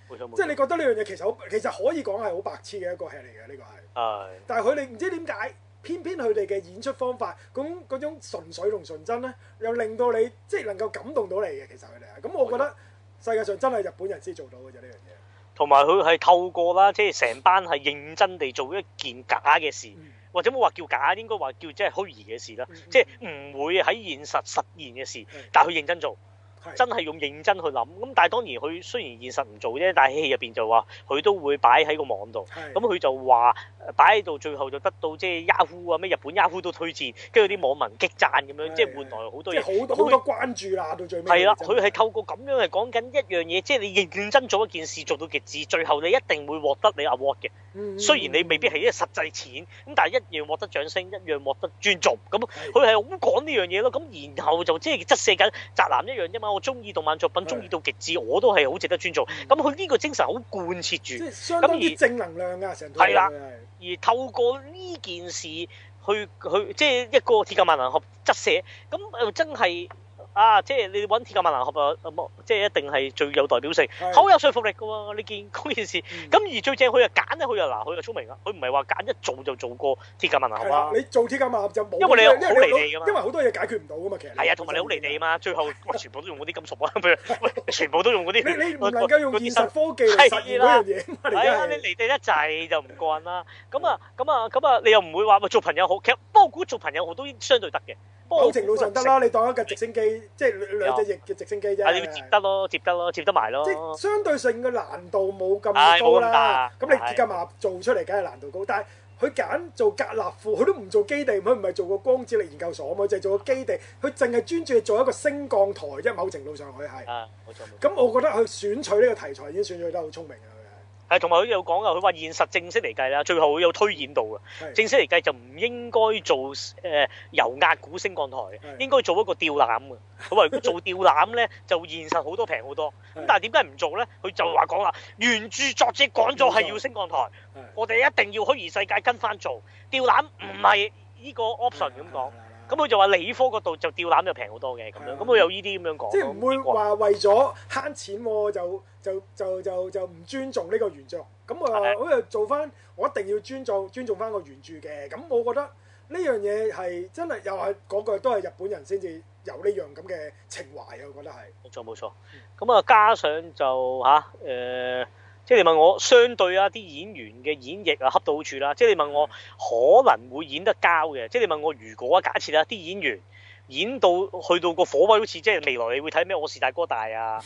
冇錯冇錯。即係你覺得呢樣嘢其實好，其實可以講係好白痴嘅一個戲嚟嘅，呢個係。係。但係佢哋唔知點解，偏偏佢哋嘅演出方法，咁嗰種純粹同純真咧，又令到你即係能夠感動到你嘅。其實佢哋係，啊咁我覺得世界上真係日本人先做到嘅啫呢樣嘢。同埋佢係透過啦，即係成班係認真地做一件假嘅事，嗯或者冇話叫假，應該話叫即係虛擬嘅事啦，嗯即係唔會喺現實實現嘅事，但係佢認真做，嗯係真係用認真去諗。咁但係當然佢雖然現實唔做啫，但係戲入邊就話佢都會擺喺個網度。係咁佢就話呃擺喺度，最後就得到即係 Yahoo 啊咩日本 Yahoo 都推薦，跟住啲網民激讚咁樣，即係換來好多即係嘢。好多好多關注啦，到最尾係啦，真佢係透過咁樣係講緊一樣嘢，即係你認真做一件事做到極致，最後你一定會獲得你 award 嘅。嗯嗯雖然你未必係一實際錢，咁但係一樣獲得掌聲，一樣獲得尊重。咁佢係好講呢樣嘢咯。咁然後就即係側寫緊宅男一樣啫嘛。我中意動漫作品，係中意到極致，我都係好值得尊重。咁佢呢個精神好貫徹住即。係相當咁之而正能量㗎，成套戲係啦係而透過呢件事去去即係一個鐵甲萬能俠側寫，咁又真係啊！即係你揾鐵甲萬能俠啊，冇即係一定係最有代表性，係好有說服力嘅喎。你見嗰件事，嗯咁而最正佢又揀咧，佢又嗱，佢又聰明啦，佢唔係話揀一做就做過鐵甲萬能係俠啦啊，。你做鐵甲馬就冇，因為你因為好離地㗎嘛因為好多嘢解決唔到㗎嘛，其實係啊，同埋你好離地啊嘛，最後哇全部都用嗰啲金屬啊，譬如喂全部都用嗰你啲，你唔能 夠用嗰啲現新實科技嚟實現嗰樣嘢嘛，你係啊，而你家係離地得滯就唔慣啦。咁啊，咁啊，咁啊，你又唔會話喂做朋友好，其實不過我估做朋友好都相對得嘅。不過某我程度上得啦，你當一架直升機，即係兩兩隻翼嘅直升機啫。啊，你要接得咯，接得咯，接得埋咯即。係相對性嘅難度冇咁唉高冇咁啦大。咁你鐵甲馬做出嚟梗係難度高，但係佢揀做格納庫，佢都唔做基地，佢唔係做個光子力研究所啊嘛，就係做個基地，佢淨係專注做一個升降台啫。某程度上佢係，啊，冇錯冇錯。咁我覺得佢選取呢個題材已經選取得好聰明啦。係同埋佢有講啊，佢話現實正式嚟計啦，最後會有推演到嘅。佢係係正式嚟計就唔應該做誒、呃油壓股升降台嘅係，應該做一個吊籃 嘅。佢話如果做吊籃咧，就現實好多平好多。咁係但係點解唔做咧？佢就話講啦，原著作者講咗係要升降台，我哋一定要虛擬世界跟翻做吊籃，唔係呢個 option 咁講。。咁佢就話理科嗰度就吊籃就平好多嘅咁係樣，啊咁佢有呢啲咁樣講。即係唔會話為咗慳錢喎，就就就就就唔尊重呢個原作。咁啊，係我又做翻，我一定要尊重尊重翻個原著嘅。咁我覺得呢樣嘢係真係又係嗰句，都係日本人先至有呢樣咁嘅情懷啊！我覺得係。冇錯冇錯，咁啊加上就吓，誒、呃即係你問我相對啊啲演員嘅演繹啊恰到好處啦，即係你問我可能會演得交嘅，即係你問我如果啊假設啊啲演員。演到去到個火位，好似即係未來你會睇咩？我是大哥大 啊！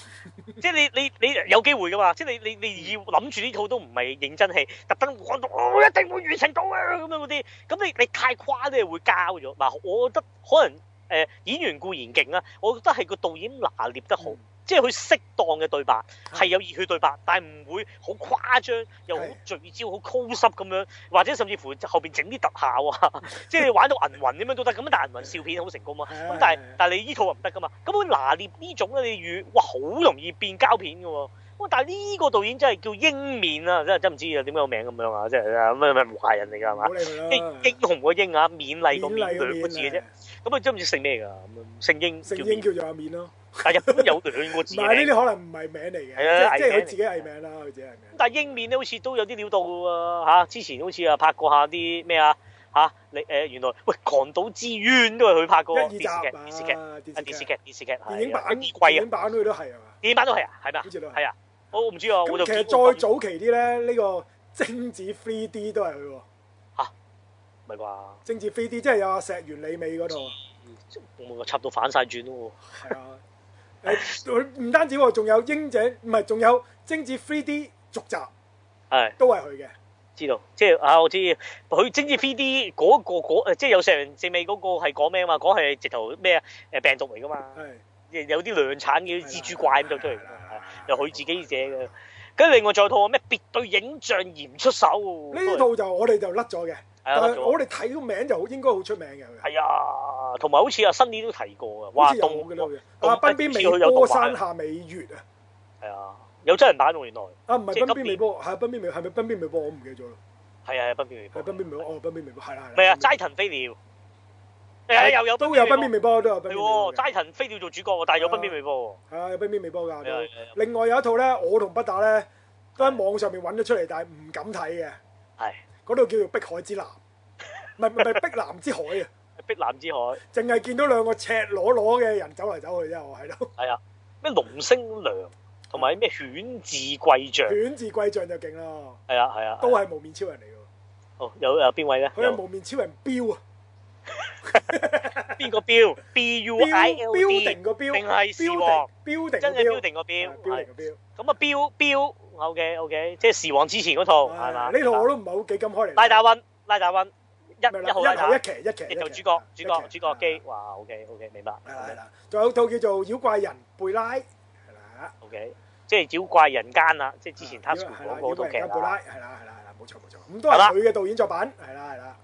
即係你你你有機會噶嘛？即係你你你要諗住呢套都唔係認真戲，特登講到我一定會完成到啊咁樣嗰啲，咁你你太誇咧會交咗。嗱，我覺得可能誒、呃演員固然勁啦，我覺得係個導演拿捏得好，嗯即係佢適當嘅對白係有熱血對白，但係唔會好誇張，又好係聚焦、好 close up 咁樣，或者甚至乎後邊整啲特效啊，即係你玩到銀魂咁樣都得。咁但係銀魂笑片好成功啊！係咁但係但係你依套又唔得噶嘛，咁佢拿捏呢種咧，你預哇好容易變膠片嘅喎。哇！但係呢個導演真係叫英面啊，真係真唔知啊點解個名咁樣啊，即係啊咩咩華人嚟㗎係唔嘛好？理佢啦即係英雄個英啊，勉勵個面兩個字嘅啫。啊咁啊，真唔知姓咩㗎？咁啊姓英聖叫英面，叫做阿面咯。但係日本有兩個唔字係嘅。呢啲可能唔係名嚟係啊嘅，即係藝名嚟即係佢自己藝名啦，佢自己藝名。但係英面咧，好似都有啲料到喎嚇。之前好似啊拍過下啲咩啊嚇，你誒原來喂《狂賭之淵》都係佢拍過一二電視集劇，啊，電視劇啊電視劇，電視劇係電影版啊，第二電季啊影，版佢都係啊嘛。電影版都係啊，係咪啊好似都係？係啊，我唔知啊，我就咁其實見過再早期啲咧，呢、個精子 3D 都係佢喎，唔係啩？精子 3D 即係有阿石原里美嗰度，哦我插到反晒轉咯係啊，誒佢唔單止喎，仲有英姐，唔係仲有精子 3D 續集喎，係都係佢嘅，知道，即係啊，我知佢精緻 3D 嗰個嗰誒即係有成正尾嗰個係講咩啊嘛？講係直頭咩啊？誒病毒嚟噶嘛？係有啲量產嘅蜘蛛怪咁就出嚟㗎，係啊啦又佢自己寫嘅。跟住另外仲有套咩別對影像嚴出手，啊呢套就我哋就甩咗嘅，係啊但甩係咗我哋睇個名就好應該好出名嘅佢，係啊，同埋好似阿新年都提過啊，好哇似有嘅啦動好似，啊動濱邊好似佢美有波動畫山嘅下美月啊，係啊，有真人版喎原來，啊唔即係係濱邊今美波，係濱邊美係咪濱邊美波我唔記得咗啦，係啊係濱邊美係波濱邊美波，哦濱邊美波係啦係啦，唔係啊，濱邊齋藤飛鳥，係啊，又有都有濱邊濱邊美美波都有濱波，係邊美喎，波嘅。齋藤飛鳥做主角喎，但係有濱邊美波係啊，有冰面微波㗎係啊係都啊係啊。另外有一套咧，我同北打咧都喺網上面揾咗出嚟，但係唔敢睇 嘅。喎，係嗰度叫做《碧海之南》，唔係唔係碧藍之海啊，碧藍之海，淨係見到兩個赤裸裸嘅人走嚟走去啫，我喺度。係啊，咩龍星涼同埋咩犬字貴象，犬字貴象就勁啦， 係啊係啊，都係啊係無面超人嚟㗎喎。好有有邊位咧？佢係有 無面超人標啊，邊個標？B U I L D building 個標，定係視王 building？building 真個係標 building 個標， building 係個標。咁啊標標，OK OK，即係時王之前嗰套係嘛？啊呢套我都唔係好幾咁開嚟。拉大運，拉大運咪一啦一號拉大一，期一期亦一就期主角一期主角主角係機，哇 OK OK 明白啦係啦，仲有套叫做《妖怪人貝拉》係啦， ，OK，即係妖怪人間啦，即係之前係 t a s 啊妖 k 係啦講過妖套怪劇啊人間貝啦拉。係啦係啦係啦，冇錯冇錯，咁都係係啦佢嘅導演作品係啦係啦，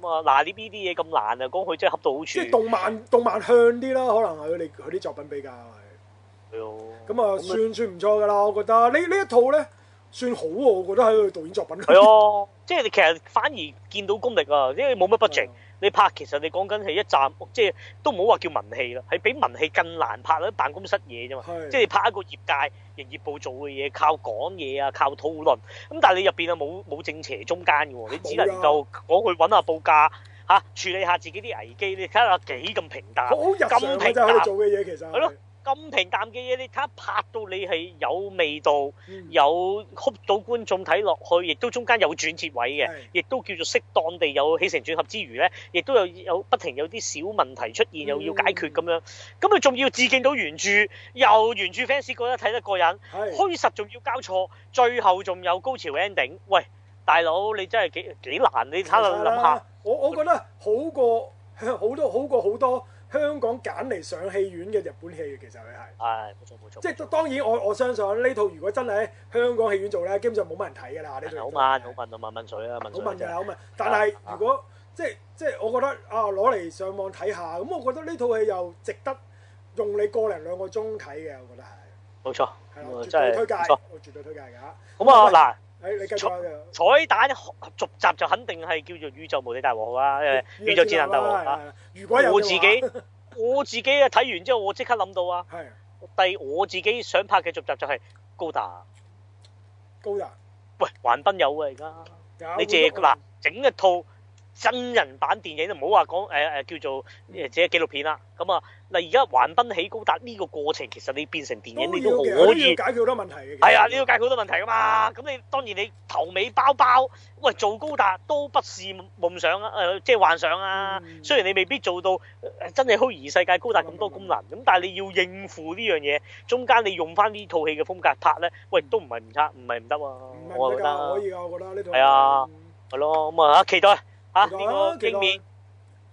咁啊，嗱呢呢啲嘢咁難啊，講佢真係恰到好即係處。動漫動漫向啲啦，可能係佢哋佢啲作品比較係。咁哦啊，算算唔錯㗎啦，我覺得呢呢一套咧算好喎，我覺得喺佢導演作品裏係啊，即係你其實反而見到功力啊，因為冇乜嗯 budget，你拍其實你講緊係一站，即係都唔好話叫文戲啦，係比文戲更難拍啦，辦公室嘢啫嘛。係即係你拍一個業界營業部做嘅嘢，靠講嘢啊，靠討論。咁但係你入邊啊冇冇正邪中間嘅啊喎，你只能夠講去揾下報價嚇、處理下自己啲危機。你睇下幾咁平淡好，好日常咁嘅平啫，佢淡哋做嘅嘢其實係咯，咁平淡嘅嘢，你睇下拍到你係有味道。嗯有吸到觀眾睇落去，亦都中間有轉折位嘅係，亦都叫做適當地有起承轉合之餘咧，亦都有有不停有啲小問題出現，嗯又要解決咁樣。咁啊，仲要致敬到原著，又原著 fans 覺得睇得過癮，係虛實仲要交錯，最後仲有高潮 ending。喂，大佬你真係幾幾難？你睇下諗下，，我我覺得好過好多好過好多香港揀嚟上戲院嘅日本戲嘅，其實佢係。唉，冇錯冇錯，即係當然我，我相信呢套如果真係喺香港戲院做咧，基本上冇乜人睇㗎啦。呢套好問好問啊問問水啊問好水問真係㗎啦，好問。但係啊如果即係即係，我覺得啊，攞嚟上網睇下，咁我覺得呢套戲又值得用你個零兩個鐘睇嘅，我覺得係冇錯，係啦，咁啊絕真對係推介冇錯，我絕對推介㗎。咁啊嗱。喂，誒你繼續啊繼續彩蛋續集就肯定係叫做宇宙無敵大和號啊 啦，因為宇宙戰艦大和號啦。係係如果有嘅話我自己我自己啊睇完之後， 我即刻諗到啊，係第我自己想拍嘅續集就係高達。高達喂，還賓有啊而家，有你借好多嗱整一套真人版電影，唔好話講誒誒叫做誒即係紀錄片啦。咁啊嗱，而家還賓起高達呢個過程，其實你變成電影你都都要嘅可都要以。解決好多問題嘅。係啊，你要解決好多問題噶嘛。咁你當然你頭尾包包，喂做高達都不是夢想啊，誒、即係幻想啊。嗯雖然你未必做到、呃真係虛擬世界高達咁多功能，咁但係你要應付呢樣嘢，中間你用翻呢套戲嘅風格拍咧，喂都唔係唔差，唔係唔得喎。唔係我唔覺得得啊㗎，可以㗎，我覺得呢套係啊係咯，咁啊期待嚇期呢待啊個期待經典，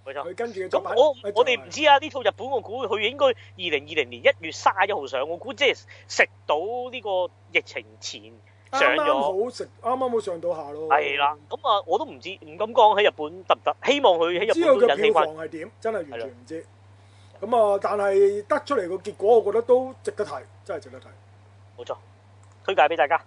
冇錯。佢跟住嘅咁作品哎我誒我哋唔知啊，呢套日本我估佢應該二零二零年一月三十一號上，我估即係食到呢個疫情前啱上啱咗。好食，啱啱好上到下咯。係啦，咁啊，我都唔知，唔敢講喺日本得唔得，希望佢喺知日道本都佢引起票翻房係點，真係完係全啦唔知。咁啊，但係得出嚟個結果，我覺得都值得睇，真係值得睇。冇錯，推介俾大家。